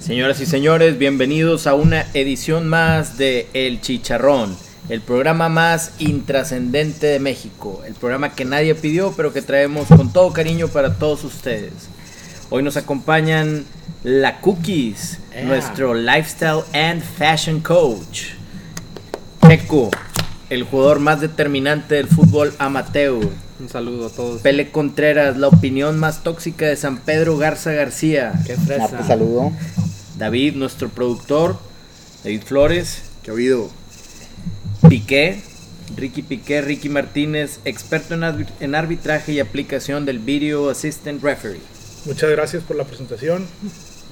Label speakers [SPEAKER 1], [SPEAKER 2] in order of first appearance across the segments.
[SPEAKER 1] Señoras y señores, bienvenidos a una edición más de El Chicharrón, el programa más intrascendente de México, el programa que nadie pidió pero que traemos con todo cariño para todos ustedes. Hoy nos acompañan la Cookies,
[SPEAKER 2] Yeah.
[SPEAKER 1] nuestro lifestyle and fashion coach. Checo, el jugador más determinante del fútbol amateur.
[SPEAKER 2] Un saludo a todos.
[SPEAKER 1] Pele Contreras, la opinión más tóxica de San Pedro Garza García.
[SPEAKER 2] Qué
[SPEAKER 3] Ah,
[SPEAKER 2] fresa.
[SPEAKER 3] te saludo.
[SPEAKER 1] David, nuestro productor, David Flores,
[SPEAKER 3] ¿Qué ha habido?
[SPEAKER 1] Piqué, Ricky Piqué, Ricky Martínez, experto en, arbit- en arbitraje y aplicación del Video Assistant Referee.
[SPEAKER 4] Muchas gracias por la presentación.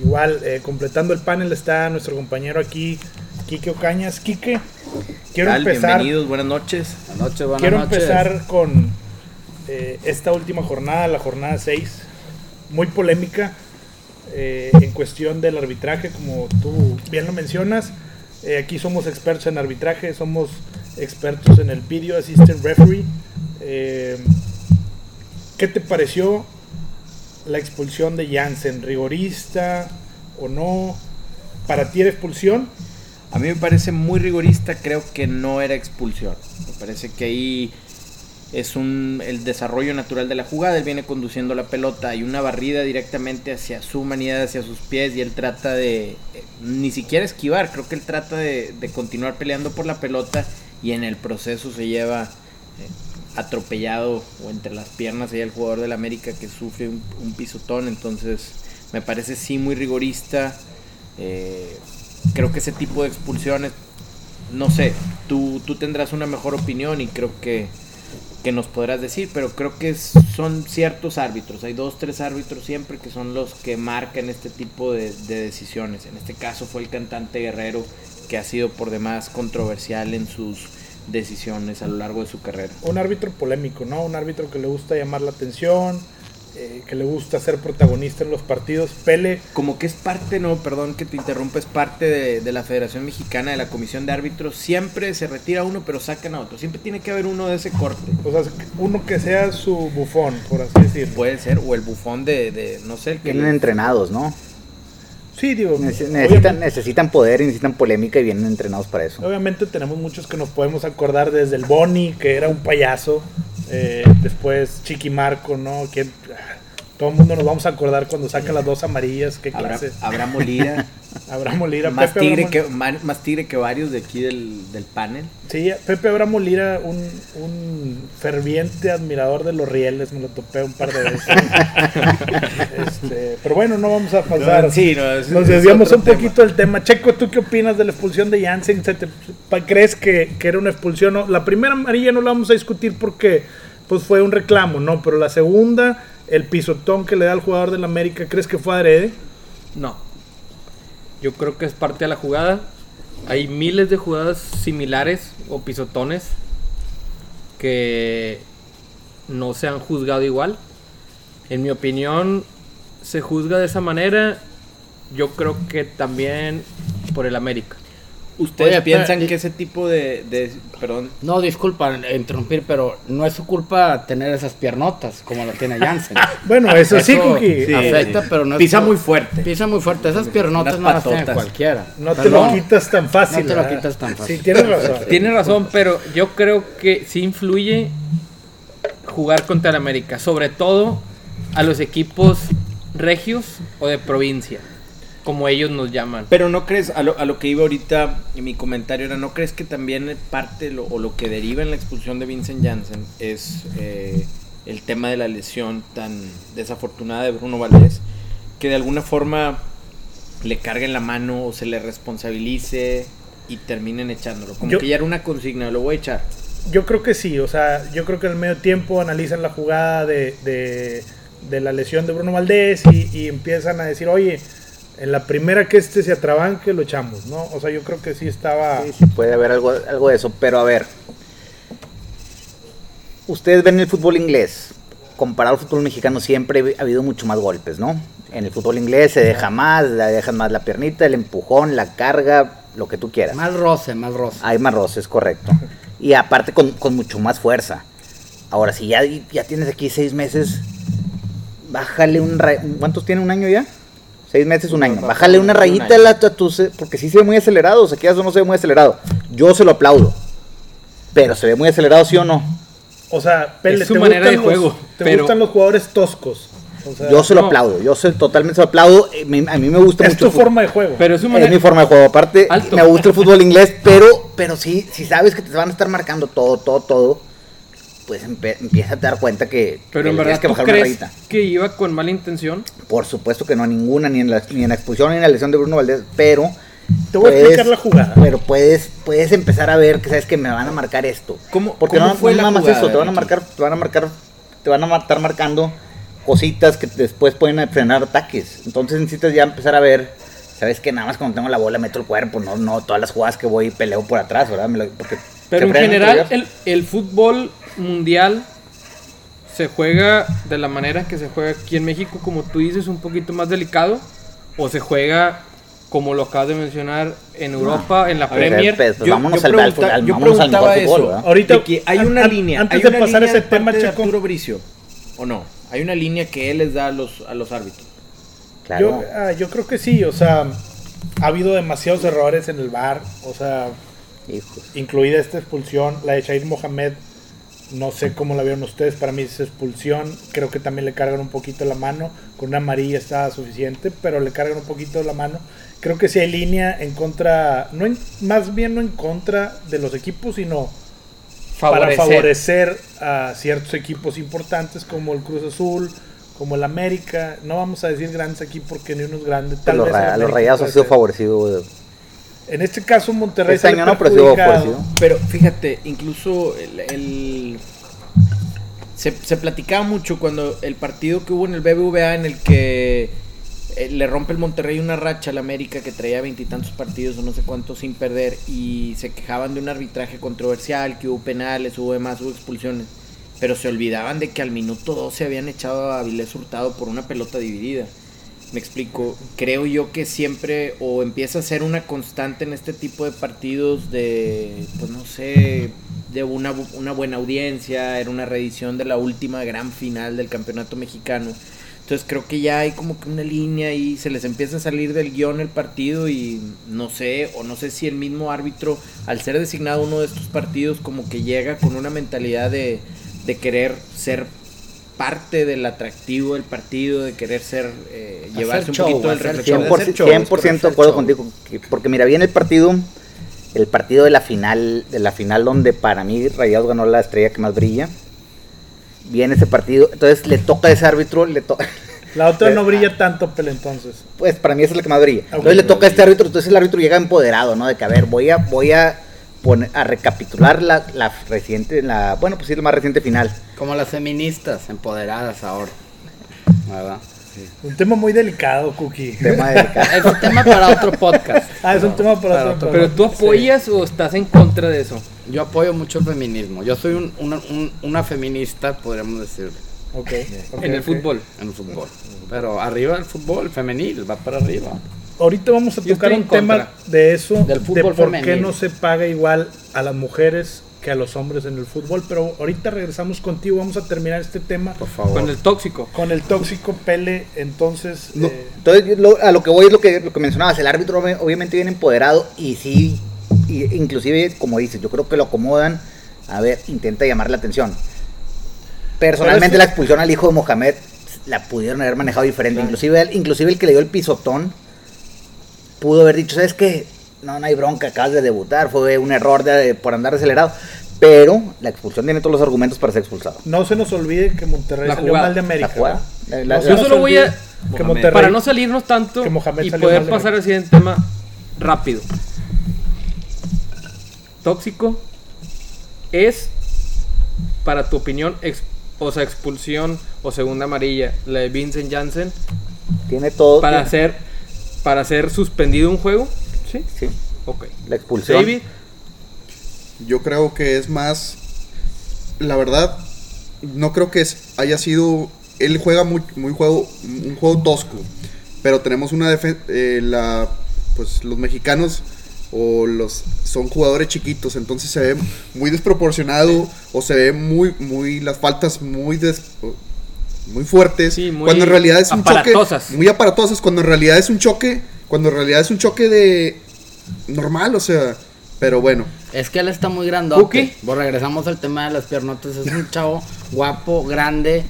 [SPEAKER 4] Igual, eh, completando el panel está nuestro compañero aquí, Quique Ocañas. Quique, quiero
[SPEAKER 1] Tal,
[SPEAKER 4] empezar,
[SPEAKER 1] Bienvenidos, buenas noches.
[SPEAKER 2] Buenas noches, buenas
[SPEAKER 4] quiero
[SPEAKER 2] noches.
[SPEAKER 4] empezar con eh, esta última jornada, la jornada 6, muy polémica eh, en cuestión del arbitraje, como tú bien lo mencionas. Eh, aquí somos expertos en arbitraje, somos expertos en el Video Assistant Referee. Eh, ¿Qué te pareció la expulsión de Jansen? ¿Rigorista o no? ¿Para ti era expulsión?
[SPEAKER 1] A mí me parece muy rigorista, creo que no era expulsión. Me parece que ahí es un, el desarrollo natural de la jugada, él viene conduciendo la pelota, hay una barrida directamente hacia su humanidad, hacia sus pies y él trata de eh, ni siquiera esquivar, creo que él trata de, de continuar peleando por la pelota y en el proceso se lleva eh, atropellado o entre las piernas ahí el jugador del América que sufre un, un pisotón, entonces me parece sí muy rigorista. Eh, creo que ese tipo de expulsiones, no sé, tú, tú tendrás una mejor opinión y creo que, que nos podrás decir, pero creo que es- son ciertos árbitros, hay dos, tres árbitros siempre que son los que marcan este tipo de, de decisiones. En este caso fue el cantante Guerrero que ha sido por demás controversial en sus decisiones a lo largo de su carrera.
[SPEAKER 4] un árbitro polémico, ¿no? Un árbitro que le gusta llamar la atención, eh, que le gusta ser protagonista en los partidos. Pele,
[SPEAKER 1] como que es parte, no, perdón que te interrumpa, es parte de, de la Federación Mexicana, de la Comisión de Árbitros. Siempre se retira uno, pero sacan a otro. Siempre tiene que haber uno de ese corte.
[SPEAKER 4] o sea, uno que sea su bufón, por así decirlo.
[SPEAKER 1] Puede ser, o el bufón de, de no sé, el que.
[SPEAKER 3] Vienen entrenados, ¿no?
[SPEAKER 4] Sí, digo,
[SPEAKER 3] Nece- Necesitan,
[SPEAKER 4] obviamente,
[SPEAKER 3] necesitan poder y necesitan polémica y vienen entrenados para eso.
[SPEAKER 4] obviamente tenemos muchos que nos podemos acordar desde el Boni, que era un payaso, eh, después Chiqui Marco, ¿no? Que ah, todo el mundo nos vamos a acordar cuando saca las dos amarillas, qué
[SPEAKER 1] Habrá,
[SPEAKER 4] clase.
[SPEAKER 1] habrá molida.
[SPEAKER 4] Abraham Olira,
[SPEAKER 1] más,
[SPEAKER 4] Pepe
[SPEAKER 1] tigre
[SPEAKER 4] Abraham-
[SPEAKER 1] que, man- más tigre que varios de aquí del, del panel.
[SPEAKER 4] Sí, Pepe Abraham Molina, un, un ferviente admirador de los rieles, me lo topé un par de veces. Este, pero bueno, no vamos a pasar.
[SPEAKER 1] No, sí, no, es-
[SPEAKER 4] Nos
[SPEAKER 1] es
[SPEAKER 4] desviamos
[SPEAKER 1] otro
[SPEAKER 4] un
[SPEAKER 1] tema.
[SPEAKER 4] poquito del tema. Checo, ¿tú qué opinas de la expulsión de Jansen? ¿Se te- pa- ¿Crees que, que era una expulsión? No, la primera amarilla no la vamos a discutir porque pues fue un reclamo, ¿no? Pero la segunda, el pisotón que le da al jugador del América, ¿crees que fue adrede?
[SPEAKER 2] No. Yo creo que es parte de la jugada. Hay miles de jugadas similares o pisotones que no se han juzgado igual. En mi opinión, se juzga de esa manera. Yo creo que también por el América.
[SPEAKER 1] ¿Ustedes
[SPEAKER 5] Oye, espera,
[SPEAKER 1] piensan
[SPEAKER 5] y-
[SPEAKER 1] que ese tipo de. de- perdón.
[SPEAKER 5] No, disculpa interrumpir, pero no es su culpa tener esas piernotas como la tiene Jansen.
[SPEAKER 4] Bueno, eso, sí, Cookie. Eh,
[SPEAKER 1] sí.
[SPEAKER 5] afecta, pero no es
[SPEAKER 1] eh, Pisa
[SPEAKER 5] su-
[SPEAKER 1] muy fuerte.
[SPEAKER 5] Pisa muy fuerte. Esas piernotas
[SPEAKER 1] Unas
[SPEAKER 5] no las tiene
[SPEAKER 1] patotas.
[SPEAKER 5] cualquiera.
[SPEAKER 4] No te
[SPEAKER 5] Pero
[SPEAKER 4] lo quitas tan fácil.
[SPEAKER 5] no te lo
[SPEAKER 4] ¿verdad?
[SPEAKER 5] quitas tan fácil.
[SPEAKER 4] Sí, tienes razón.
[SPEAKER 2] Tiene razón, pero yo creo que sí influye jugar contra el América, sobre todo a los equipos regios o de provincia, como ellos nos llaman.
[SPEAKER 1] Pero no crees, a lo, a lo que iba ahorita en mi comentario era, ¿no crees que también parte lo- o lo que deriva en la expulsión de Vincent Janssen es eh, el tema de la lesión tan desafortunada de Bruno Valdés? Que de alguna forma le carguen la mano o se le responsabilice y terminen echándolo. Como
[SPEAKER 4] Yo-
[SPEAKER 1] que ya era una consigna, lo voy a echar.
[SPEAKER 4] Yo creo que sí, o sea, yo creo que al medio tiempo analizan la jugada de, de- de la lesión de Bruno Valdés y, y empiezan a decir, oye, en la primera que este se atrabanque lo echamos, ¿no? O sea, yo creo que sí estaba...
[SPEAKER 3] Sí, sí, puede haber algo, algo de eso, pero a ver. Ustedes ven el fútbol inglés. Comparado al fútbol mexicano siempre ha habido mucho más golpes, ¿no? En el fútbol inglés se deja más, la dejan más la piernita, el empujón, la carga, lo que tú quieras.
[SPEAKER 5] Más roce, más roce.
[SPEAKER 3] Hay más roces, correcto. Y aparte con, con mucho más fuerza. Ahora, si ya, ya tienes aquí seis meses, bájale un... ra- ¿Cuántos tiene un año ya? Seis meses, un año. Bájale una rayita a la- a tus- porque sí se ve muy acelerado. O sea, que eso no se ve muy acelerado. Yo se lo aplaudo. Pero se ve muy acelerado, ¿sí o no?
[SPEAKER 4] O sea, Pele,
[SPEAKER 2] Es su
[SPEAKER 4] te
[SPEAKER 2] manera de
[SPEAKER 4] gustan los-
[SPEAKER 2] juego,
[SPEAKER 4] Te
[SPEAKER 2] pero-
[SPEAKER 4] gustan los jugadores toscos. O sea,
[SPEAKER 3] Yo se lo
[SPEAKER 2] no.
[SPEAKER 3] aplaudo. Yo se, totalmente se lo aplaudo. eh, me- A mí me gusta
[SPEAKER 4] es
[SPEAKER 3] mucho.
[SPEAKER 4] tu
[SPEAKER 3] el fútbol.
[SPEAKER 4] forma de juego.
[SPEAKER 2] Pero es su
[SPEAKER 3] Es
[SPEAKER 2] manera.
[SPEAKER 3] Eh, mi forma de juego. Aparte,
[SPEAKER 2] Alto.
[SPEAKER 3] me gusta el fútbol inglés, pero, pero sí, si sabes que te van a estar marcando todo, todo, todo, pues empe- empieza a te dar cuenta que,
[SPEAKER 2] Pero
[SPEAKER 3] que
[SPEAKER 2] en
[SPEAKER 3] le
[SPEAKER 2] verdad,
[SPEAKER 3] tienes que
[SPEAKER 2] ¿tú
[SPEAKER 3] bajar una
[SPEAKER 2] crees
[SPEAKER 3] rayita.
[SPEAKER 2] que iba con mala intención?
[SPEAKER 3] Por supuesto que no, ninguna, ni en la, ni en la expulsión, ni en la lesión de Bruno Valdés, pero.
[SPEAKER 4] Te voy a explicar la jugada.
[SPEAKER 3] Pero puedes, puedes empezar a ver que sabes que me van a marcar esto.
[SPEAKER 1] ¿Cómo-
[SPEAKER 3] Porque
[SPEAKER 1] cómo
[SPEAKER 3] no,
[SPEAKER 1] fue
[SPEAKER 3] no
[SPEAKER 1] la
[SPEAKER 3] nada más
[SPEAKER 1] jugada,
[SPEAKER 3] eso, te van a
[SPEAKER 1] Ricky?
[SPEAKER 3] marcar, te van a marcar, te van a estar marcando cositas que después pueden frenar ataques. Entonces necesitas ya empezar a ver, sabes que nada más cuando tengo la bola meto el cuerpo, no, no todas las jugadas que voy peleo por atrás, ¿verdad? Me lo- porque se
[SPEAKER 2] Pero en
[SPEAKER 3] frenan
[SPEAKER 2] general,
[SPEAKER 3] entre ellos.
[SPEAKER 2] el, el fútbol mundial se juega de la manera que se juega aquí en México, como tú dices, un poquito más delicado, o se juega como lo acabas de mencionar en Europa, en la
[SPEAKER 3] A ver,
[SPEAKER 2] Premier.
[SPEAKER 3] pues, pues,
[SPEAKER 1] Yo-
[SPEAKER 3] vámonos
[SPEAKER 1] yo
[SPEAKER 3] al,
[SPEAKER 1] pregunta-
[SPEAKER 3] al- al-
[SPEAKER 1] yo
[SPEAKER 3] vámonos al mejor
[SPEAKER 1] preguntaba
[SPEAKER 3] fútbol,
[SPEAKER 1] eso.
[SPEAKER 3] ¿verdad?
[SPEAKER 4] Ahorita,
[SPEAKER 1] De que hay
[SPEAKER 4] an-
[SPEAKER 1] una
[SPEAKER 4] an-
[SPEAKER 1] línea.
[SPEAKER 4] antes
[SPEAKER 1] hay
[SPEAKER 4] de
[SPEAKER 1] una
[SPEAKER 4] pasar
[SPEAKER 1] línea
[SPEAKER 4] ese
[SPEAKER 1] de parte
[SPEAKER 4] tema,
[SPEAKER 1] de
[SPEAKER 4] Checo.
[SPEAKER 1] Arturo Bricio, ¿o no? Hay una línea que él les da a los, a los árbitros.
[SPEAKER 3] Claro.
[SPEAKER 4] Yo, ah, yo creo que sí, o sea, ha habido demasiados errores en el bar, o sea,
[SPEAKER 3] Hijos.
[SPEAKER 4] incluida esta expulsión, la de Shair Mohamed, no sé cómo la vieron ustedes, para mí es expulsión, creo que también le cargan un poquito la mano, con una amarilla está suficiente, pero le cargan un poquito la mano. Creo que sí hay línea en contra, no en- más bien no en contra de los equipos, sino
[SPEAKER 2] Favorecer.
[SPEAKER 4] para favorecer a ciertos equipos importantes como el Cruz Azul, como el América. No vamos a decir grandes aquí porque ni uno es grande.
[SPEAKER 3] Pues
[SPEAKER 4] Tal
[SPEAKER 3] los,
[SPEAKER 4] vez el
[SPEAKER 3] ra- los
[SPEAKER 4] América
[SPEAKER 3] rayados
[SPEAKER 4] puede
[SPEAKER 3] han sido
[SPEAKER 4] ser.
[SPEAKER 3] favorecidos. güey.
[SPEAKER 4] En este caso Monterrey
[SPEAKER 3] Este
[SPEAKER 4] sale
[SPEAKER 3] año no, pero sí hubo
[SPEAKER 4] perjudicado.
[SPEAKER 3] favorecido.
[SPEAKER 1] Pero fíjate, incluso el. el- se, se platicaba mucho cuando el partido que hubo en el BBVA en el que eh, le rompe el Monterrey una racha al América que traía veintitantos partidos o no sé cuántos sin perder y se quejaban de un arbitraje controversial, que hubo penales, hubo demás, hubo expulsiones. Pero se olvidaban de que al minuto 12 habían echado a Avilés Hurtado por una pelota dividida. Me explico, creo yo que siempre o empieza a ser una constante en este tipo de partidos de, pues no sé, de una, bu- una buena audiencia, era una reedición de la última gran final del campeonato mexicano. Entonces creo que ya hay como que una línea y se les empieza a salir del guión el partido y no sé, o no sé si el mismo árbitro, al ser designado uno de estos partidos, como que llega con una mentalidad de, de querer ser parte del atractivo del partido, de querer ser, eh, llevarse un
[SPEAKER 5] show,
[SPEAKER 1] poquito del
[SPEAKER 5] hacer
[SPEAKER 1] reflector.
[SPEAKER 3] 100%,
[SPEAKER 1] Hacer
[SPEAKER 3] 100% de acuerdo contigo. que- Porque mira, bien el partido, el partido de la final, de la final donde para mí Rayados ganó la estrella que más brilla. Viene ese partido, entonces le toca a ese árbitro, le to-
[SPEAKER 4] La otra no
[SPEAKER 3] Eh,
[SPEAKER 4] brilla tanto, pero entonces.
[SPEAKER 3] pues para mí esa es la que más brilla.
[SPEAKER 4] Ok.
[SPEAKER 3] Entonces le toca a este árbitro, entonces el árbitro llega empoderado, ¿no? De que a ver, voy a, voy a poner, a recapitular la, la reciente, la, bueno, pues sí, la más reciente final.
[SPEAKER 5] Como las feministas empoderadas ahora. ¿Verdad?
[SPEAKER 4] Un tema muy delicado, Cookie.
[SPEAKER 3] Tema de
[SPEAKER 5] Es un tema para otro podcast.
[SPEAKER 4] Ah, es un tema para otro
[SPEAKER 2] Pero tú apoyas o estás en contra de eso.
[SPEAKER 5] Yo apoyo mucho el feminismo. Yo soy un- una, un- una feminista, podríamos decir,
[SPEAKER 4] Ok, ok,
[SPEAKER 2] en el
[SPEAKER 4] ok.
[SPEAKER 2] fútbol.
[SPEAKER 5] en el fútbol. Pero arriba el fútbol femenil, va para arriba.
[SPEAKER 4] Eh, Ahorita vamos a
[SPEAKER 2] Yo
[SPEAKER 4] tocar
[SPEAKER 2] estoy en
[SPEAKER 4] un tema
[SPEAKER 2] contra
[SPEAKER 4] de eso,
[SPEAKER 5] del
[SPEAKER 4] de
[SPEAKER 5] fútbol
[SPEAKER 4] por qué
[SPEAKER 5] femenil.
[SPEAKER 4] no se paga igual a las mujeres que a los hombres en el fútbol, pero ahorita regresamos contigo, vamos a terminar este tema
[SPEAKER 5] Por favor.
[SPEAKER 2] Con el tóxico.
[SPEAKER 4] con el tóxico Pele, entonces...
[SPEAKER 3] No,
[SPEAKER 4] eh,
[SPEAKER 3] Entonces, yo lo- a lo que voy es lo que, lo que mencionabas. El árbitro obvi- obviamente viene empoderado y sí, y- inclusive, como dices, yo creo que lo acomodan. A ver, intenta llamar la atención. Personalmente,
[SPEAKER 4] Pero es-
[SPEAKER 3] la expulsión al hijo de Mohamed la pudieron haber manejado diferente. Inclusive, el- inclusive el que le dio el pisotón pudo haber dicho, ¿sabes qué? No, no hay bronca, acabas de debutar, fue un error de- de- por andar acelerado. Pero la expulsión tiene todos los argumentos para ser expulsado.
[SPEAKER 4] no se nos olvide que Monterrey
[SPEAKER 2] La
[SPEAKER 4] salió
[SPEAKER 2] jugada,
[SPEAKER 4] mal de América.
[SPEAKER 3] la jugada. La- la-
[SPEAKER 4] No se
[SPEAKER 2] Yo
[SPEAKER 4] nos
[SPEAKER 2] solo voy a-
[SPEAKER 4] olvide Que
[SPEAKER 1] Mohamed.
[SPEAKER 4] Monterrey,
[SPEAKER 2] Para no salirnos tanto
[SPEAKER 4] Que Mohamed
[SPEAKER 2] y
[SPEAKER 4] salió
[SPEAKER 2] poder
[SPEAKER 4] mal de
[SPEAKER 2] pasar al siguiente tema rápido. Tóxico es, para tu opinión, ex- o sea, expulsión o segunda amarilla, la de Vincent Janssen,
[SPEAKER 3] Tiene todo.
[SPEAKER 2] para
[SPEAKER 3] tiene-
[SPEAKER 2] ser, para ser suspendido un juego. ¿Sí?
[SPEAKER 3] Sí,
[SPEAKER 2] Ok.
[SPEAKER 3] la expulsión.
[SPEAKER 2] David,
[SPEAKER 6] Yo creo que es más. La verdad, no creo que es- haya sido. Él juega muy, muy juego, un juego tosco. Pero tenemos una defensa. la, pues los mexicanos o los son jugadores chiquitos, entonces se ve muy desproporcionado o se ve muy muy las faltas muy des- muy fuertes.
[SPEAKER 2] Sí, muy
[SPEAKER 6] cuando en realidad es un choque.
[SPEAKER 2] aparatosas.
[SPEAKER 6] Muy aparatosas. Cuando en realidad es un choque. Cuando en realidad es un choque de. normal, o sea. Pero bueno.
[SPEAKER 5] Es que él está muy grandote.
[SPEAKER 2] ¿Cookie?
[SPEAKER 5] Pues regresamos al tema de las piernotas. Es un chavo guapo, grande.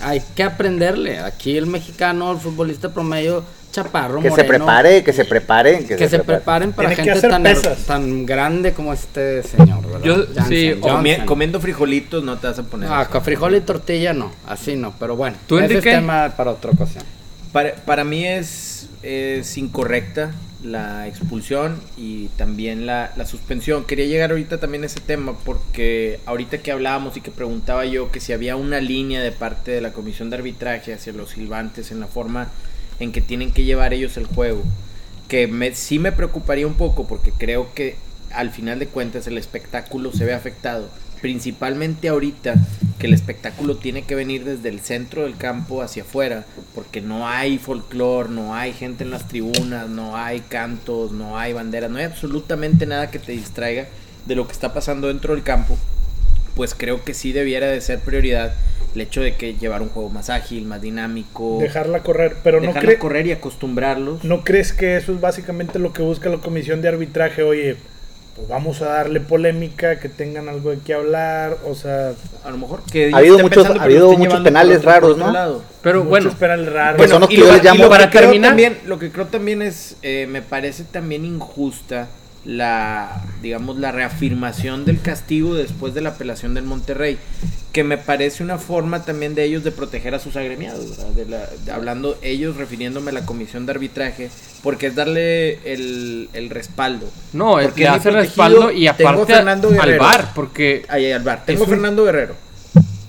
[SPEAKER 5] Hay que aprenderle. Aquí el mexicano, el futbolista promedio, chaparro,
[SPEAKER 3] Que se
[SPEAKER 5] moreno,
[SPEAKER 3] prepare, que se prepare. Que,
[SPEAKER 5] Que, se, preparen para
[SPEAKER 4] Tiene que
[SPEAKER 5] gente
[SPEAKER 4] hacer
[SPEAKER 5] tan,
[SPEAKER 4] pesas.
[SPEAKER 5] tan grande como este señor, ¿verdad?
[SPEAKER 2] Yo- sí,
[SPEAKER 1] O
[SPEAKER 5] Johnson.
[SPEAKER 1] mie- comiendo frijolitos no te vas a poner.
[SPEAKER 5] Ah, con frijol y tortilla no, así no, pero bueno.
[SPEAKER 2] ¿Tú,
[SPEAKER 5] ese es
[SPEAKER 2] Enrique?
[SPEAKER 5] tema para otra ocasión.
[SPEAKER 1] Para, para mí es, es incorrecta la expulsión y también la, la suspensión. Quería llegar ahorita también a ese tema porque ahorita que hablábamos y que preguntaba yo que si había una línea de parte de la comisión de arbitraje hacia los silbantes en la forma en que tienen que llevar ellos el juego, que me, sí me preocuparía un poco porque creo que al final de cuentas el espectáculo se ve afectado. Principalmente ahorita que el espectáculo tiene que venir desde el centro del campo hacia afuera, porque no hay folclore, no hay gente en las tribunas, no hay cantos, no hay banderas, no hay absolutamente nada que te distraiga de lo que está pasando dentro del campo pues creo que sí debiera de ser prioridad el hecho de que llevar un juego más ágil, más dinámico,
[SPEAKER 4] Dejarla correr, pero no,
[SPEAKER 1] dejarla
[SPEAKER 4] cre-
[SPEAKER 1] correr y acostumbrarlos.
[SPEAKER 4] ¿no crees que eso es básicamente lo que busca la comisión de arbitraje? Oye, pues vamos a darle polémica, que tengan algo de qué hablar, o sea,
[SPEAKER 1] A lo mejor que
[SPEAKER 3] Ha habido
[SPEAKER 1] estén
[SPEAKER 3] muchos-
[SPEAKER 1] pensando, pero
[SPEAKER 3] ha habido
[SPEAKER 1] lo estén
[SPEAKER 3] muchos
[SPEAKER 1] llevando por
[SPEAKER 3] penales
[SPEAKER 1] otro- por
[SPEAKER 3] raros,
[SPEAKER 1] otro
[SPEAKER 3] ¿no?
[SPEAKER 1] lado.
[SPEAKER 2] Pero
[SPEAKER 4] mucho
[SPEAKER 2] bueno,
[SPEAKER 4] esperan el raro.
[SPEAKER 3] Bueno, son los
[SPEAKER 1] y
[SPEAKER 3] que yo
[SPEAKER 1] lo-
[SPEAKER 3] les llamo-
[SPEAKER 1] y lo
[SPEAKER 2] para
[SPEAKER 1] pues que creo
[SPEAKER 2] terminar.
[SPEAKER 1] También, lo que creo también es, eh, me parece también injusta la, digamos, la reafirmación del castigo después de la apelación del Monterrey, que me parece una forma también de ellos de proteger a sus agremiados, ¿verdad? De la- de- hablando ellos, refiriéndome a la comisión de arbitraje, porque es darle el, el respaldo.
[SPEAKER 2] no, es
[SPEAKER 1] Porque
[SPEAKER 2] le
[SPEAKER 1] mi
[SPEAKER 2] hace
[SPEAKER 1] protegido,
[SPEAKER 2] respaldo y
[SPEAKER 1] tengo
[SPEAKER 2] aparte
[SPEAKER 1] a Fernando
[SPEAKER 2] al
[SPEAKER 1] Guerrero.
[SPEAKER 2] bar, porque
[SPEAKER 1] Ahí al bar. Tengo
[SPEAKER 2] Es un-
[SPEAKER 1] Fernando Guerrero.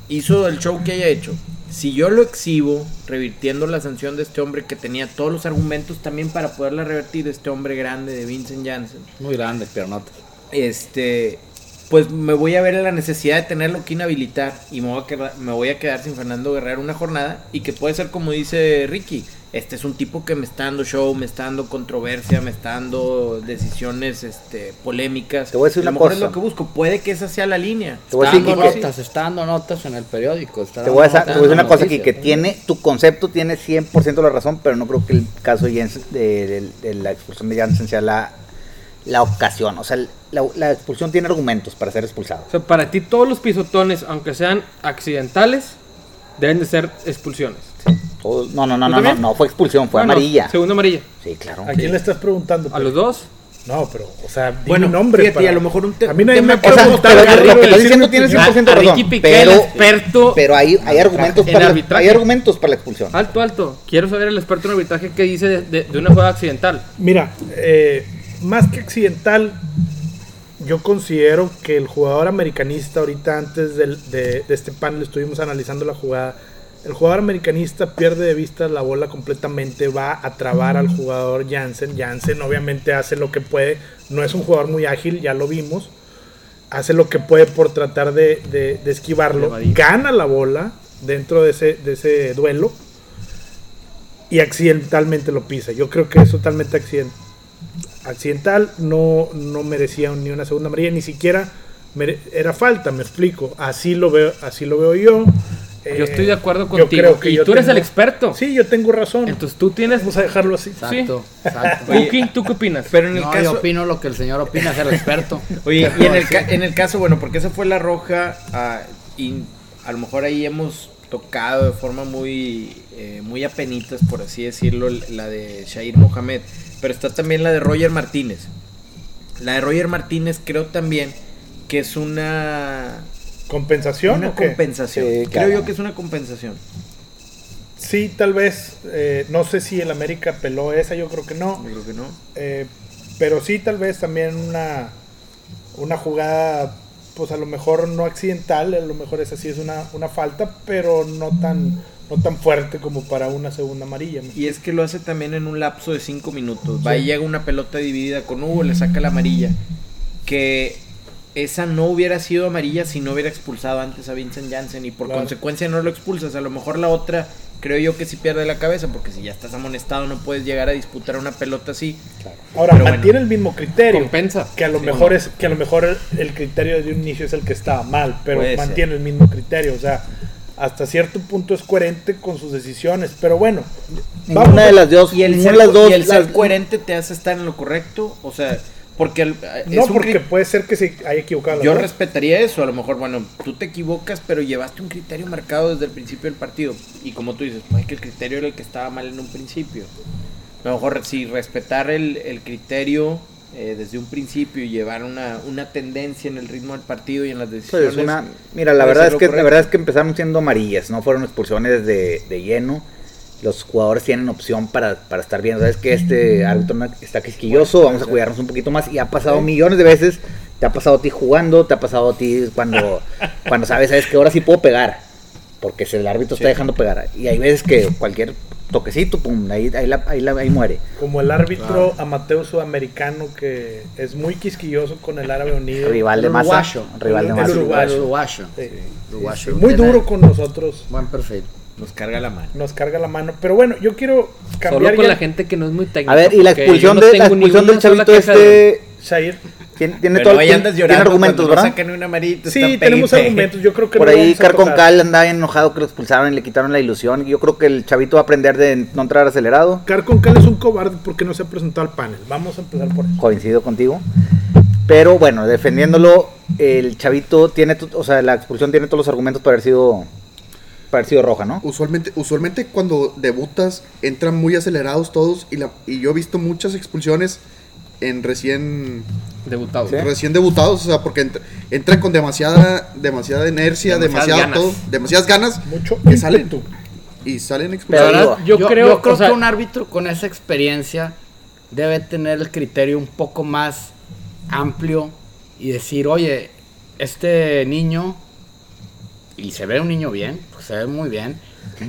[SPEAKER 1] Hizo el show que haya hecho. Si yo lo exhibo, revirtiendo la sanción de este hombre que tenía todos los argumentos también para poderla revertir, este hombre grande de Vincent Janssen,
[SPEAKER 5] Muy grandes piernotas.
[SPEAKER 1] este, pues me voy a ver en la necesidad de tenerlo que inhabilitar y me voy, a quedar, me voy a quedar sin Fernando Guerrero una jornada y que puede ser como dice Ricky, este es un tipo que me está dando show, me está dando controversia, me está dando decisiones este, polémicas.
[SPEAKER 3] Te voy a decir
[SPEAKER 1] lo
[SPEAKER 3] una
[SPEAKER 1] mejor es
[SPEAKER 3] cosa.
[SPEAKER 1] lo que busco, puede que esa sea la línea.
[SPEAKER 3] Te voy a
[SPEAKER 5] Está
[SPEAKER 3] decir,
[SPEAKER 5] dando
[SPEAKER 3] Quique,
[SPEAKER 5] notas, está dando notas en el periódico. está
[SPEAKER 3] Te voy a,
[SPEAKER 5] dando
[SPEAKER 3] sa- te voy a
[SPEAKER 5] notas
[SPEAKER 3] decir
[SPEAKER 5] en
[SPEAKER 3] una cosa aquí,
[SPEAKER 5] noticias.
[SPEAKER 3] que tiene, tu concepto tiene 100% la razón, pero no creo que el caso de, Jens- de- de- de la expulsión de Janssen sea la, la ocasión. O sea, el- la, la expulsión tiene argumentos para ser expulsado.
[SPEAKER 2] o sea, para ti todos los pisotones, aunque sean accidentales, deben de ser expulsiones.
[SPEAKER 3] Todo- no, no, no,
[SPEAKER 2] ¿Tú
[SPEAKER 3] no, no,
[SPEAKER 2] también?
[SPEAKER 3] no fue expulsión, fue
[SPEAKER 2] Bueno,
[SPEAKER 3] amarilla.
[SPEAKER 2] Segunda amarilla.
[SPEAKER 3] Sí, claro.
[SPEAKER 4] ¿a quién le estás preguntando?
[SPEAKER 2] A los dos.
[SPEAKER 4] No, pero, o sea, di
[SPEAKER 1] Bueno,
[SPEAKER 4] mi nombre.
[SPEAKER 1] fíjate, y a lo mejor un te-
[SPEAKER 4] A mí
[SPEAKER 1] un
[SPEAKER 4] nadie
[SPEAKER 1] tema-
[SPEAKER 4] me
[SPEAKER 1] O
[SPEAKER 3] O
[SPEAKER 4] puede
[SPEAKER 3] sea,
[SPEAKER 4] preguntar.
[SPEAKER 3] pero
[SPEAKER 4] Ricardo,
[SPEAKER 3] lo que estás
[SPEAKER 4] decirme-
[SPEAKER 3] diciendo tiene 100%
[SPEAKER 2] A- a Ricky
[SPEAKER 3] razón.
[SPEAKER 2] Piqué,
[SPEAKER 3] Pero,
[SPEAKER 2] el experto
[SPEAKER 3] pero hay, hay argumentos
[SPEAKER 2] en
[SPEAKER 3] para la-
[SPEAKER 2] arbitraje. Ah,
[SPEAKER 3] hay argumentos para la expulsión.
[SPEAKER 2] Alto, alto. Quiero saber el experto en arbitraje qué dice de, de- de una jugada accidental.
[SPEAKER 4] Mira, eh, más que accidental, yo considero que el jugador americanista, ahorita antes del- de, de este panel estuvimos analizando la jugada, el jugador americanista pierde de vista la bola completamente, va a trabar al jugador Jansen. Jansen obviamente hace lo que puede, no es un jugador muy ágil, ya lo vimos, hace lo que puede por tratar de, de- de esquivarlo, gana la bola dentro de ese, de ese duelo y accidentalmente lo pisa. Yo creo que es totalmente accident- accidental. No, no merecía ni una segunda amarilla, ni siquiera mere- era falta, me explico. Así lo veo, así lo veo yo. Eh,
[SPEAKER 2] Yo estoy de acuerdo
[SPEAKER 4] yo
[SPEAKER 2] contigo.
[SPEAKER 4] creo que
[SPEAKER 2] y
[SPEAKER 4] yo
[SPEAKER 2] tú eres
[SPEAKER 4] tengo-
[SPEAKER 2] el experto.
[SPEAKER 4] Sí, yo tengo razón.
[SPEAKER 2] Entonces tú tienes.
[SPEAKER 4] Vamos a dejarlo así.
[SPEAKER 5] Exacto, exacto.
[SPEAKER 2] Cookie, ¿tú qué opinas?
[SPEAKER 1] Pero en el
[SPEAKER 5] no,
[SPEAKER 1] caso...
[SPEAKER 5] yo opino lo que el señor opina, es el experto.
[SPEAKER 1] Oye,
[SPEAKER 5] Pero
[SPEAKER 1] y en el,
[SPEAKER 5] sí,
[SPEAKER 1] ca- en el caso, bueno, porque esa fue la roja, ah, y a lo mejor ahí hemos tocado de forma muy, eh, muy apenitas, por así decirlo, la de Shair Mohamed, pero está también la de Roger Martínez. La de Roger Martínez creo también que es una,
[SPEAKER 4] ¿Compensación
[SPEAKER 1] una
[SPEAKER 4] o qué?
[SPEAKER 1] compensación.
[SPEAKER 3] Sí,
[SPEAKER 1] creo
[SPEAKER 3] claro.
[SPEAKER 1] yo que es una compensación.
[SPEAKER 4] sí, tal vez. eh, no sé si el América peló esa, yo creo que no.
[SPEAKER 1] Yo creo que no.
[SPEAKER 4] Eh, pero sí, tal vez también una, una jugada, pues a lo mejor no accidental, a lo mejor esa sí es una, una falta, pero no tan, no tan fuerte como para una segunda amarilla. ¿no?
[SPEAKER 1] Y es que lo hace también en un lapso de 5 minutos. Va y llega una pelota dividida con Hugo, le saca la amarilla. Que esa no hubiera sido amarilla si no hubiera expulsado antes a Vincent Janssen y por
[SPEAKER 4] Claro.
[SPEAKER 1] consecuencia no lo expulsas. A lo mejor la otra, creo yo que sí pierde la cabeza, porque si ya estás amonestado no puedes llegar a disputar una pelota así.
[SPEAKER 4] Ahora,
[SPEAKER 1] Pero
[SPEAKER 4] mantiene el mismo criterio.
[SPEAKER 2] Compensa.
[SPEAKER 4] Que a lo mejor es que a lo mejor el, el criterio de un inicio es el que estaba mal, pero
[SPEAKER 1] Puede ser.
[SPEAKER 4] mantiene el mismo criterio, o sea, hasta cierto punto es coherente con sus decisiones. Pero bueno,
[SPEAKER 3] Ninguna de las dos.
[SPEAKER 1] Y el ser,
[SPEAKER 3] ninguna de las dos.
[SPEAKER 1] y el ser
[SPEAKER 3] las-
[SPEAKER 1] coherente te hace estar en lo correcto. O sea, porque el- eh, es
[SPEAKER 4] no
[SPEAKER 1] un
[SPEAKER 4] porque
[SPEAKER 1] cri-
[SPEAKER 4] puede ser que se haya equivocado. la
[SPEAKER 1] yo
[SPEAKER 4] verdad.
[SPEAKER 1] respetaría eso. A lo mejor, bueno, tú te equivocas, pero llevaste un criterio marcado desde el principio del partido. Y como tú dices, pues es que el criterio era el que estaba mal en un principio. A lo mejor si respetar el, el criterio eh, desde un principio y llevar una, una tendencia en el ritmo del partido y en las
[SPEAKER 3] Pues
[SPEAKER 1] decisiones.
[SPEAKER 3] es una, mira, la
[SPEAKER 1] puede
[SPEAKER 3] verdad
[SPEAKER 1] ser
[SPEAKER 3] es
[SPEAKER 1] lo
[SPEAKER 3] que la
[SPEAKER 1] correcto.
[SPEAKER 3] verdad es que empezaron siendo amarillas, no fueron expulsiones de, de lleno. Los jugadores tienen opción para, para estar viendo, sabes que este árbitro no- está quisquilloso, vamos a cuidarnos un poquito más y ha pasado millones de veces, te ha pasado a ti jugando, te ha pasado a ti cuando cuando sabes, sabes que ahora sí puedo pegar, porque si el árbitro está dejando pegar y hay veces que cualquier toquecito, pum, ahí ahí, la- ahí la- ahí muere.
[SPEAKER 4] Como el árbitro amateur sudamericano que es muy quisquilloso con el Árabe Unido.
[SPEAKER 3] Rival de
[SPEAKER 5] El
[SPEAKER 3] masa,
[SPEAKER 5] uruguayo.
[SPEAKER 3] rival de
[SPEAKER 4] El
[SPEAKER 3] masa.
[SPEAKER 5] El uruguayo.
[SPEAKER 4] uruguayo.
[SPEAKER 5] uruguayo.
[SPEAKER 4] Sí, sí,
[SPEAKER 5] Uruguayo.
[SPEAKER 4] sí, Muy
[SPEAKER 5] Tiene
[SPEAKER 4] duro con nosotros.
[SPEAKER 5] Buen perfil.
[SPEAKER 1] Nos carga la mano.
[SPEAKER 4] Nos carga la mano. Pero bueno, yo quiero cambiar
[SPEAKER 2] Solo con
[SPEAKER 4] ya-
[SPEAKER 2] la gente que no es muy técnica.
[SPEAKER 3] A ver, y la
[SPEAKER 2] porque
[SPEAKER 3] expulsión
[SPEAKER 2] yo no
[SPEAKER 3] de la
[SPEAKER 2] tengo ni
[SPEAKER 3] expulsión del
[SPEAKER 2] una sola
[SPEAKER 3] chavito
[SPEAKER 2] queja de-
[SPEAKER 3] este
[SPEAKER 4] Shair.
[SPEAKER 3] Tiene, tiene
[SPEAKER 1] Pero
[SPEAKER 3] todo,
[SPEAKER 1] ahí
[SPEAKER 3] tiene-
[SPEAKER 1] andas
[SPEAKER 3] tiene
[SPEAKER 1] llorando.
[SPEAKER 3] argumentos,
[SPEAKER 1] cuando no
[SPEAKER 3] ¿verdad?
[SPEAKER 1] sacan una amarita, está
[SPEAKER 4] Sí,
[SPEAKER 1] pegue y
[SPEAKER 4] tenemos
[SPEAKER 1] pegue.
[SPEAKER 4] argumentos. Yo creo que
[SPEAKER 3] Por
[SPEAKER 4] no
[SPEAKER 3] ahí
[SPEAKER 4] vamos a
[SPEAKER 3] Car con
[SPEAKER 4] tocar.
[SPEAKER 3] Cal andaba bien enojado que lo expulsaron y le quitaron la ilusión. Yo creo que el chavito va a aprender de no entrar acelerado.
[SPEAKER 4] Car con Cal es un cobarde porque no se ha presentado al panel. Vamos a empezar por eso.
[SPEAKER 3] Coincido contigo. Pero bueno, defendiéndolo, el chavito tiene, tu- o sea, la expulsión tiene todos los argumentos para haber sido, para haber sido roja, ¿no?
[SPEAKER 6] Usualmente, usualmente cuando debutas entran muy acelerados todos y, la, y yo he visto muchas expulsiones en recién
[SPEAKER 2] Debutado.
[SPEAKER 3] Sí.
[SPEAKER 6] recién debutados, o sea, porque entr- entran con demasiada demasiada inercia,
[SPEAKER 2] Demasiadas
[SPEAKER 6] demasiado
[SPEAKER 2] ganas.
[SPEAKER 6] todo, demasiadas ganas
[SPEAKER 4] Mucho
[SPEAKER 6] que salen
[SPEAKER 4] ímpetu.
[SPEAKER 6] y salen
[SPEAKER 3] Pero
[SPEAKER 2] La
[SPEAKER 6] expulsados.
[SPEAKER 2] verdad,
[SPEAKER 3] digo,
[SPEAKER 2] yo, creo, o sea,
[SPEAKER 5] que un árbitro con esa experiencia debe tener el criterio un poco más amplio y decir, oye, este niño, y se ve un niño bien, pues se ve muy bien,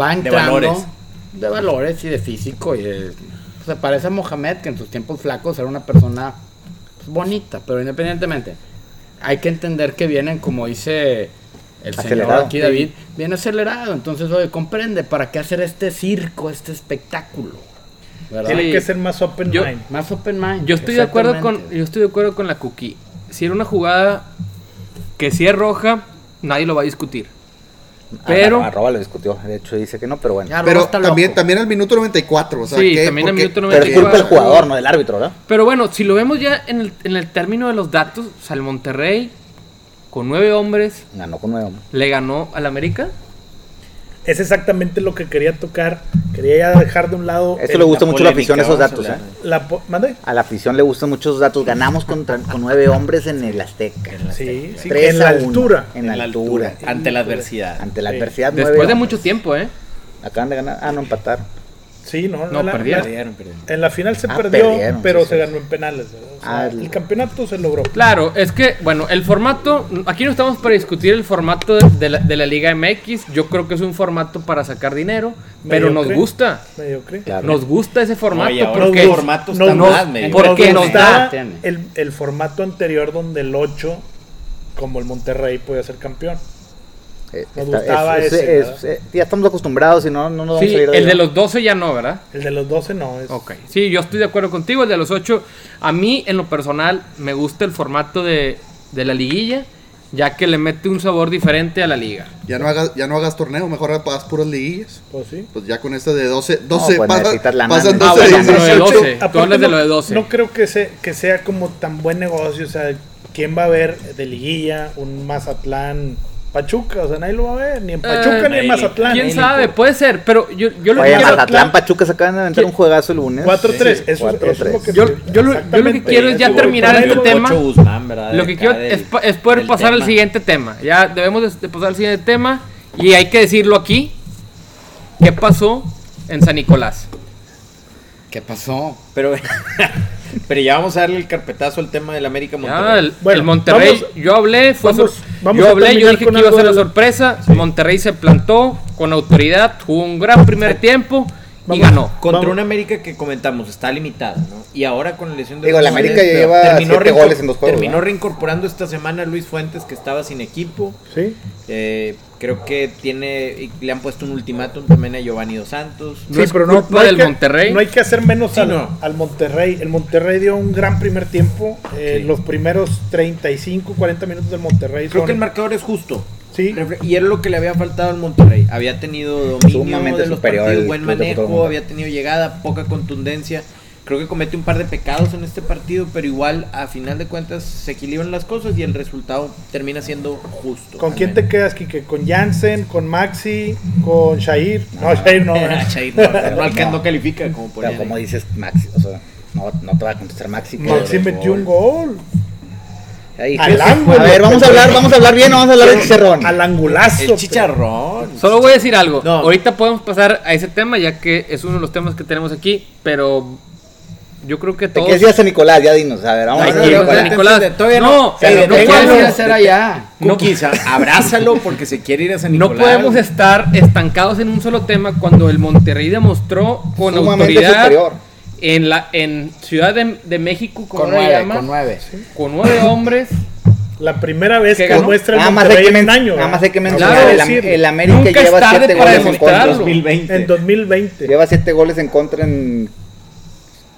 [SPEAKER 5] va entrando
[SPEAKER 1] valores.
[SPEAKER 5] de valores y de físico, y de- pues, se parece a Mohamed, que en sus tiempos flacos era una persona pues, bonita, pero independientemente, hay que entender que vienen, como dice el señor
[SPEAKER 3] Acelerado.
[SPEAKER 5] aquí, David, viene acelerado. Entonces, oye, comprende, ¿para qué hacer este circo, este espectáculo? ¿Verdad?
[SPEAKER 4] Tiene
[SPEAKER 2] Sí.
[SPEAKER 4] que ser más open
[SPEAKER 2] Yo-
[SPEAKER 4] mind.
[SPEAKER 5] Más open mind.
[SPEAKER 2] Yo estoy de acuerdo con
[SPEAKER 5] Exactamente.
[SPEAKER 2] yo estoy de acuerdo con la cookie. Si era una jugada que si es roja, nadie lo va a discutir. Pero
[SPEAKER 3] Arroba- Arroba lo discutió, de hecho dice que no, pero bueno.
[SPEAKER 5] Ya, Robo
[SPEAKER 6] Pero
[SPEAKER 5] está
[SPEAKER 6] también,
[SPEAKER 5] loco.
[SPEAKER 6] también al minuto 94, o sea,
[SPEAKER 2] Sí,
[SPEAKER 6] ¿qué?
[SPEAKER 2] también al
[SPEAKER 6] Porque-
[SPEAKER 2] minuto
[SPEAKER 3] Pero es
[SPEAKER 2] 94.
[SPEAKER 3] culpa del jugador, no del árbitro, ¿verdad?
[SPEAKER 2] pero bueno, si lo vemos ya en el, en el término de los datos, o sea, el Monterrey con nueve hombres
[SPEAKER 3] Ganó con nueve hombres.
[SPEAKER 2] le ganó al América.
[SPEAKER 4] Es exactamente lo que quería tocar. Quería ya dejar de un lado.
[SPEAKER 3] Esto
[SPEAKER 4] el-
[SPEAKER 3] le gusta
[SPEAKER 1] la
[SPEAKER 3] mucho a la
[SPEAKER 1] polémica,
[SPEAKER 3] afición esos
[SPEAKER 1] vamos a
[SPEAKER 3] datos,
[SPEAKER 1] hablar.
[SPEAKER 3] ¿eh?
[SPEAKER 4] La, po- ¿Mande?
[SPEAKER 3] A la afición le gustan mucho esos datos. Ganamos contra, con nueve hombres en el Azteca.
[SPEAKER 4] Sí, sí,
[SPEAKER 3] Tres
[SPEAKER 4] en la
[SPEAKER 3] a uno.
[SPEAKER 4] altura.
[SPEAKER 3] En la altura.
[SPEAKER 1] Ante la adversidad.
[SPEAKER 3] Ante la
[SPEAKER 4] Sí.
[SPEAKER 3] adversidad. nueve
[SPEAKER 2] Después de
[SPEAKER 3] hombres.
[SPEAKER 2] mucho tiempo, ¿eh?
[SPEAKER 3] Acaban de ganar. Ah, no, empatar.
[SPEAKER 4] Sí, no,
[SPEAKER 2] No,
[SPEAKER 4] la-
[SPEAKER 2] perdieron.
[SPEAKER 4] la-
[SPEAKER 1] Perdieron, perdieron.
[SPEAKER 4] en la final se
[SPEAKER 3] Ah,
[SPEAKER 4] perdió,
[SPEAKER 3] perdieron,
[SPEAKER 4] pero
[SPEAKER 3] sí,
[SPEAKER 4] se
[SPEAKER 3] sí.
[SPEAKER 4] ganó en penales. ¿verdad? O sea,
[SPEAKER 3] Ah,
[SPEAKER 4] el
[SPEAKER 3] el-
[SPEAKER 4] campeonato se logró.
[SPEAKER 2] Claro, es que, bueno, el formato, aquí no estamos para discutir el formato de, de la, de la Liga MX, yo creo que es un formato para sacar dinero, pero nos
[SPEAKER 4] Mediocre.
[SPEAKER 2] gusta,
[SPEAKER 4] Mediocre.
[SPEAKER 3] Claro.
[SPEAKER 2] nos gusta ese formato,
[SPEAKER 1] Oye, ahora
[SPEAKER 2] porque
[SPEAKER 1] el formato está
[SPEAKER 4] no,
[SPEAKER 1] más
[SPEAKER 4] no,
[SPEAKER 1] medio.
[SPEAKER 2] ¿por qué
[SPEAKER 4] Porque
[SPEAKER 2] no
[SPEAKER 4] nos da
[SPEAKER 5] tiene?
[SPEAKER 4] el, el formato anterior donde el 8, como el Monterrey, podía ser campeón.
[SPEAKER 3] Eh,
[SPEAKER 4] Nos gustaba
[SPEAKER 3] es-
[SPEAKER 4] ese,
[SPEAKER 3] es-
[SPEAKER 4] ¿verdad?
[SPEAKER 3] eh, ya estamos acostumbrados y no, no nos vamos a
[SPEAKER 2] Sí,
[SPEAKER 3] salir
[SPEAKER 2] el de
[SPEAKER 3] ahí.
[SPEAKER 2] los 12 ya no, ¿verdad?
[SPEAKER 4] El de los 12 no es.
[SPEAKER 2] Ok. Sí, yo estoy de acuerdo contigo. El de los 8, a mí en lo personal me gusta el formato de, de la liguilla, ya que le mete un sabor diferente a la liga.
[SPEAKER 6] Ya no hagas ya no hagas torneo, mejor hagas puras liguillas.
[SPEAKER 4] Pues sí.
[SPEAKER 6] Pues ya con esta de 12, 12
[SPEAKER 3] pues
[SPEAKER 6] pasa-
[SPEAKER 3] necesitas la
[SPEAKER 6] pasan
[SPEAKER 3] mano. Ah,
[SPEAKER 6] 12
[SPEAKER 2] bueno, pero de
[SPEAKER 6] 18.
[SPEAKER 2] 12. Tú
[SPEAKER 4] Aparte,
[SPEAKER 2] hablas de
[SPEAKER 4] no-
[SPEAKER 2] lo de 12.
[SPEAKER 4] No creo que, se, que sea como tan buen negocio. O sea, ¿quién va a ver de liguilla un Mazatlán Pachuca? O sea, nadie lo va a ver. Ni en Pachuca ni en
[SPEAKER 1] nadie le-
[SPEAKER 4] Mazatlán.
[SPEAKER 2] Eh, ¿Quién sabe? Puede ser, pero yo, yo lo que
[SPEAKER 3] Oye,
[SPEAKER 2] quiero-
[SPEAKER 3] Mazatlán Pachuca se acaban de aventar un juegazo el lunes.
[SPEAKER 4] 4-3.
[SPEAKER 3] Sí,
[SPEAKER 4] eso, eso es lo
[SPEAKER 3] 4-3.
[SPEAKER 4] que
[SPEAKER 2] Yo- yo lo- yo lo que quiero es ya
[SPEAKER 4] Exactamente.
[SPEAKER 2] terminar
[SPEAKER 4] Por
[SPEAKER 2] este
[SPEAKER 4] ahí lo-
[SPEAKER 2] tema.
[SPEAKER 1] Ocho Guzmán, ¿verdad?
[SPEAKER 2] Lo
[SPEAKER 1] De
[SPEAKER 2] que
[SPEAKER 1] acá
[SPEAKER 2] quiero
[SPEAKER 1] del-
[SPEAKER 2] es, pa- es poder
[SPEAKER 1] del
[SPEAKER 2] pasar al
[SPEAKER 1] tema.
[SPEAKER 2] siguiente tema. Ya debemos de- de pasar al siguiente tema. Y hay que decirlo aquí. ¿Qué pasó en San Nicolás?
[SPEAKER 5] ¿Qué pasó?
[SPEAKER 1] Pero, pero ya vamos a darle el carpetazo al tema del América Monterrey.
[SPEAKER 2] Ya, Ah, el,
[SPEAKER 4] Bueno,
[SPEAKER 2] el Monterrey,
[SPEAKER 4] vamos-
[SPEAKER 2] yo hablé, fue
[SPEAKER 4] vamos-
[SPEAKER 2] sor-
[SPEAKER 4] vamos
[SPEAKER 2] yo
[SPEAKER 4] a
[SPEAKER 2] hablé, yo
[SPEAKER 4] terminar
[SPEAKER 2] dije
[SPEAKER 4] con
[SPEAKER 2] que iba a
[SPEAKER 4] algo
[SPEAKER 2] ser la
[SPEAKER 4] del-
[SPEAKER 2] sorpresa. Monterrey se plantó con autoridad, jugó un gran primer tiempo y
[SPEAKER 4] Vamos.
[SPEAKER 2] ganó.
[SPEAKER 1] Contra
[SPEAKER 4] Vamos.
[SPEAKER 1] una América que comentamos está limitada, ¿no? Y ahora con la lesión de.
[SPEAKER 3] Digo, la
[SPEAKER 1] Luis
[SPEAKER 3] América
[SPEAKER 1] Fuentes,
[SPEAKER 3] ya lleva siete goles en los juegos,
[SPEAKER 1] Terminó
[SPEAKER 3] ¿verdad?
[SPEAKER 1] reincorporando esta semana a Luis Fuentes, que estaba sin equipo.
[SPEAKER 4] Sí.
[SPEAKER 1] Eh, creo que tiene. y Le han puesto un ultimátum también a Giovanni Dos Santos.
[SPEAKER 2] No es culpa
[SPEAKER 4] hay
[SPEAKER 2] del
[SPEAKER 4] que-
[SPEAKER 2] Monterrey.
[SPEAKER 4] No hay que hacer menos
[SPEAKER 1] Sí,
[SPEAKER 4] al,
[SPEAKER 1] no.
[SPEAKER 4] al Monterrey. El Monterrey dio un gran primer tiempo. Eh,
[SPEAKER 1] Sí.
[SPEAKER 4] Los primeros 35, 40 minutos del Monterrey
[SPEAKER 1] Creo
[SPEAKER 4] son-
[SPEAKER 1] que el marcador es justo.
[SPEAKER 4] Sí.
[SPEAKER 1] Refle- Y era lo que le había faltado al Monterrey. Había tenido dominio
[SPEAKER 3] Sumamente
[SPEAKER 1] de los
[SPEAKER 3] superior
[SPEAKER 1] partidos,
[SPEAKER 3] el
[SPEAKER 1] buen
[SPEAKER 3] Club Deportivo
[SPEAKER 1] manejo,
[SPEAKER 3] Monterrey.
[SPEAKER 1] había tenido llegada, poca contundencia. Creo que comete un par de pecados en este partido, pero igual a final de cuentas se equilibran las cosas y el resultado termina siendo justo.
[SPEAKER 4] ¿Con
[SPEAKER 1] al
[SPEAKER 4] quién te
[SPEAKER 1] menos.
[SPEAKER 4] quedas, Kike? ¿Con Jansen? ¿con Maxi, con Shair? No, Shair no. ¿verdad?
[SPEAKER 1] Chair, no, no, al que
[SPEAKER 3] No.
[SPEAKER 1] no califica como
[SPEAKER 3] Pero
[SPEAKER 1] ponía.
[SPEAKER 3] como dices, Maxi, o sea, no, no te va a contestar Maxi. que-
[SPEAKER 4] Maxi metió un gol.
[SPEAKER 3] Ahí,
[SPEAKER 4] al
[SPEAKER 3] Jesús.
[SPEAKER 4] ángulo,
[SPEAKER 3] a ver, vamos a hablar, vamos a hablar bien, vamos a hablar del chicharrón.
[SPEAKER 4] Al angulazo.
[SPEAKER 1] El
[SPEAKER 4] pero-
[SPEAKER 1] chicharrón.
[SPEAKER 2] Solo voy a decir algo.
[SPEAKER 1] No.
[SPEAKER 2] Ahorita podemos pasar a ese tema, ya que es uno de los temas que tenemos aquí, pero yo creo que
[SPEAKER 3] ¿Te
[SPEAKER 2] todos.
[SPEAKER 3] quieres ir a San Nicolás? Ya dinos, a ver, vamos
[SPEAKER 2] Ay,
[SPEAKER 3] a
[SPEAKER 1] No, no,
[SPEAKER 2] quiero
[SPEAKER 1] no,
[SPEAKER 2] ser
[SPEAKER 1] no,
[SPEAKER 3] ver.
[SPEAKER 2] Nicolás.
[SPEAKER 1] entonces, todavía
[SPEAKER 2] No,
[SPEAKER 1] pero
[SPEAKER 2] no
[SPEAKER 1] no
[SPEAKER 5] ¿Qué
[SPEAKER 2] podemos-
[SPEAKER 5] quieres
[SPEAKER 1] podemos-
[SPEAKER 5] hacer allá?
[SPEAKER 1] Cookies, a- abrázalo porque se quiere ir a San
[SPEAKER 2] No
[SPEAKER 1] Nicolás.
[SPEAKER 2] podemos estar estancados en un solo tema cuando el Monterrey demostró con
[SPEAKER 3] Sumamente
[SPEAKER 2] autoridad
[SPEAKER 3] superior.
[SPEAKER 2] en la en Ciudad de, de México como
[SPEAKER 5] Con
[SPEAKER 2] ahora
[SPEAKER 5] nueve,
[SPEAKER 2] llama,
[SPEAKER 5] con nueve.
[SPEAKER 2] con nueve hombres.
[SPEAKER 4] La primera vez
[SPEAKER 2] Que
[SPEAKER 4] que
[SPEAKER 2] ganó.
[SPEAKER 4] muestra el
[SPEAKER 3] Nada más, hay
[SPEAKER 4] Monterrey
[SPEAKER 3] que
[SPEAKER 4] en
[SPEAKER 3] men-
[SPEAKER 4] un año.
[SPEAKER 3] nada más hay que mencionar,
[SPEAKER 2] Claro,
[SPEAKER 3] el,
[SPEAKER 2] decir,
[SPEAKER 3] el América
[SPEAKER 2] nunca es
[SPEAKER 3] lleva
[SPEAKER 2] tarde
[SPEAKER 3] siete
[SPEAKER 2] para
[SPEAKER 3] goles en
[SPEAKER 2] demostrarlo.
[SPEAKER 3] contra.
[SPEAKER 1] 2020.
[SPEAKER 4] En 2020.
[SPEAKER 3] Lleva siete goles en contra en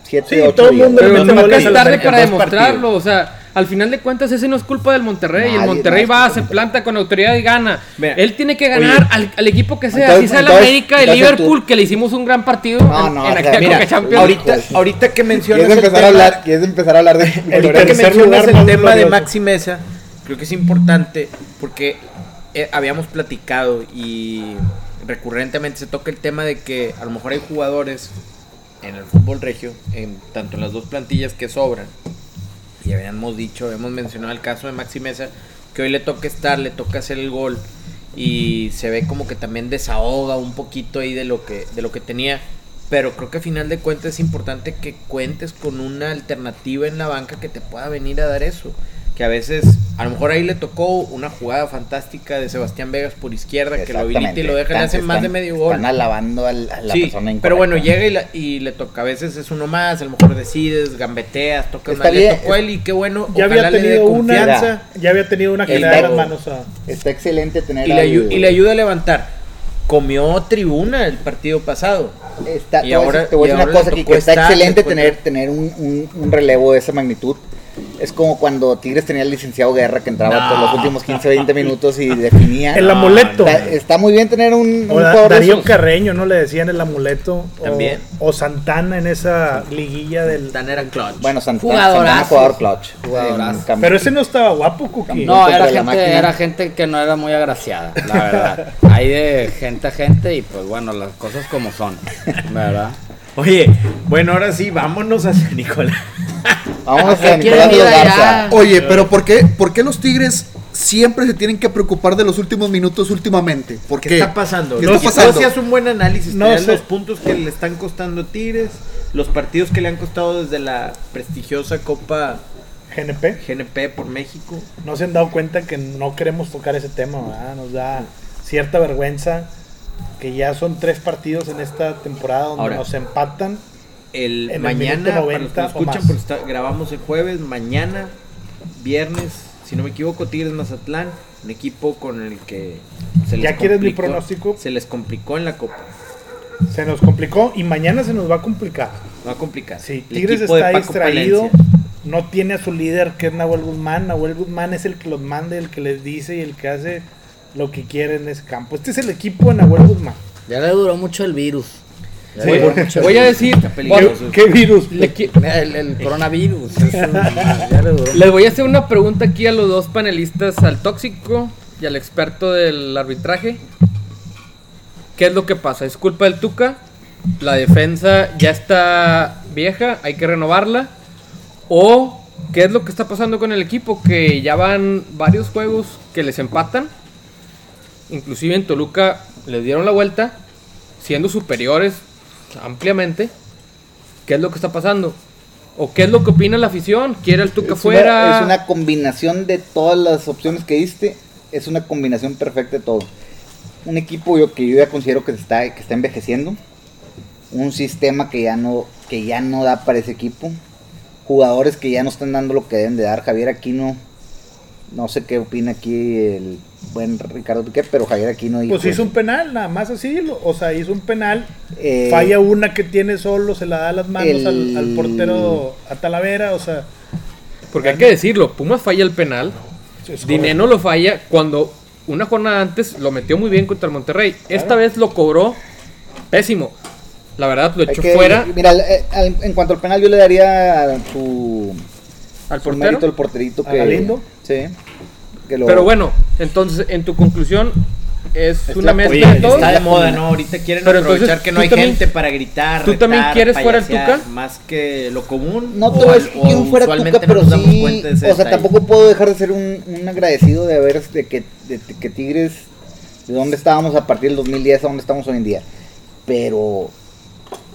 [SPEAKER 3] siete,
[SPEAKER 4] Sí,
[SPEAKER 3] ocho
[SPEAKER 4] todo el
[SPEAKER 3] días.
[SPEAKER 4] mundo
[SPEAKER 2] Pero
[SPEAKER 4] le mete
[SPEAKER 2] nunca
[SPEAKER 4] goles
[SPEAKER 2] es
[SPEAKER 4] en
[SPEAKER 2] tarde
[SPEAKER 4] los- en
[SPEAKER 2] para
[SPEAKER 1] dos
[SPEAKER 2] demostrarlo. O sea, al final de cuentas, ese no es culpa del Monterrey. el
[SPEAKER 3] Nadie,
[SPEAKER 2] Monterrey
[SPEAKER 3] nadie
[SPEAKER 2] va,
[SPEAKER 3] es
[SPEAKER 2] se
[SPEAKER 3] culpa.
[SPEAKER 2] planta con autoridad y gana.
[SPEAKER 1] Mira,
[SPEAKER 2] Él tiene que
[SPEAKER 1] oye.
[SPEAKER 2] ganar al, al equipo que sea.
[SPEAKER 3] Entonces-
[SPEAKER 2] si sea el
[SPEAKER 3] entonces-
[SPEAKER 2] América, el
[SPEAKER 3] entonces tú-
[SPEAKER 2] Liverpool, que le hicimos un gran partido
[SPEAKER 3] No,
[SPEAKER 2] en,
[SPEAKER 3] no,
[SPEAKER 2] en
[SPEAKER 3] o sea,
[SPEAKER 2] aquella
[SPEAKER 3] mira,
[SPEAKER 2] Copa Champions.
[SPEAKER 1] Ahorita, ahorita que mencionas
[SPEAKER 3] ¿Quieres
[SPEAKER 1] el
[SPEAKER 3] empezar,
[SPEAKER 1] tema-
[SPEAKER 3] a hablar, ¿Quieres empezar a hablar de
[SPEAKER 1] Ahorita que
[SPEAKER 4] tercer
[SPEAKER 1] mencionas
[SPEAKER 4] lugar
[SPEAKER 1] el
[SPEAKER 4] más
[SPEAKER 1] tema de
[SPEAKER 4] glorioso.
[SPEAKER 1] Maxi Mesa, creo que es importante porque eh, habíamos platicado y recurrentemente se toca el tema de que a lo mejor hay jugadores en el fútbol regio, en, tanto en las dos plantillas que sobran, y habíamos dicho, hemos mencionado el caso de Maxi Mesa, que hoy le toca estar, le toca hacer el gol y se ve como que también desahoga un poquito ahí de lo que de lo que tenía, pero creo que a final de cuentas es importante que cuentes con una alternativa en la banca que te pueda venir a dar eso, que a veces a lo mejor ahí le tocó una jugada fantástica de Sebastián Vegas por izquierda que lo habilita y lo deja, le hace
[SPEAKER 3] hacen
[SPEAKER 1] más de medio gol.
[SPEAKER 3] Están alabando al- a la
[SPEAKER 1] Sí,
[SPEAKER 3] persona
[SPEAKER 1] pero bueno,
[SPEAKER 3] incorrecta.
[SPEAKER 1] llega y, la- y le toca. A veces es uno más, a lo mejor decides, gambeteas, tocas
[SPEAKER 3] Está
[SPEAKER 1] mal. Le
[SPEAKER 3] bien,
[SPEAKER 1] tocó a él y qué bueno.
[SPEAKER 4] Ya
[SPEAKER 1] ojalá
[SPEAKER 4] había
[SPEAKER 1] le dé
[SPEAKER 4] tenido
[SPEAKER 1] confianza.
[SPEAKER 4] una. Ya había tenido una que
[SPEAKER 1] El
[SPEAKER 4] le da las
[SPEAKER 1] Beto.
[SPEAKER 4] manos a.
[SPEAKER 3] Está excelente tener
[SPEAKER 1] Y le,
[SPEAKER 3] al-
[SPEAKER 1] ayu- y le ayuda a levantar. Comió tribuna el partido pasado.
[SPEAKER 3] Está,
[SPEAKER 1] Y
[SPEAKER 3] te, voy a decir-
[SPEAKER 1] ahora-
[SPEAKER 3] te voy
[SPEAKER 1] y
[SPEAKER 3] a decir
[SPEAKER 1] ahora
[SPEAKER 3] una
[SPEAKER 1] le
[SPEAKER 3] cosa,
[SPEAKER 1] tocó
[SPEAKER 3] Kike, Está
[SPEAKER 1] estar,
[SPEAKER 3] excelente
[SPEAKER 1] le tocó
[SPEAKER 3] tener, tener un, un- un relevo de esa magnitud. Es como cuando Tigres tenía el licenciado Guerra que entraba
[SPEAKER 1] No.
[SPEAKER 3] por los últimos 15, 20 minutos y definía.
[SPEAKER 4] El amuleto.
[SPEAKER 3] Está, está muy bien tener un, un
[SPEAKER 4] O da-
[SPEAKER 3] jugador de
[SPEAKER 4] Darío
[SPEAKER 3] esos.
[SPEAKER 4] Carreño, ¿no? Le decían el amuleto. O-
[SPEAKER 1] También.
[SPEAKER 4] O Santana en esa liguilla del.
[SPEAKER 1] Dan era clutch.
[SPEAKER 3] Bueno, Sant- Santana,
[SPEAKER 5] Jugadorazo.
[SPEAKER 3] jugador clutch.
[SPEAKER 5] Jugadorazo.
[SPEAKER 3] En-
[SPEAKER 4] Pero ese no estaba guapo, Cookie.
[SPEAKER 5] No,
[SPEAKER 3] contra
[SPEAKER 5] era
[SPEAKER 3] la máquina.
[SPEAKER 5] gente, era gente que no era muy agraciada, la verdad. Hay de gente a gente y pues bueno, las cosas como son, ¿verdad?
[SPEAKER 1] Oye, bueno, ahora sí, vámonos a San Nicolás.
[SPEAKER 3] Vamos a
[SPEAKER 5] ¿Qué
[SPEAKER 3] Nicolás
[SPEAKER 5] quieren
[SPEAKER 3] de los
[SPEAKER 5] ir allá?
[SPEAKER 3] Garza.
[SPEAKER 6] Oye, pero ¿por qué, ¿por qué los Tigres siempre se tienen que preocupar de los últimos minutos últimamente? ¿Por
[SPEAKER 1] ¿Qué,
[SPEAKER 6] qué?
[SPEAKER 1] está pasando?
[SPEAKER 6] ¿Qué
[SPEAKER 1] no,
[SPEAKER 6] está pasando?
[SPEAKER 1] hacías un buen análisis.
[SPEAKER 4] No
[SPEAKER 1] No
[SPEAKER 4] sé.
[SPEAKER 1] los puntos que le están costando Tigres, los partidos que le han costado desde la prestigiosa Copa
[SPEAKER 4] GNP.
[SPEAKER 1] GNP por México.
[SPEAKER 4] No se han dado cuenta que no queremos tocar ese tema, ¿verdad? Nos da cierta vergüenza que ya son tres partidos en esta temporada donde
[SPEAKER 1] Ahora.
[SPEAKER 4] nos empatan.
[SPEAKER 1] el
[SPEAKER 4] En el
[SPEAKER 1] mañana
[SPEAKER 4] minuto
[SPEAKER 1] para los que nos
[SPEAKER 4] 90 o
[SPEAKER 1] escuchan
[SPEAKER 4] más.
[SPEAKER 1] porque está- grabamos el jueves mañana viernes si no me equivoco Tigres Mazatlán un equipo con el que se
[SPEAKER 4] ¿Ya quieres mi pronóstico?
[SPEAKER 1] se les complicó en la copa
[SPEAKER 4] Se nos complicó y mañana se nos va a complicar.
[SPEAKER 1] va a complicar
[SPEAKER 4] Sí,
[SPEAKER 1] El
[SPEAKER 4] Tigres
[SPEAKER 1] equipo de
[SPEAKER 4] está
[SPEAKER 1] Paco
[SPEAKER 4] distraído.
[SPEAKER 1] Palencia.
[SPEAKER 4] No tiene a su líder que es Nahuel Guzmán. Nahuel Guzmán es el que los manda, el que les dice y el que hace lo que quiere en ese campo. Este es el equipo de Nahuel Guzmán.
[SPEAKER 5] Ya le duró mucho el virus. Ya le
[SPEAKER 2] Voy-
[SPEAKER 5] duró mucho el
[SPEAKER 2] voy a
[SPEAKER 5] virus.
[SPEAKER 2] decir.
[SPEAKER 1] Está peligroso.
[SPEAKER 4] ¿Qué virus?
[SPEAKER 2] le qui-
[SPEAKER 5] El, el coronavirus. eso, ya le duró.
[SPEAKER 2] Les voy a hacer una pregunta aquí a los dos panelistas, al tóxico y al experto del arbitraje. ¿Qué es lo que pasa? ¿Es culpa del Tuca? ¿La defensa ya está vieja? ¿Hay que renovarla? ¿O qué es lo que está pasando con el equipo? Que ya van varios juegos que les empatan. Inclusive en Toluca les dieron la vuelta, siendo superiores ampliamente. ¿Qué es lo que está pasando? ¿O qué es lo que opina la afición? ¿Quiere el Tuca
[SPEAKER 3] Es una-
[SPEAKER 2] fuera?
[SPEAKER 3] es una combinación de todas las opciones que diste. Es una combinación perfecta de todo. Un equipo yo, que yo ya considero que está, que está envejeciendo. Un sistema que ya, no, que ya no da para ese equipo. Jugadores que ya no están dando lo que deben de dar. Javier Aquino, no sé qué opina aquí el buen Ricardo Piqué, pero Javier Aquino dijo,
[SPEAKER 4] Pues hizo un penal, nada más así. lo- O sea, hizo un penal
[SPEAKER 3] eh,
[SPEAKER 4] Falla una que tiene solo, se la da las manos
[SPEAKER 3] el-
[SPEAKER 4] al, al portero a Talavera, o sea.
[SPEAKER 2] Porque hay que decirlo, Pumas falla el penal,
[SPEAKER 4] es
[SPEAKER 2] Dineno lo falla cuando una jornada antes lo metió muy bien contra el Monterrey. Esta vez lo cobró pésimo. La verdad, lo
[SPEAKER 3] Hay
[SPEAKER 2] echó
[SPEAKER 3] que-
[SPEAKER 2] fuera
[SPEAKER 3] Mira, al- al- en cuanto al penal, yo le daría su.
[SPEAKER 2] al
[SPEAKER 3] su mérito
[SPEAKER 2] portero.
[SPEAKER 3] al porterito
[SPEAKER 4] ¿A
[SPEAKER 3] que.
[SPEAKER 4] Galindo?
[SPEAKER 3] Sí. que lo-
[SPEAKER 2] Pero bueno, entonces, en tu conclusión, es
[SPEAKER 3] Es
[SPEAKER 2] una
[SPEAKER 3] la
[SPEAKER 1] Oye,
[SPEAKER 2] mezcla de todo.
[SPEAKER 1] está de moda, ¿no? Ahorita quieren
[SPEAKER 2] Pero
[SPEAKER 1] aprovechar
[SPEAKER 2] entonces,
[SPEAKER 1] que no
[SPEAKER 2] ¿tú
[SPEAKER 1] hay
[SPEAKER 2] también-
[SPEAKER 1] gente para gritar.
[SPEAKER 2] tú también
[SPEAKER 1] retar,
[SPEAKER 2] quieres fuera el
[SPEAKER 1] payasear,
[SPEAKER 2] Tuca?
[SPEAKER 1] Más que lo común.
[SPEAKER 3] No te
[SPEAKER 1] o
[SPEAKER 3] voy a
[SPEAKER 1] al-
[SPEAKER 3] decir
[SPEAKER 1] o
[SPEAKER 3] quién fuera
[SPEAKER 1] usualmente
[SPEAKER 3] Tuca, pero
[SPEAKER 1] nos damos
[SPEAKER 3] sí.
[SPEAKER 1] cuenta de ese
[SPEAKER 3] O sea,
[SPEAKER 1] detalle.
[SPEAKER 3] tampoco puedo dejar de ser un, un agradecido de haber. de que, de, que Tigres. de dónde estábamos a partir del 2010 a dónde estamos hoy en día. Pero.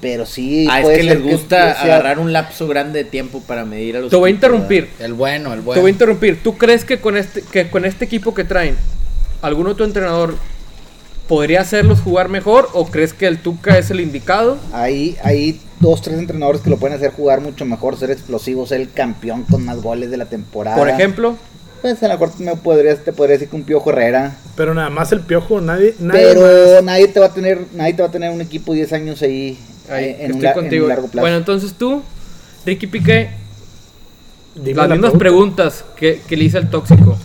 [SPEAKER 3] Pero sí.
[SPEAKER 1] Ah, es
[SPEAKER 3] puede
[SPEAKER 1] que
[SPEAKER 3] ser
[SPEAKER 1] les gusta
[SPEAKER 3] sea-
[SPEAKER 1] agarrar un lapso grande de tiempo para medir a los.
[SPEAKER 2] Te voy a
[SPEAKER 1] equipos,
[SPEAKER 2] interrumpir.
[SPEAKER 5] El bueno, el
[SPEAKER 2] Te voy a
[SPEAKER 5] bueno.
[SPEAKER 2] interrumpir. ¿Tú crees que con este, que con este equipo que traen, algún otro entrenador podría hacerlos jugar mejor? ¿O crees que el Tuca es el indicado?
[SPEAKER 3] Hay, hay dos, tres entrenadores que lo pueden hacer jugar mucho mejor, ser explosivos, ser el campeón con más goles de la temporada.
[SPEAKER 2] Por ejemplo,
[SPEAKER 3] Pues a lo mejor me podrías, te podría decir que un Piojo Herrera.
[SPEAKER 4] Pero nada más el piojo, nadie, nadie
[SPEAKER 3] Pero
[SPEAKER 4] más.
[SPEAKER 3] nadie te va a tener, nadie te va a tener un equipo 10 años ahí,
[SPEAKER 2] ahí
[SPEAKER 3] eh, en, un
[SPEAKER 2] estoy
[SPEAKER 3] la- en un
[SPEAKER 2] contigo.
[SPEAKER 3] largo plazo.
[SPEAKER 2] Bueno, entonces tú, Ricky Piqué,
[SPEAKER 4] Dime
[SPEAKER 2] las
[SPEAKER 4] la
[SPEAKER 2] mismas
[SPEAKER 4] pregunta.
[SPEAKER 2] preguntas que, que le hice al tóxico.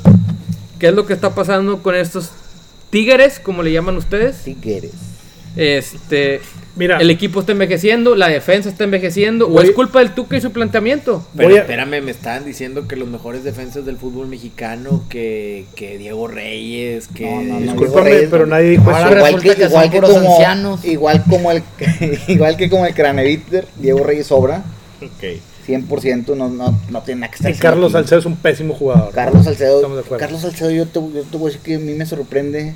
[SPEAKER 2] ¿Qué es lo que está pasando con estos tigres, como le llaman ustedes?
[SPEAKER 3] si quieres.
[SPEAKER 2] Este,
[SPEAKER 4] Mira.
[SPEAKER 2] el equipo está envejeciendo, la defensa está envejeciendo, o
[SPEAKER 4] Voy-
[SPEAKER 2] es culpa del Tuca y su planteamiento.
[SPEAKER 1] Pero
[SPEAKER 4] Voy a-
[SPEAKER 1] espérame, me estaban diciendo que los mejores defensas del fútbol mexicano, que, que Diego Reyes, que.
[SPEAKER 3] No, no, no,
[SPEAKER 1] Disculpa,
[SPEAKER 4] Discúlpame,
[SPEAKER 3] Diego Reyes,
[SPEAKER 4] pero
[SPEAKER 3] no.
[SPEAKER 4] nadie dijo
[SPEAKER 5] Ahora
[SPEAKER 4] eso.
[SPEAKER 5] resulta que son puros
[SPEAKER 3] como,
[SPEAKER 5] ancianos.
[SPEAKER 3] igual como el igual que como el Craneviter, Diego Reyes sobra,
[SPEAKER 4] Ok.
[SPEAKER 3] 100%, no, no, no tiene nada que estar.
[SPEAKER 4] Y Carlos
[SPEAKER 3] haciendo aquí.
[SPEAKER 4] Salcedo es un pésimo jugador.
[SPEAKER 3] Carlos Salcedo,
[SPEAKER 4] Estamos de acuerdo.
[SPEAKER 3] Carlos Salcedo, yo te, yo te voy a decir que a mí me sorprende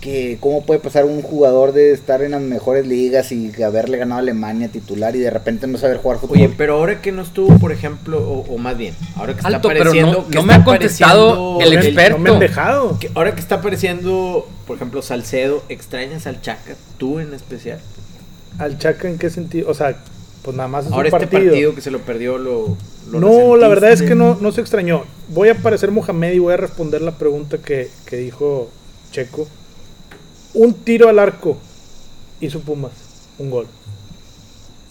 [SPEAKER 3] que cómo puede pasar un jugador de estar en las mejores ligas y haberle ganado a Alemania titular y de repente no saber jugar fútbol.
[SPEAKER 1] Oye, pero ahora que no estuvo, por ejemplo, o, o más bien, ahora que está
[SPEAKER 2] Alto, pero
[SPEAKER 1] apareciendo.
[SPEAKER 2] no-
[SPEAKER 1] que
[SPEAKER 2] no
[SPEAKER 1] está
[SPEAKER 2] me ha contestado
[SPEAKER 1] apareciendo
[SPEAKER 2] el
[SPEAKER 4] No me-
[SPEAKER 2] experto.
[SPEAKER 4] No me han dejado.
[SPEAKER 1] que ahora que está apareciendo, por ejemplo, Salcedo, ¿extrañas al Chaca? Tú en especial.
[SPEAKER 4] ¿Al Chaca en qué sentido? O sea, pues nada más es
[SPEAKER 1] Ahora
[SPEAKER 4] un partido.
[SPEAKER 1] este partido que se lo perdió lo. lo
[SPEAKER 4] no,
[SPEAKER 1] resentiste.
[SPEAKER 4] la verdad es que no, no se extrañó. Voy a aparecer Mohamed y voy a responder la pregunta que, que dijo Checo. Un tiro al arco hizo Pumas, un gol.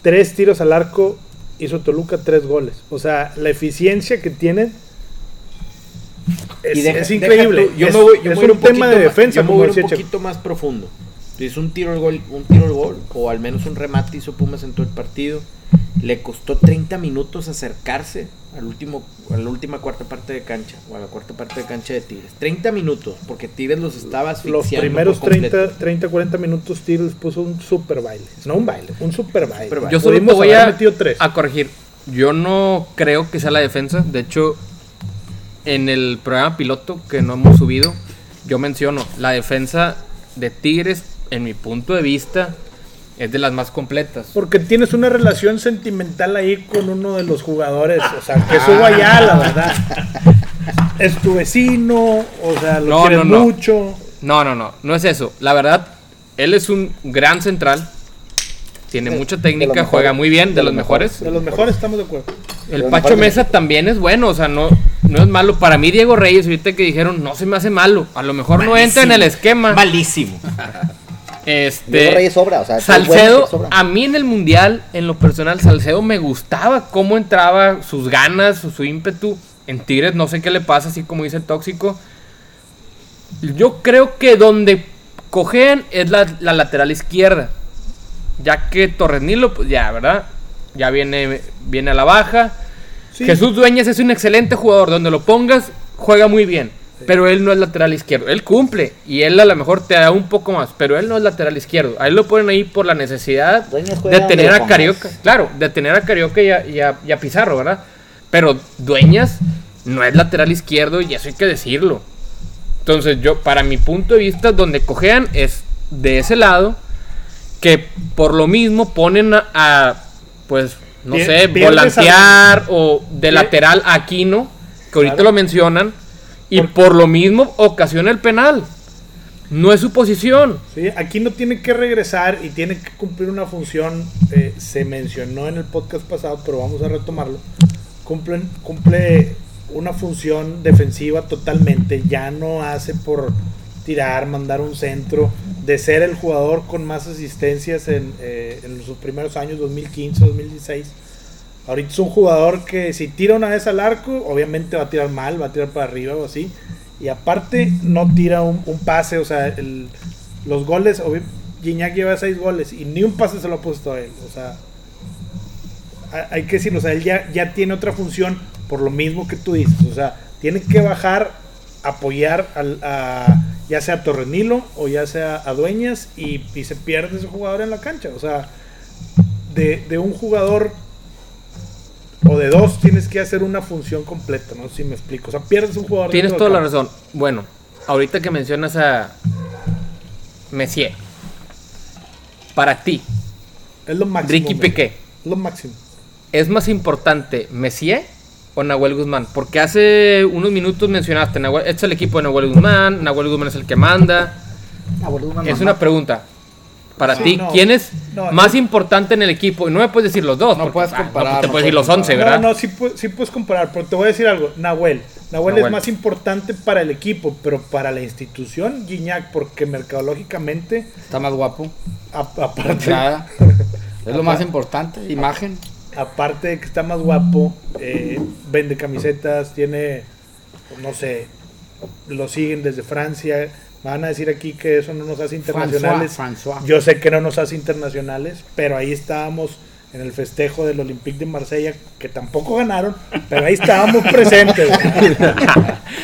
[SPEAKER 4] Tres tiros al arco hizo Toluca, tres goles. O sea, la eficiencia que tienen es,
[SPEAKER 1] Y deja-
[SPEAKER 4] es
[SPEAKER 1] deja
[SPEAKER 4] increíble.
[SPEAKER 1] tú, yo
[SPEAKER 4] es
[SPEAKER 1] me voy, yo
[SPEAKER 4] es
[SPEAKER 1] me voy
[SPEAKER 4] un tema de
[SPEAKER 1] poquito más-
[SPEAKER 4] defensa,
[SPEAKER 1] yo me
[SPEAKER 4] como
[SPEAKER 1] voy
[SPEAKER 4] decía
[SPEAKER 1] un
[SPEAKER 4] Checo.
[SPEAKER 1] poquito más profundo. Es un tiro al gol, un tiro al gol, o al menos un remate hizo Pumas en todo el partido. Le costó 30 minutos acercarse al último, a la última cuarta parte de cancha, o a la cuarta parte de cancha de Tigres. 30 minutos, porque Tigres los estaba asfixiando.
[SPEAKER 4] Los primeros
[SPEAKER 1] por completo.
[SPEAKER 4] 30, 30, 40 minutos Tigres puso un super baile. No un baile, un super baile.
[SPEAKER 1] Super baile.
[SPEAKER 2] Yo solo te
[SPEAKER 4] Pudimos
[SPEAKER 2] voy
[SPEAKER 4] haber
[SPEAKER 2] a,
[SPEAKER 4] metido tres.
[SPEAKER 2] a corregir. Yo no creo que sea la defensa. De hecho, en el programa piloto que no hemos subido, yo menciono la defensa de Tigres, en mi punto de vista, es de las más completas.
[SPEAKER 4] Porque tienes una relación sentimental ahí con uno de los jugadores. O sea, que
[SPEAKER 2] Ah.
[SPEAKER 4] suba allá, la verdad. Es tu vecino, o sea, lo
[SPEAKER 2] No,
[SPEAKER 4] quieres
[SPEAKER 2] no, no.
[SPEAKER 4] mucho.
[SPEAKER 2] No, no, no, no es eso. La verdad, él es un gran central. Tiene
[SPEAKER 3] De-
[SPEAKER 2] mucha
[SPEAKER 3] de
[SPEAKER 2] técnica,
[SPEAKER 3] los mejores,
[SPEAKER 2] juega muy bien, de,
[SPEAKER 3] de
[SPEAKER 2] los
[SPEAKER 3] los mejores.
[SPEAKER 2] mejores.
[SPEAKER 4] De los mejores estamos de acuerdo.
[SPEAKER 2] El
[SPEAKER 3] Pero
[SPEAKER 2] Pacho
[SPEAKER 3] mejor
[SPEAKER 2] Mesa también es bueno, o sea, no, no es malo. Para mí, Diego Reyes, ahorita que dijeron, no se me hace malo. A lo mejor no entra en el esquema.
[SPEAKER 1] Malísimo.
[SPEAKER 2] Este,
[SPEAKER 3] Diego Reyes sobra, o sea, es bueno, pero
[SPEAKER 2] Salcedo,
[SPEAKER 3] sobra.
[SPEAKER 2] a mí en el mundial, en lo personal, Salcedo me gustaba cómo entraba, sus ganas, su, su ímpetu. En Tigres, no sé qué le pasa, así como dice el tóxico. Yo creo que donde cogen es la, la lateral izquierda. Ya que Torres Nilo, pues ya, ¿verdad? Ya viene, viene a la baja.
[SPEAKER 4] Sí.
[SPEAKER 2] Jesús Dueñas es un excelente jugador. Donde lo pongas, juega muy bien. Pero él no es lateral izquierdo. Él cumple. Y él a lo mejor te da un poco más. Pero él no es lateral izquierdo. A él lo ponen ahí por la necesidad
[SPEAKER 3] Dueñas juega
[SPEAKER 2] de
[SPEAKER 3] donde
[SPEAKER 2] tener
[SPEAKER 3] lo
[SPEAKER 2] a
[SPEAKER 3] pongas.
[SPEAKER 2] Carioca. Claro, de tener a Carioca y a, y a- y a Pizarro, ¿verdad? Pero Dueñas no es lateral izquierdo y eso hay que decirlo. Entonces yo, para mi punto de vista, donde cojean es de ese lado. Que por lo mismo ponen a, a, pues, no
[SPEAKER 4] Pier-
[SPEAKER 2] sé,
[SPEAKER 4] pierdes
[SPEAKER 2] volantear o de
[SPEAKER 4] Pier-
[SPEAKER 2] lateral a Aquino, que ahorita
[SPEAKER 4] Claro.
[SPEAKER 2] lo mencionan. Y
[SPEAKER 4] Por-
[SPEAKER 2] por lo mismo ocasiona el penal. No es su posición.
[SPEAKER 4] Sí, Aquí no tiene que regresar y tiene que cumplir una función. eh, se mencionó en el podcast pasado, pero vamos a retomarlo. Cumplen, cumple una función defensiva totalmente. Ya no hace por tirar, mandar un centro, de ser el jugador con más asistencias en, eh, en sus primeros años, 2015, 2016. Ahorita es un jugador que si tira una vez al arco, obviamente va a tirar mal, va a tirar para arriba o así. Y aparte, no tira un, un pase. O sea, el- los goles. obvi- Gignac lleva seis goles y ni un pase se lo ha puesto a él. O sea, ha- hay que decirlo. O sea, él ya, ya tiene otra función por lo mismo que tú dices. O sea, tiene que bajar, apoyar al, a ya sea a Torrenilo o ya sea a Dueñas y, y se pierde ese jugador en la cancha. O sea, de, de un jugador o de dos tienes que hacer una función completa, no sé si me explico. O sea, pierdes un jugador.
[SPEAKER 2] Tienes
[SPEAKER 4] dentro
[SPEAKER 2] toda
[SPEAKER 4] del
[SPEAKER 2] la
[SPEAKER 4] campo.
[SPEAKER 2] razón. Bueno, ahorita que mencionas a Messier, para ti,
[SPEAKER 4] Es lo máximo.
[SPEAKER 2] Ricky
[SPEAKER 4] güey.
[SPEAKER 2] Piqué,
[SPEAKER 4] Es lo máximo.
[SPEAKER 2] ¿es más importante Messier o Nahuel Guzmán? Porque hace unos minutos mencionaste, Nahuel, este es el equipo de Nahuel Guzmán, Nahuel Guzmán es el que manda. Es una pregunta. Para
[SPEAKER 4] Sí,
[SPEAKER 2] ti,
[SPEAKER 4] no.
[SPEAKER 2] ¿quién es
[SPEAKER 4] No,
[SPEAKER 2] más
[SPEAKER 4] no.
[SPEAKER 2] importante en el equipo? Y no me puedes decir los dos.
[SPEAKER 5] No
[SPEAKER 2] porque,
[SPEAKER 5] puedes
[SPEAKER 2] ah,
[SPEAKER 5] comparar,
[SPEAKER 2] te
[SPEAKER 5] no
[SPEAKER 2] puedes
[SPEAKER 5] puedes
[SPEAKER 2] decir los
[SPEAKER 5] comparar.
[SPEAKER 2] 11, ¿verdad?
[SPEAKER 4] No, no, sí, pu- sí puedes comparar, pero te voy a decir algo. Nahuel. Nahuel,
[SPEAKER 2] Nahuel.
[SPEAKER 4] es más importante para el equipo, pero para la institución, Guiñac, porque mercadológicamente,
[SPEAKER 5] Está más guapo.
[SPEAKER 4] a- aparte,
[SPEAKER 5] Entrada. Es lo más importante. Imagen.
[SPEAKER 4] aparte de que está más guapo, eh, vende camisetas, tiene, no sé, lo siguen desde Francia. Van a decir aquí que eso no nos hace internacionales.
[SPEAKER 5] François.
[SPEAKER 4] Yo sé que no nos hace internacionales, pero ahí estábamos en el festejo del Olympique de Marsella, que tampoco ganaron, pero ahí estábamos presentes. güey.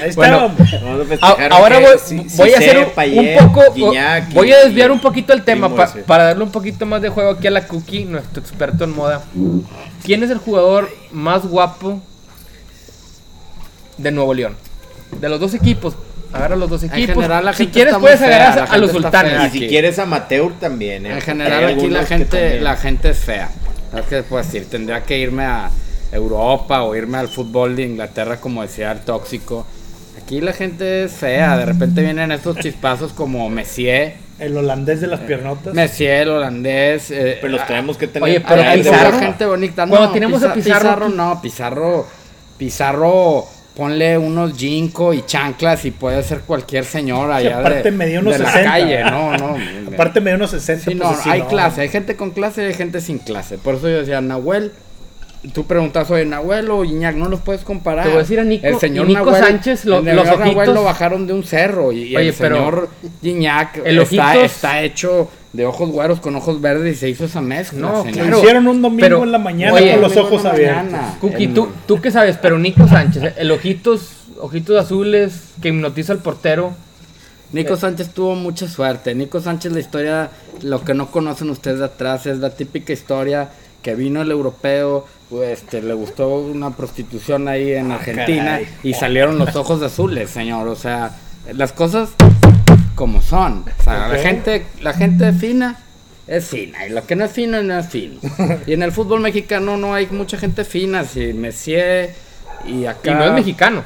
[SPEAKER 4] Ahí
[SPEAKER 2] Bueno,
[SPEAKER 4] estábamos.
[SPEAKER 1] Vamos a
[SPEAKER 2] A-
[SPEAKER 1] festejar
[SPEAKER 2] Ah, ahora
[SPEAKER 1] que
[SPEAKER 2] voy,
[SPEAKER 1] Si-
[SPEAKER 2] voy a hacer
[SPEAKER 1] Cicé,
[SPEAKER 2] un,
[SPEAKER 1] Payet,
[SPEAKER 2] un poco,
[SPEAKER 1] Gignac y-
[SPEAKER 2] voy a desviar un poquito el tema
[SPEAKER 1] Primo
[SPEAKER 2] pa-
[SPEAKER 1] ese.
[SPEAKER 2] para darle un poquito más de juego aquí a la Cookie, nuestro experto en moda. ¿Quién es el jugador más guapo de Nuevo León? De los dos equipos, agarra los dos equipos.
[SPEAKER 5] general, la
[SPEAKER 2] si
[SPEAKER 5] gente
[SPEAKER 2] quieres
[SPEAKER 5] está muy
[SPEAKER 2] puedes
[SPEAKER 5] fea,
[SPEAKER 2] agarrar
[SPEAKER 5] la
[SPEAKER 2] a los
[SPEAKER 5] gente está
[SPEAKER 2] sultanes.
[SPEAKER 5] fea.
[SPEAKER 1] Y si
[SPEAKER 5] aquí.
[SPEAKER 1] quieres amateur también, ¿eh?
[SPEAKER 5] En
[SPEAKER 1] Porque
[SPEAKER 5] general
[SPEAKER 1] hay
[SPEAKER 5] aquí la
[SPEAKER 1] algunos que
[SPEAKER 5] gente,
[SPEAKER 1] también-
[SPEAKER 5] la gente es fea. Es que puedo decir, tendría que irme a Europa o irme al fútbol de Inglaterra, como decía el tóxico. Aquí la gente es fea, de repente vienen estos chispazos como Messier,
[SPEAKER 4] El holandés de las piernotas.
[SPEAKER 5] Messier, el holandés. eh,
[SPEAKER 1] Pero los
[SPEAKER 5] a-
[SPEAKER 1] tenemos que tener.
[SPEAKER 2] Oye,
[SPEAKER 5] a-
[SPEAKER 2] pero
[SPEAKER 5] a
[SPEAKER 1] traer de
[SPEAKER 5] Pizarro,
[SPEAKER 1] Europa.
[SPEAKER 5] gente bonita.
[SPEAKER 2] Cuando
[SPEAKER 5] no,
[SPEAKER 2] tenemos a
[SPEAKER 5] Pizar-
[SPEAKER 2] Pizarro-
[SPEAKER 5] no, Pizarro, Pizarro, ponle unos jinko y chanclas y puede ser cualquier señora
[SPEAKER 4] Sí,
[SPEAKER 5] allá
[SPEAKER 4] aparte
[SPEAKER 5] de,
[SPEAKER 4] medía unos
[SPEAKER 5] de la
[SPEAKER 4] 60.
[SPEAKER 5] calle, no, no.
[SPEAKER 4] Aparte me dio unos 60.
[SPEAKER 5] Sí,
[SPEAKER 4] pues,
[SPEAKER 5] no,
[SPEAKER 4] así
[SPEAKER 5] hay
[SPEAKER 4] no.
[SPEAKER 5] clase, hay gente con clase y hay gente sin clase. Por eso yo decía, Nahuel, tú preguntas, oye, Nahuel o Iñak, no los puedes comparar.
[SPEAKER 2] Te voy a decir a Nico-
[SPEAKER 5] el señor
[SPEAKER 2] Nico
[SPEAKER 5] Nahuel-
[SPEAKER 2] Sánchez, lo-
[SPEAKER 5] el señor
[SPEAKER 2] los
[SPEAKER 5] Nahuel
[SPEAKER 2] ojitos.
[SPEAKER 5] lo bajaron de un cerro y, y
[SPEAKER 2] Oye,
[SPEAKER 5] el
[SPEAKER 2] pero-
[SPEAKER 5] señor Iñak
[SPEAKER 2] el
[SPEAKER 5] está,
[SPEAKER 2] ojitos-
[SPEAKER 5] está hecho de ojos guaros con ojos verdes y se hizo esa mezcla.
[SPEAKER 2] No,
[SPEAKER 5] señor.
[SPEAKER 4] Lo
[SPEAKER 2] claro.
[SPEAKER 4] hicieron un domingo
[SPEAKER 2] Pero,
[SPEAKER 4] en la mañana
[SPEAKER 2] oye,
[SPEAKER 4] con los
[SPEAKER 5] domingo
[SPEAKER 4] ojos
[SPEAKER 5] en la
[SPEAKER 4] abiertos.
[SPEAKER 5] mañana.
[SPEAKER 2] Cookie,
[SPEAKER 5] El-
[SPEAKER 2] tú, tú qué sabes, pero Nico Sánchez, eh, el ojitos, ojitos azules que hipnotiza al portero.
[SPEAKER 5] Nico Sánchez tuvo mucha suerte. Nico Sánchez, la historia, lo que no conocen ustedes de atrás, es la típica historia que vino el europeo, este, le gustó una prostitución ahí
[SPEAKER 2] Ah,
[SPEAKER 5] en Argentina
[SPEAKER 4] caray.
[SPEAKER 5] y salieron los ojos azules, señor. O sea, las cosas como son. O sea, la
[SPEAKER 4] Ok.
[SPEAKER 5] gente, la gente fina es fina y lo que no es fino no es fino. y en el fútbol mexicano no hay mucha gente fina, si Messier y
[SPEAKER 2] Y
[SPEAKER 5] acá
[SPEAKER 2] no es mexicano.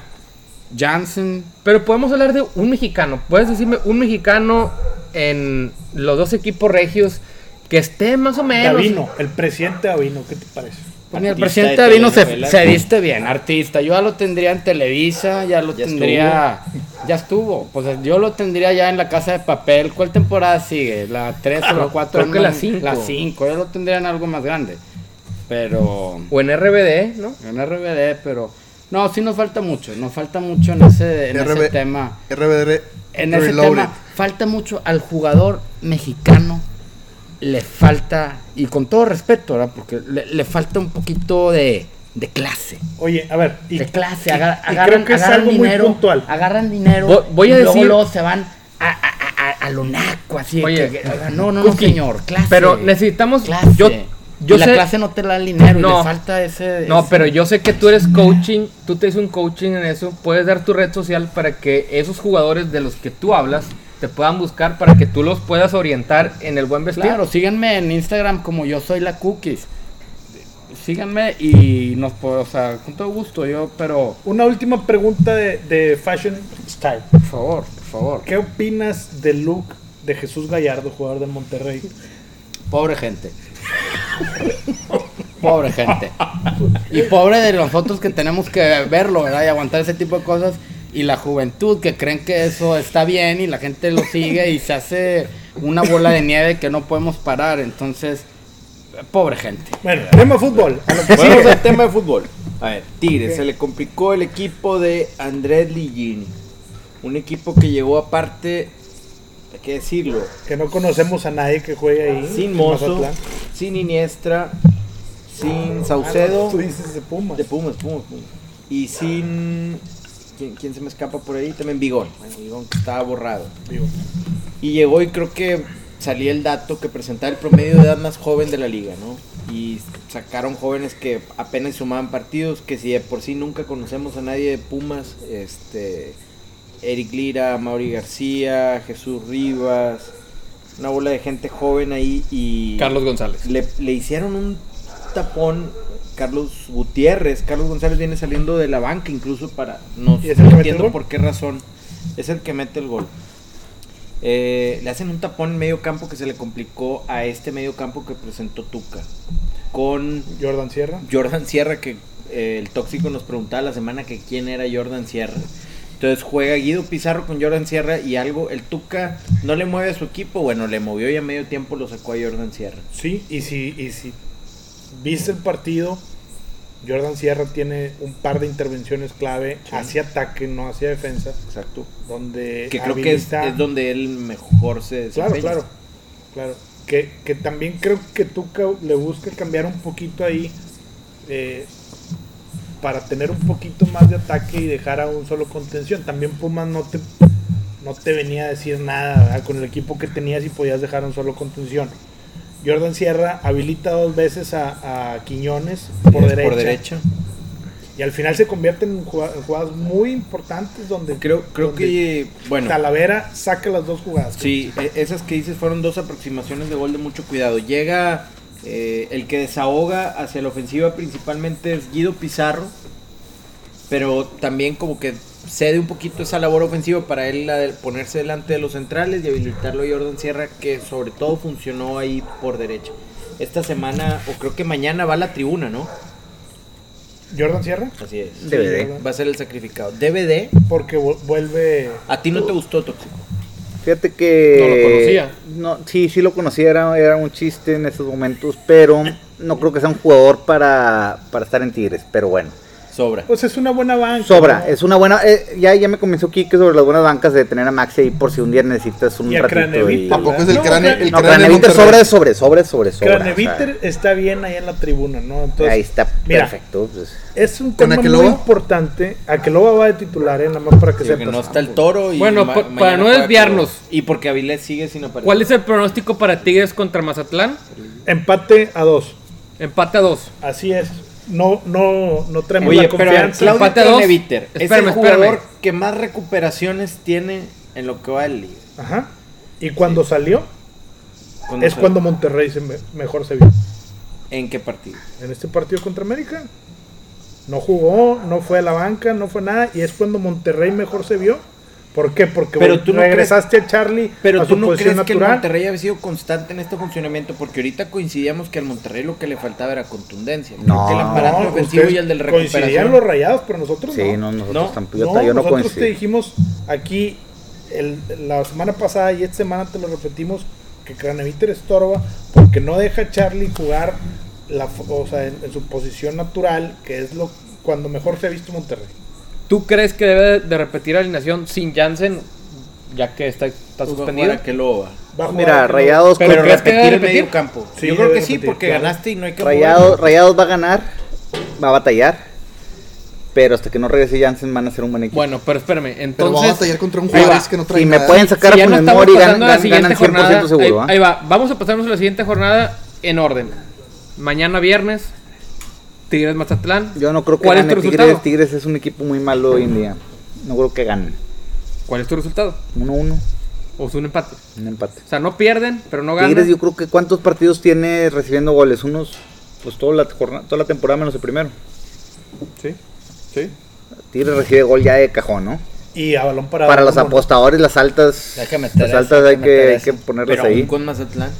[SPEAKER 5] Jansen.
[SPEAKER 2] Pero podemos hablar de un mexicano. Puedes decirme un mexicano en los dos equipos regios que esté más o menos.
[SPEAKER 4] Davino, el presidente Davino, ¿qué te parece?
[SPEAKER 5] Pues mira, el
[SPEAKER 1] Artista de
[SPEAKER 5] presidente vino, se,
[SPEAKER 1] telenovelas.
[SPEAKER 5] se viste bien, artista. Yo ya lo tendría en Televisa, ya lo
[SPEAKER 1] Ya
[SPEAKER 5] tendría. Ya estuvo. Pues yo lo tendría ya en la casa de papel. ¿Cuál temporada sigue? ¿La 3 o la 4?
[SPEAKER 2] creo que la cinco.
[SPEAKER 5] La 5. Ya lo tendría en algo más grande. Pero.
[SPEAKER 2] O en RBD, ¿no?
[SPEAKER 5] En RBD, pero. No, sí nos falta mucho. Nos falta mucho en ese, en ese
[SPEAKER 6] RB
[SPEAKER 5] tema.
[SPEAKER 6] RBR
[SPEAKER 5] En ese
[SPEAKER 6] Reloaded.
[SPEAKER 5] tema, falta mucho al jugador mexicano. Le falta, y con todo respeto, ¿verdad? Porque le, le falta un poquito de, de clase.
[SPEAKER 4] Oye, a ver, y,
[SPEAKER 5] de clase.
[SPEAKER 4] y-
[SPEAKER 5] agar-
[SPEAKER 4] y creo
[SPEAKER 5] agarran,
[SPEAKER 4] que es
[SPEAKER 5] agarran
[SPEAKER 4] algo
[SPEAKER 5] dinero,
[SPEAKER 4] muy puntual.
[SPEAKER 5] Agarran dinero.
[SPEAKER 2] Vo- voy a
[SPEAKER 5] y luego,
[SPEAKER 2] decir-
[SPEAKER 5] luego se van a, a, a, a- a lo naco, así. de
[SPEAKER 2] Oye,
[SPEAKER 5] que- que- o sea, no, no, no,
[SPEAKER 2] Cookie,
[SPEAKER 5] señor. Clase.
[SPEAKER 2] Pero necesitamos.
[SPEAKER 5] Clase.
[SPEAKER 2] Yo, yo
[SPEAKER 5] Y la
[SPEAKER 2] sé.
[SPEAKER 5] clase no te la da el dinero. Y
[SPEAKER 2] No.
[SPEAKER 5] le falta ese.
[SPEAKER 2] No,
[SPEAKER 5] ese-
[SPEAKER 2] pero yo sé que tú eres coaching, tú te haces un coaching en eso, puedes dar tu red social para que esos jugadores de los que tú hablas te puedan buscar para que tú los puedas orientar en el buen vestir.
[SPEAKER 5] Claro, síganme en Instagram como yo soy la cookies. Síganme y nos po- o sea, con todo gusto yo, pero
[SPEAKER 4] una última pregunta de, de Fashion Style.
[SPEAKER 5] por favor, por favor.
[SPEAKER 4] ¿Qué opinas del look de Jesús Gallardo, jugador del Monterrey?
[SPEAKER 5] Pobre gente. Pobre gente. Y pobre de nosotros que tenemos que verlo, ¿verdad? Y aguantar ese tipo de cosas. Y la juventud que creen que eso está bien y la gente lo sigue y se hace una bola de nieve que no podemos parar. Entonces, pobre gente.
[SPEAKER 4] Bueno, tema fútbol. a lo que sigue.
[SPEAKER 1] Vamos al tema de fútbol. A ver, Tigres, se le complicó el equipo de Andrés Ligini. Un equipo que llegó aparte, hay que decirlo,
[SPEAKER 4] Que no conocemos a nadie que juegue ahí.
[SPEAKER 1] sin
[SPEAKER 4] en
[SPEAKER 1] Mozo,
[SPEAKER 4] Mazatlán.
[SPEAKER 1] sin Iniestra, sin
[SPEAKER 4] Ah,
[SPEAKER 1] Saucedo,
[SPEAKER 4] no, Tú dices de Pumas.
[SPEAKER 1] de Pumas, Pumas, Pumas. Y sin... ¿Quién, quién se me escapa por ahí? También Bigón. Bueno, Bigón que estaba borrado.
[SPEAKER 4] Digo,
[SPEAKER 1] Y llegó y creo que salía el dato que presentaba el promedio de edad más joven de la liga, ¿no? Y sacaron jóvenes que apenas sumaban partidos, que si de por sí nunca conocemos a nadie de Pumas, este Eric Lira, Mauri García, Jesús Rivas, una bola de gente joven ahí y
[SPEAKER 2] Carlos González.
[SPEAKER 1] le, le hicieron un tapón Carlos Gutiérrez. Carlos González viene saliendo de la banca incluso para... No,
[SPEAKER 4] ¿Y es
[SPEAKER 1] no
[SPEAKER 4] el que mete el
[SPEAKER 1] entiendo
[SPEAKER 4] gol?
[SPEAKER 1] por qué razón. Es el que mete el gol. Eh, le hacen un tapón en medio campo que se le complicó a este medio campo que presentó Tuca. Con
[SPEAKER 4] Jordan Sierra.
[SPEAKER 1] Jordan Sierra, que eh, el tóxico nos preguntaba la semana que quién era Jordan Sierra. Entonces juega Guido Pizarro con Jordan Sierra y algo, el Tuca no le mueve a su equipo, bueno, le movió y a medio tiempo lo sacó a Jordan Sierra.
[SPEAKER 4] Sí, y si, y si viste el partido, Jordan Sierra tiene un par de intervenciones clave
[SPEAKER 1] Sí.
[SPEAKER 4] hacia ataque, no hacia defensa,
[SPEAKER 1] Exacto.
[SPEAKER 4] donde
[SPEAKER 1] Que creo que es,
[SPEAKER 4] habilita-
[SPEAKER 1] es donde él mejor se
[SPEAKER 4] Claro,
[SPEAKER 1] desempeña.
[SPEAKER 4] claro, claro. Que, que también creo que Tuca le busca cambiar un poquito ahí eh, para tener un poquito más de ataque y dejar a un solo contención. También Pumas no te, no te venía a decir nada ¿verdad? con el equipo que tenías y podías dejar a un solo contención. Jordan Sierra habilita dos veces a, a Quiñones por
[SPEAKER 1] Es
[SPEAKER 4] derecha,
[SPEAKER 1] Eh, Por derecha.
[SPEAKER 4] y al final se convierte en juga- en jugadas muy importantes donde
[SPEAKER 1] Creo, creo
[SPEAKER 4] donde
[SPEAKER 1] que, bueno,
[SPEAKER 4] Talavera saca las dos jugadas.
[SPEAKER 1] sí, e- esas que dices fueron dos aproximaciones de gol de mucho cuidado. Llega eh, el que desahoga hacia la ofensiva principalmente es Guido Pizarro, pero también como que cede un poquito esa labor ofensiva para él la de ponerse delante de los centrales y habilitarlo a Jordan Sierra, que sobre todo funcionó ahí por derecha. Esta semana, o creo que mañana va a la tribuna, ¿no?
[SPEAKER 4] Jordan Sierra.
[SPEAKER 1] Así es.
[SPEAKER 3] DVD.
[SPEAKER 1] Va a ser el sacrificado. DVD.
[SPEAKER 4] Porque vu- vuelve.
[SPEAKER 1] A ti no te gustó, Tóxico.
[SPEAKER 3] Fíjate que.
[SPEAKER 2] No lo conocía.
[SPEAKER 3] No, sí, sí lo conocía, era, era un chiste en esos momentos, pero no creo que sea un jugador para, para estar en Tigres, pero bueno.
[SPEAKER 1] Sobra.
[SPEAKER 4] Pues es una buena banca.
[SPEAKER 3] Sobra,
[SPEAKER 4] ¿no?
[SPEAKER 3] es una buena. eh, ya, ya me comenzó Kike sobre las buenas bancas de tener a Maxi ahí por si un día necesitas un
[SPEAKER 4] Y a
[SPEAKER 3] ratito.
[SPEAKER 4] Craneviter.
[SPEAKER 3] y-
[SPEAKER 6] Tampoco es el
[SPEAKER 4] No,
[SPEAKER 6] cráneo.
[SPEAKER 4] Cran-
[SPEAKER 6] El
[SPEAKER 3] No,
[SPEAKER 6] cráneo de
[SPEAKER 3] Craneviter
[SPEAKER 6] Monterrey.
[SPEAKER 3] sobre, sobre, sobre, sobre, sobre. o sea,
[SPEAKER 4] Craneviter está bien ahí en la tribuna, ¿no? Entonces,
[SPEAKER 3] ahí está
[SPEAKER 4] mira,
[SPEAKER 3] perfecto. pues.
[SPEAKER 4] Es un
[SPEAKER 6] ¿Con
[SPEAKER 4] tema muy
[SPEAKER 6] Akeloba?
[SPEAKER 4] importante. Akeloba va de titular, ¿eh? Nada más para que
[SPEAKER 1] Sí,
[SPEAKER 4] sepas.
[SPEAKER 1] que no está el toro y
[SPEAKER 2] Bueno,
[SPEAKER 1] ma-
[SPEAKER 2] pa-
[SPEAKER 1] mañana
[SPEAKER 2] para no
[SPEAKER 1] juega
[SPEAKER 2] desviarnos.
[SPEAKER 1] Tigres. Y porque Avilés sigue sin aparecer.
[SPEAKER 2] ¿Cuál es el pronóstico para Tigres contra Mazatlán?
[SPEAKER 4] Empate a dos.
[SPEAKER 2] Empate a dos.
[SPEAKER 4] Así es. No, no, no traemos
[SPEAKER 1] Oye,
[SPEAKER 4] la
[SPEAKER 1] pero
[SPEAKER 4] confianza.
[SPEAKER 2] Clau-
[SPEAKER 1] Claudio
[SPEAKER 2] Empate a dos.
[SPEAKER 1] Craneviter es el
[SPEAKER 2] Espérame,
[SPEAKER 1] jugador
[SPEAKER 2] espérame.
[SPEAKER 1] que más recuperaciones tiene en lo que va el liga.
[SPEAKER 4] Ajá. Y cuando salió,
[SPEAKER 1] Cuando
[SPEAKER 4] es
[SPEAKER 1] se-
[SPEAKER 4] cuando Monterrey se me- mejor se vio.
[SPEAKER 1] ¿En qué partido?
[SPEAKER 4] En este partido contra América. No jugó, no fue a la banca, no fue nada. Y es cuando Monterrey mejor se vio. ¿Por qué? Porque
[SPEAKER 1] Pero
[SPEAKER 4] vol-
[SPEAKER 1] tú no
[SPEAKER 4] regresaste a Charlie
[SPEAKER 1] Pero
[SPEAKER 4] a
[SPEAKER 1] tú
[SPEAKER 4] su
[SPEAKER 1] no crees
[SPEAKER 4] posición
[SPEAKER 1] que el
[SPEAKER 4] natural.
[SPEAKER 1] Monterrey había sido constante en este funcionamiento, porque ahorita coincidíamos que al Monterrey lo que le faltaba era contundencia. Creo
[SPEAKER 3] No.
[SPEAKER 1] que el aparato
[SPEAKER 4] No,
[SPEAKER 1] ofensivo
[SPEAKER 4] ustedes
[SPEAKER 1] y el del
[SPEAKER 4] Coincidían
[SPEAKER 1] recuperación. Pues,
[SPEAKER 4] los rayados, pero nosotros
[SPEAKER 3] Sí,
[SPEAKER 4] no.
[SPEAKER 3] no, nosotros
[SPEAKER 1] No,
[SPEAKER 3] tampoco. Yo,
[SPEAKER 4] No,
[SPEAKER 3] ta- yo no
[SPEAKER 4] nosotros
[SPEAKER 3] coincido.
[SPEAKER 4] te dijimos aquí el- la semana pasada y esta semana te lo repetimos que Craneviter estorba porque no deja a Charlie jugar la, fo- o sea, en, en su posición natural, que es lo cuando mejor se ha visto Monterrey.
[SPEAKER 2] ¿Tú crees que debe de repetir alineación sin Jansen? Ya que está, está suspendido.
[SPEAKER 1] Pues, Para que lo va.
[SPEAKER 4] Va a jugar
[SPEAKER 3] Pues Mira,
[SPEAKER 4] Aqueloba.
[SPEAKER 3] Rayados,
[SPEAKER 2] Pero
[SPEAKER 1] Pero
[SPEAKER 2] ¿crees que
[SPEAKER 1] repetir
[SPEAKER 2] debe
[SPEAKER 1] el
[SPEAKER 2] repetir?
[SPEAKER 1] medio campo.
[SPEAKER 4] Sí,
[SPEAKER 1] Yo creo que
[SPEAKER 4] debe
[SPEAKER 1] sí,
[SPEAKER 4] repetir,
[SPEAKER 1] porque
[SPEAKER 4] claro.
[SPEAKER 1] ganaste y no hay que
[SPEAKER 3] Rayados, Rayados va a ganar, va a batallar, pero hasta que no regrese Jansen van a ser un buen equipo.
[SPEAKER 2] Bueno, pero espérame.
[SPEAKER 6] Pero vamos a batallar
[SPEAKER 2] Entonces,
[SPEAKER 6] contra un
[SPEAKER 3] Ahí va.
[SPEAKER 6] Juárez que no trae
[SPEAKER 3] y me
[SPEAKER 6] nada.
[SPEAKER 3] pueden sacar
[SPEAKER 2] si
[SPEAKER 3] a
[SPEAKER 2] ya no
[SPEAKER 3] Funes
[SPEAKER 2] estamos
[SPEAKER 3] Mori, gan-
[SPEAKER 2] pasando a la
[SPEAKER 3] gan-
[SPEAKER 2] siguiente
[SPEAKER 3] ganan 100%
[SPEAKER 2] jornada. ahí-
[SPEAKER 3] seguro.
[SPEAKER 2] ahí,
[SPEAKER 3] ¿ah?
[SPEAKER 2] va. Vamos a pasarnos a la siguiente jornada en orden. Mañana viernes, Tigres Mazatlán.
[SPEAKER 3] Yo no creo que
[SPEAKER 2] ¿Cuál es
[SPEAKER 3] gane
[SPEAKER 2] tu
[SPEAKER 3] Tigres.
[SPEAKER 2] resultado?
[SPEAKER 3] Tigres es un equipo muy malo hoy en día. No creo que ganen.
[SPEAKER 2] ¿Cuál es tu resultado?
[SPEAKER 3] 1-1,
[SPEAKER 2] O es un empate.
[SPEAKER 3] un empate.
[SPEAKER 2] O sea, no pierden, pero no ganan.
[SPEAKER 3] Tigres yo creo que ¿cuántos partidos tiene recibiendo goles? Unos, pues toda la, jorna- toda la temporada menos el primero.
[SPEAKER 2] Sí, sí.
[SPEAKER 3] Tigres recibe gol ya de cajón, ¿no?
[SPEAKER 4] Y a balón parado.
[SPEAKER 3] Para los
[SPEAKER 4] ¿cómo no?
[SPEAKER 3] apostadores las altas,
[SPEAKER 5] Hay que meter
[SPEAKER 3] las
[SPEAKER 5] eso,
[SPEAKER 3] altas
[SPEAKER 5] hay
[SPEAKER 3] hay
[SPEAKER 5] que
[SPEAKER 3] que,
[SPEAKER 5] meter
[SPEAKER 3] hay que
[SPEAKER 5] eso.
[SPEAKER 3] ponerlas
[SPEAKER 1] Pero aún
[SPEAKER 3] ahí.
[SPEAKER 1] con Mazatlán.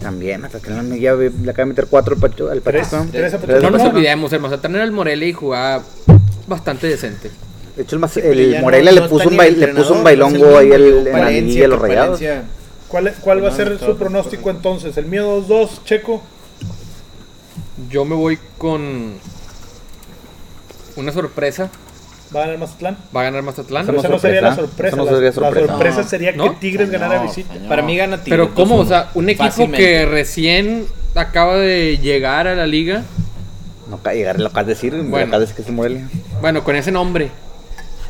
[SPEAKER 3] También, hasta que la ya ve- le acaba de meter cuatro al Pacho- al
[SPEAKER 4] Tres,
[SPEAKER 3] Pachuca.
[SPEAKER 4] tres a
[SPEAKER 2] No nos
[SPEAKER 4] Pachuca.
[SPEAKER 2] olvidemos, el Mazatlán era el Morelia y jugaba bastante decente.
[SPEAKER 3] De hecho, el, Maz-
[SPEAKER 1] Pero
[SPEAKER 3] el
[SPEAKER 1] ya no-
[SPEAKER 3] Morelia
[SPEAKER 1] no
[SPEAKER 3] le, puso
[SPEAKER 1] está
[SPEAKER 3] un
[SPEAKER 1] ni el
[SPEAKER 3] bail- le puso un
[SPEAKER 1] entrenador,
[SPEAKER 3] bailongo
[SPEAKER 1] no
[SPEAKER 3] ahí
[SPEAKER 1] sé,
[SPEAKER 3] al- en la
[SPEAKER 1] Palencia,
[SPEAKER 3] liguilla de los
[SPEAKER 1] que
[SPEAKER 3] rayados.
[SPEAKER 1] Palencia-
[SPEAKER 4] ¿Cuál, cuál va a
[SPEAKER 1] No,
[SPEAKER 4] ser
[SPEAKER 1] no,
[SPEAKER 4] su
[SPEAKER 1] todo,
[SPEAKER 4] pronóstico entonces? El mío 2-2, Checo.
[SPEAKER 2] Yo me voy con una sorpresa
[SPEAKER 4] ¿Va a ganar Mazatlán?
[SPEAKER 2] Va a ganar Mazatlán.
[SPEAKER 3] Eso no
[SPEAKER 4] Esa no sería la
[SPEAKER 3] sorpresa. Eso
[SPEAKER 4] sorpresa.
[SPEAKER 3] no
[SPEAKER 4] la-
[SPEAKER 3] sería
[SPEAKER 4] la,
[SPEAKER 3] sorpresa.
[SPEAKER 4] sorpresa.
[SPEAKER 1] No.
[SPEAKER 4] sería que
[SPEAKER 2] Ah, ¿No?
[SPEAKER 4] Tigres ganara
[SPEAKER 1] Señor,
[SPEAKER 4] visita.
[SPEAKER 1] señor.
[SPEAKER 2] Para mí gana
[SPEAKER 1] Tigres,
[SPEAKER 2] Pero ¿cómo? O sea,
[SPEAKER 1] 2-1.
[SPEAKER 2] un equipo
[SPEAKER 1] Fácilmente.
[SPEAKER 2] que recién acaba de llegar a la liga.
[SPEAKER 3] No ca- llegar, lo acabas de decir, lo
[SPEAKER 2] Bueno.
[SPEAKER 3] acabas de decir que es el Morelia.
[SPEAKER 2] Bueno, con ese nombre.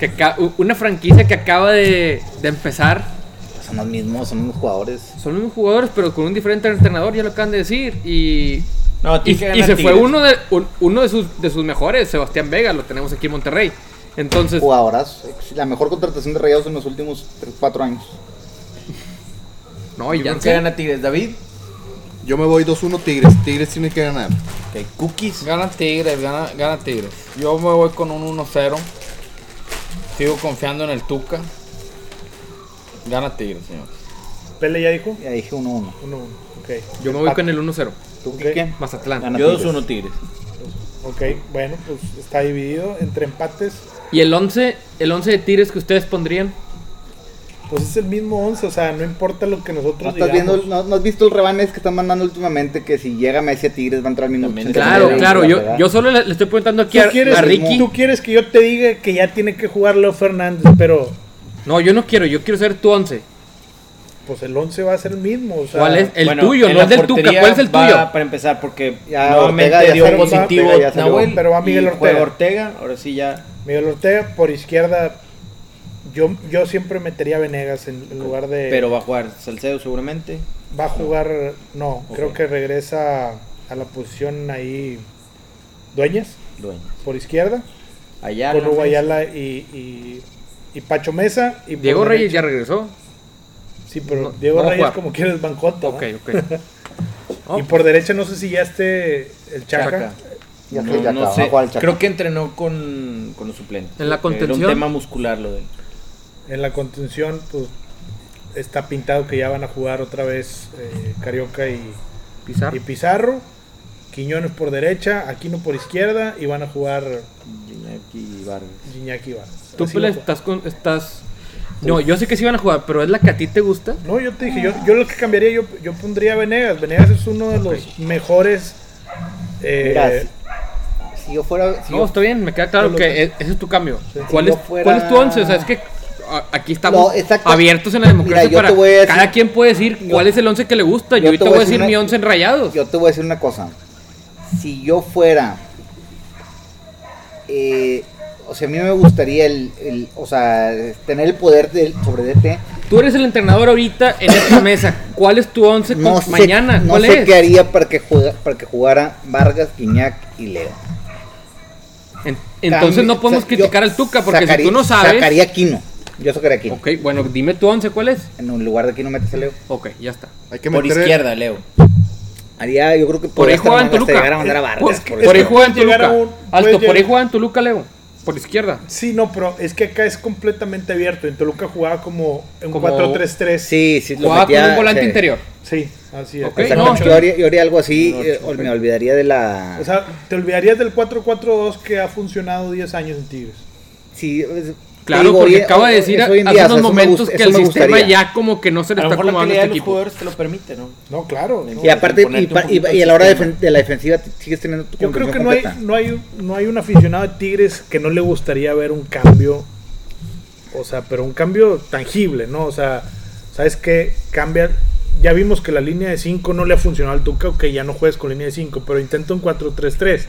[SPEAKER 2] Que aca- u- una franquicia que acaba de, de empezar.
[SPEAKER 3] Son los mismos, son los mismos jugadores.
[SPEAKER 2] Son los mismos jugadores, pero con un diferente entrenador, ya lo acaban de decir. Y,
[SPEAKER 1] No,
[SPEAKER 2] y,
[SPEAKER 1] tiene que
[SPEAKER 2] y
[SPEAKER 1] ganar
[SPEAKER 2] se fue
[SPEAKER 1] Tigres.
[SPEAKER 2] uno de, un- uno de sus, de sus mejores, Sebastián Vega, lo tenemos aquí en Monterrey.
[SPEAKER 1] Pues,
[SPEAKER 2] Entonces,
[SPEAKER 3] Jugadoras. La mejor contratación de Rayados en los últimos 3-4 años.
[SPEAKER 2] no, y
[SPEAKER 1] Yo
[SPEAKER 2] ya
[SPEAKER 1] creo que gana Tigres. David,
[SPEAKER 6] Yo me voy 2-1 Tigres. Tigres tiene que ganar.
[SPEAKER 1] que cookies.
[SPEAKER 5] Gana Tigres, gana, gana Tigres. Yo me voy con un 1-0. Sigo confiando en el Tuca. Gana Tigres, señor.
[SPEAKER 4] Pele ya dijo.
[SPEAKER 3] Ya dije 1-1.
[SPEAKER 4] Uno, uno. ok.
[SPEAKER 2] Yo me voy con el 1-0,
[SPEAKER 3] ¿Tú
[SPEAKER 4] Ok.
[SPEAKER 3] qué?
[SPEAKER 2] Mazatlán.
[SPEAKER 3] Gana
[SPEAKER 1] Yo
[SPEAKER 3] Tigres.
[SPEAKER 1] 2-1 Tigres.
[SPEAKER 4] Ok, bueno, pues está dividido entre empates.
[SPEAKER 2] ¿Y el 11, el 11 de Tigres que ustedes pondrían?
[SPEAKER 4] Pues es el mismo 11, o sea, no importa lo que
[SPEAKER 3] ¿No,
[SPEAKER 2] Pues
[SPEAKER 4] nosotros
[SPEAKER 3] estás
[SPEAKER 4] digamos.
[SPEAKER 3] viendo, no, no has visto el rebanes que están mandando últimamente? Que si llega Messi a Tigres va a entrar al minuto.
[SPEAKER 1] También.
[SPEAKER 3] 89
[SPEAKER 2] Claro,
[SPEAKER 3] y va
[SPEAKER 2] claro,
[SPEAKER 3] a
[SPEAKER 2] yo,
[SPEAKER 3] pegar.
[SPEAKER 2] yo solo le, le estoy preguntando aquí
[SPEAKER 4] ¿Tú
[SPEAKER 2] a,
[SPEAKER 4] quieres,
[SPEAKER 2] a Ricky.
[SPEAKER 4] tú quieres que yo te diga que ya tiene que jugar Leo Fernández, pero
[SPEAKER 2] No, yo no quiero, yo quiero ser tu 11.
[SPEAKER 4] pues el 11 va a ser el mismo. O sea,
[SPEAKER 2] ¿Cuál es? El
[SPEAKER 1] Bueno,
[SPEAKER 2] tuyo,
[SPEAKER 1] en
[SPEAKER 2] no
[SPEAKER 1] la
[SPEAKER 2] el del Tuca,
[SPEAKER 1] portería
[SPEAKER 2] ¿cuál es el
[SPEAKER 1] va,
[SPEAKER 2] tuyo?
[SPEAKER 1] Para empezar, porque
[SPEAKER 3] Ya
[SPEAKER 1] nuevamente
[SPEAKER 3] Ortega ya
[SPEAKER 1] dio
[SPEAKER 4] salió,
[SPEAKER 1] positivo
[SPEAKER 3] Ortega ya salió.
[SPEAKER 1] Nahuel.
[SPEAKER 4] Pero va Miguel
[SPEAKER 1] y
[SPEAKER 4] Ortega.
[SPEAKER 1] juega Ortega, ahora sí ya.
[SPEAKER 4] Miguel Ortega por izquierda. Yo, yo siempre metería a Venegas en, en lugar de.
[SPEAKER 1] Pero va a jugar Salcedo seguramente.
[SPEAKER 4] va a jugar. No,
[SPEAKER 1] Ok.
[SPEAKER 4] creo que regresa a la posición ahí. Dueñas
[SPEAKER 1] Dueño.
[SPEAKER 4] por izquierda.
[SPEAKER 1] Allá.
[SPEAKER 4] con Hugo Ayala y, y, y Pacho Mesa. Y por
[SPEAKER 2] Diego Reyes
[SPEAKER 4] derecha-
[SPEAKER 2] ya regresó.
[SPEAKER 4] Sí, pero
[SPEAKER 2] no-
[SPEAKER 4] Diego
[SPEAKER 2] no va a
[SPEAKER 4] Reyes,
[SPEAKER 2] jugar. Oh.
[SPEAKER 4] como quieres, bancote. ¿no?
[SPEAKER 2] Ok, ok.
[SPEAKER 4] Y por derecha, no sé si ya esté el Chaca.
[SPEAKER 1] Chaca.
[SPEAKER 3] Ya
[SPEAKER 1] No,
[SPEAKER 3] sé, ya
[SPEAKER 1] no
[SPEAKER 3] acaba, va a
[SPEAKER 1] sé.
[SPEAKER 3] jugar el Chaca.
[SPEAKER 1] Creo que entrenó con, con los suplentes.
[SPEAKER 2] En la
[SPEAKER 1] Porque Era
[SPEAKER 2] contención.
[SPEAKER 1] un tema muscular lo de él.
[SPEAKER 4] En la contención, pues está pintado que ya van a jugar otra vez eh, Carioca y,
[SPEAKER 2] Pizarro.
[SPEAKER 4] y Pizarro. Quiñones por derecha, Aquino por izquierda y van a jugar
[SPEAKER 1] Iñaki Vargas.
[SPEAKER 4] Gignac y Vargas.
[SPEAKER 2] Tú
[SPEAKER 4] Así
[SPEAKER 2] Pele,
[SPEAKER 4] lo juego.
[SPEAKER 2] estás con, estás. No, yo sé que sí van a jugar, pero es la que a ti te gusta.
[SPEAKER 4] No, yo te dije, yo, yo lo que cambiaría, yo, yo pondría a Venegas. Venegas es uno de los mejores. eh,
[SPEAKER 3] Mira, Si yo fuera. si
[SPEAKER 2] no,
[SPEAKER 3] yo-
[SPEAKER 2] está bien, me queda claro
[SPEAKER 4] Yo lo
[SPEAKER 2] que
[SPEAKER 4] sé.
[SPEAKER 2] e- ese es tu cambio.
[SPEAKER 4] Sí.
[SPEAKER 2] ¿Cuál,
[SPEAKER 3] Si
[SPEAKER 2] es,
[SPEAKER 3] yo fuera-
[SPEAKER 2] ¿Cuál es tu once? O sea, es que a- aquí
[SPEAKER 3] No,
[SPEAKER 2] estamos
[SPEAKER 3] exacto.
[SPEAKER 2] abiertos en la democracia
[SPEAKER 3] Mira, yo
[SPEAKER 2] para
[SPEAKER 3] te voy a decir-
[SPEAKER 2] cada quien puede decir
[SPEAKER 3] Yo-
[SPEAKER 2] cuál es el once que le gusta. Yo,
[SPEAKER 3] yo
[SPEAKER 2] ahorita
[SPEAKER 3] te
[SPEAKER 2] voy a decir mi
[SPEAKER 3] una-
[SPEAKER 2] once en rayados.
[SPEAKER 3] Yo te voy a decir una cosa. Si yo fuera. eh, o sea, a mí me gustaría el, el- o sea, tener el poder del, sobre DT.
[SPEAKER 2] Tú eres el entrenador ahorita en esta mesa. ¿Cuál es tu once con-
[SPEAKER 3] No sé,
[SPEAKER 2] mañana?
[SPEAKER 3] no
[SPEAKER 2] ¿Cuál
[SPEAKER 3] sé
[SPEAKER 2] es?
[SPEAKER 3] qué haría para que, juega- para que jugara Vargas, Guiñac y Leo.
[SPEAKER 2] En- entonces no
[SPEAKER 3] También,
[SPEAKER 2] podemos
[SPEAKER 3] o sea,
[SPEAKER 2] criticar
[SPEAKER 3] yo
[SPEAKER 2] al Tuca porque
[SPEAKER 3] sacaría-
[SPEAKER 2] si tú no sabes.
[SPEAKER 3] Sacaría a Aquino. Yo sacaría a Aquino.
[SPEAKER 2] Ok, bueno, dime tu once, ¿cuál es?
[SPEAKER 3] En un lugar de Aquino metes a Leo.
[SPEAKER 2] Ok, ya está.
[SPEAKER 6] Hay que
[SPEAKER 1] Por
[SPEAKER 6] meter
[SPEAKER 1] izquierda, Leo.
[SPEAKER 3] Haría, yo creo que
[SPEAKER 2] Por ahí
[SPEAKER 3] podría
[SPEAKER 2] juega en
[SPEAKER 3] hasta
[SPEAKER 2] Toluca. Eh, pues,
[SPEAKER 3] llegar a mandar a Vargas.
[SPEAKER 2] Por,
[SPEAKER 3] por
[SPEAKER 2] por ahí
[SPEAKER 3] ejemplo.
[SPEAKER 2] juega en
[SPEAKER 4] Llegar
[SPEAKER 2] Toluca.
[SPEAKER 4] a un-
[SPEAKER 2] Alto, por
[SPEAKER 4] puedes
[SPEAKER 2] ahí
[SPEAKER 4] llegar-
[SPEAKER 2] juega en Toluca, Leo. Por izquierda.
[SPEAKER 4] Sí, no, pero es que acá es completamente abierto. En Toluca jugaba como un
[SPEAKER 2] Como-
[SPEAKER 4] 4-3-3.
[SPEAKER 3] Sí, sí, lo
[SPEAKER 2] Jugaba con
[SPEAKER 3] metía,
[SPEAKER 2] un volante
[SPEAKER 3] sí.
[SPEAKER 2] interior.
[SPEAKER 4] Sí, así es.
[SPEAKER 2] Ok,
[SPEAKER 3] Exactamente.
[SPEAKER 2] no.
[SPEAKER 3] yo, haría, yo haría algo así,
[SPEAKER 1] No,
[SPEAKER 3] eh,
[SPEAKER 1] ocho,
[SPEAKER 3] ol-
[SPEAKER 1] ok.
[SPEAKER 3] me olvidaría de la...
[SPEAKER 4] O sea, te olvidarías del 4-4-2 que ha funcionado 10 años en Tigres.
[SPEAKER 3] sí, es-
[SPEAKER 2] Claro,
[SPEAKER 3] te digo,
[SPEAKER 2] porque
[SPEAKER 3] hoy-
[SPEAKER 2] acaba de
[SPEAKER 3] hoy-
[SPEAKER 2] decir
[SPEAKER 3] es hoy en
[SPEAKER 2] hace
[SPEAKER 3] día, o sea,
[SPEAKER 2] unos
[SPEAKER 3] eso me
[SPEAKER 2] momentos
[SPEAKER 3] gust-
[SPEAKER 2] que
[SPEAKER 3] eso
[SPEAKER 2] el
[SPEAKER 3] me
[SPEAKER 2] sistema
[SPEAKER 3] gustaría.
[SPEAKER 2] ya como que no se le
[SPEAKER 1] A lo
[SPEAKER 2] está
[SPEAKER 1] mejor la
[SPEAKER 2] acomodando
[SPEAKER 1] calidad de
[SPEAKER 2] este
[SPEAKER 1] los
[SPEAKER 2] equipo.
[SPEAKER 1] jugadores te lo permite, ¿no?
[SPEAKER 4] No, claro. no.
[SPEAKER 3] Y aparte, y,
[SPEAKER 1] Imponerte un
[SPEAKER 3] pa- y-
[SPEAKER 1] poquito
[SPEAKER 3] y a
[SPEAKER 1] el
[SPEAKER 3] la hora de,
[SPEAKER 1] sistema.
[SPEAKER 3] defen- de la defensiva t- sigues teniendo tu
[SPEAKER 4] Yo creo que
[SPEAKER 3] contención
[SPEAKER 4] no hay,
[SPEAKER 3] completa.
[SPEAKER 4] no, hay, no hay un aficionado de Tigres que no le gustaría ver un cambio. O sea, pero un cambio tangible, ¿no? O sea, ¿sabes qué? Cambia. Ya vimos que la línea de 5 no le ha funcionado al Tuca, que ya no juegues con línea de 5, pero intenta un 4-3-3,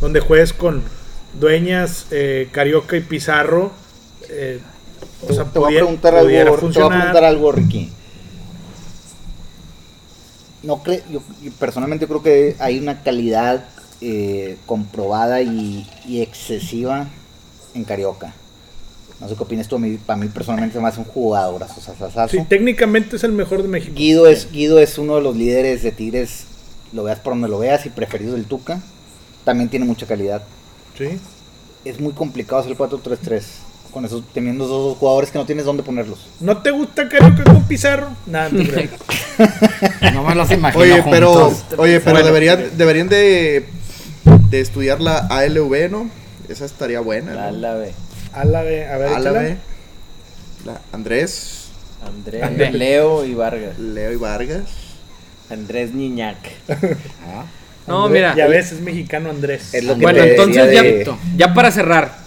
[SPEAKER 4] donde juegues con Dueñas, eh, Carioca y Pizarro. eh, o
[SPEAKER 3] Te-
[SPEAKER 4] sea,
[SPEAKER 3] te, voy a
[SPEAKER 4] pudie-
[SPEAKER 3] preguntar
[SPEAKER 4] pudiera
[SPEAKER 3] algo, te voy a
[SPEAKER 4] funcionar.
[SPEAKER 3] preguntar algo, Ricky. No cre- yo, yo personalmente creo que hay una calidad eh, comprobada y, y excesiva en Carioca. No sé qué opinas tú, a mí- para mí personalmente se me hace un jugador. O sea, sasazo.
[SPEAKER 4] Sí, técnicamente es el mejor de México.
[SPEAKER 3] Guido es, Guido es uno de los líderes de Tigres, lo veas por donde lo veas, y preferido del Tuca. También tiene mucha calidad.
[SPEAKER 4] Sí.
[SPEAKER 3] Es muy complicado hacer el 4-3-3. Con esos, teniendo esos dos jugadores que no tienes dónde ponerlos.
[SPEAKER 4] ¿No te gusta Carioca con Pizarro? Nada, no te creo.
[SPEAKER 5] No me los imagino.
[SPEAKER 6] Oye, pero,
[SPEAKER 5] juntos.
[SPEAKER 6] oye, pero
[SPEAKER 4] Bueno.
[SPEAKER 6] deberían, deberían de, de estudiar la ALV, ¿no? Esa estaría buena.
[SPEAKER 1] La,
[SPEAKER 6] ¿no?
[SPEAKER 1] la B.
[SPEAKER 4] Álave, a ver,
[SPEAKER 6] ALV.
[SPEAKER 4] échala.
[SPEAKER 6] La Andrés,
[SPEAKER 1] Andrés, Leo y Vargas.
[SPEAKER 6] Leo y Vargas.
[SPEAKER 1] Andrés Niñac.
[SPEAKER 2] No,
[SPEAKER 4] Andrés-
[SPEAKER 2] mira.
[SPEAKER 4] Ya ves, es mexicano Andrés.
[SPEAKER 3] Es lo que
[SPEAKER 2] Bueno,
[SPEAKER 3] te
[SPEAKER 2] entonces
[SPEAKER 3] debería
[SPEAKER 2] ya,
[SPEAKER 3] de-
[SPEAKER 2] ya para cerrar.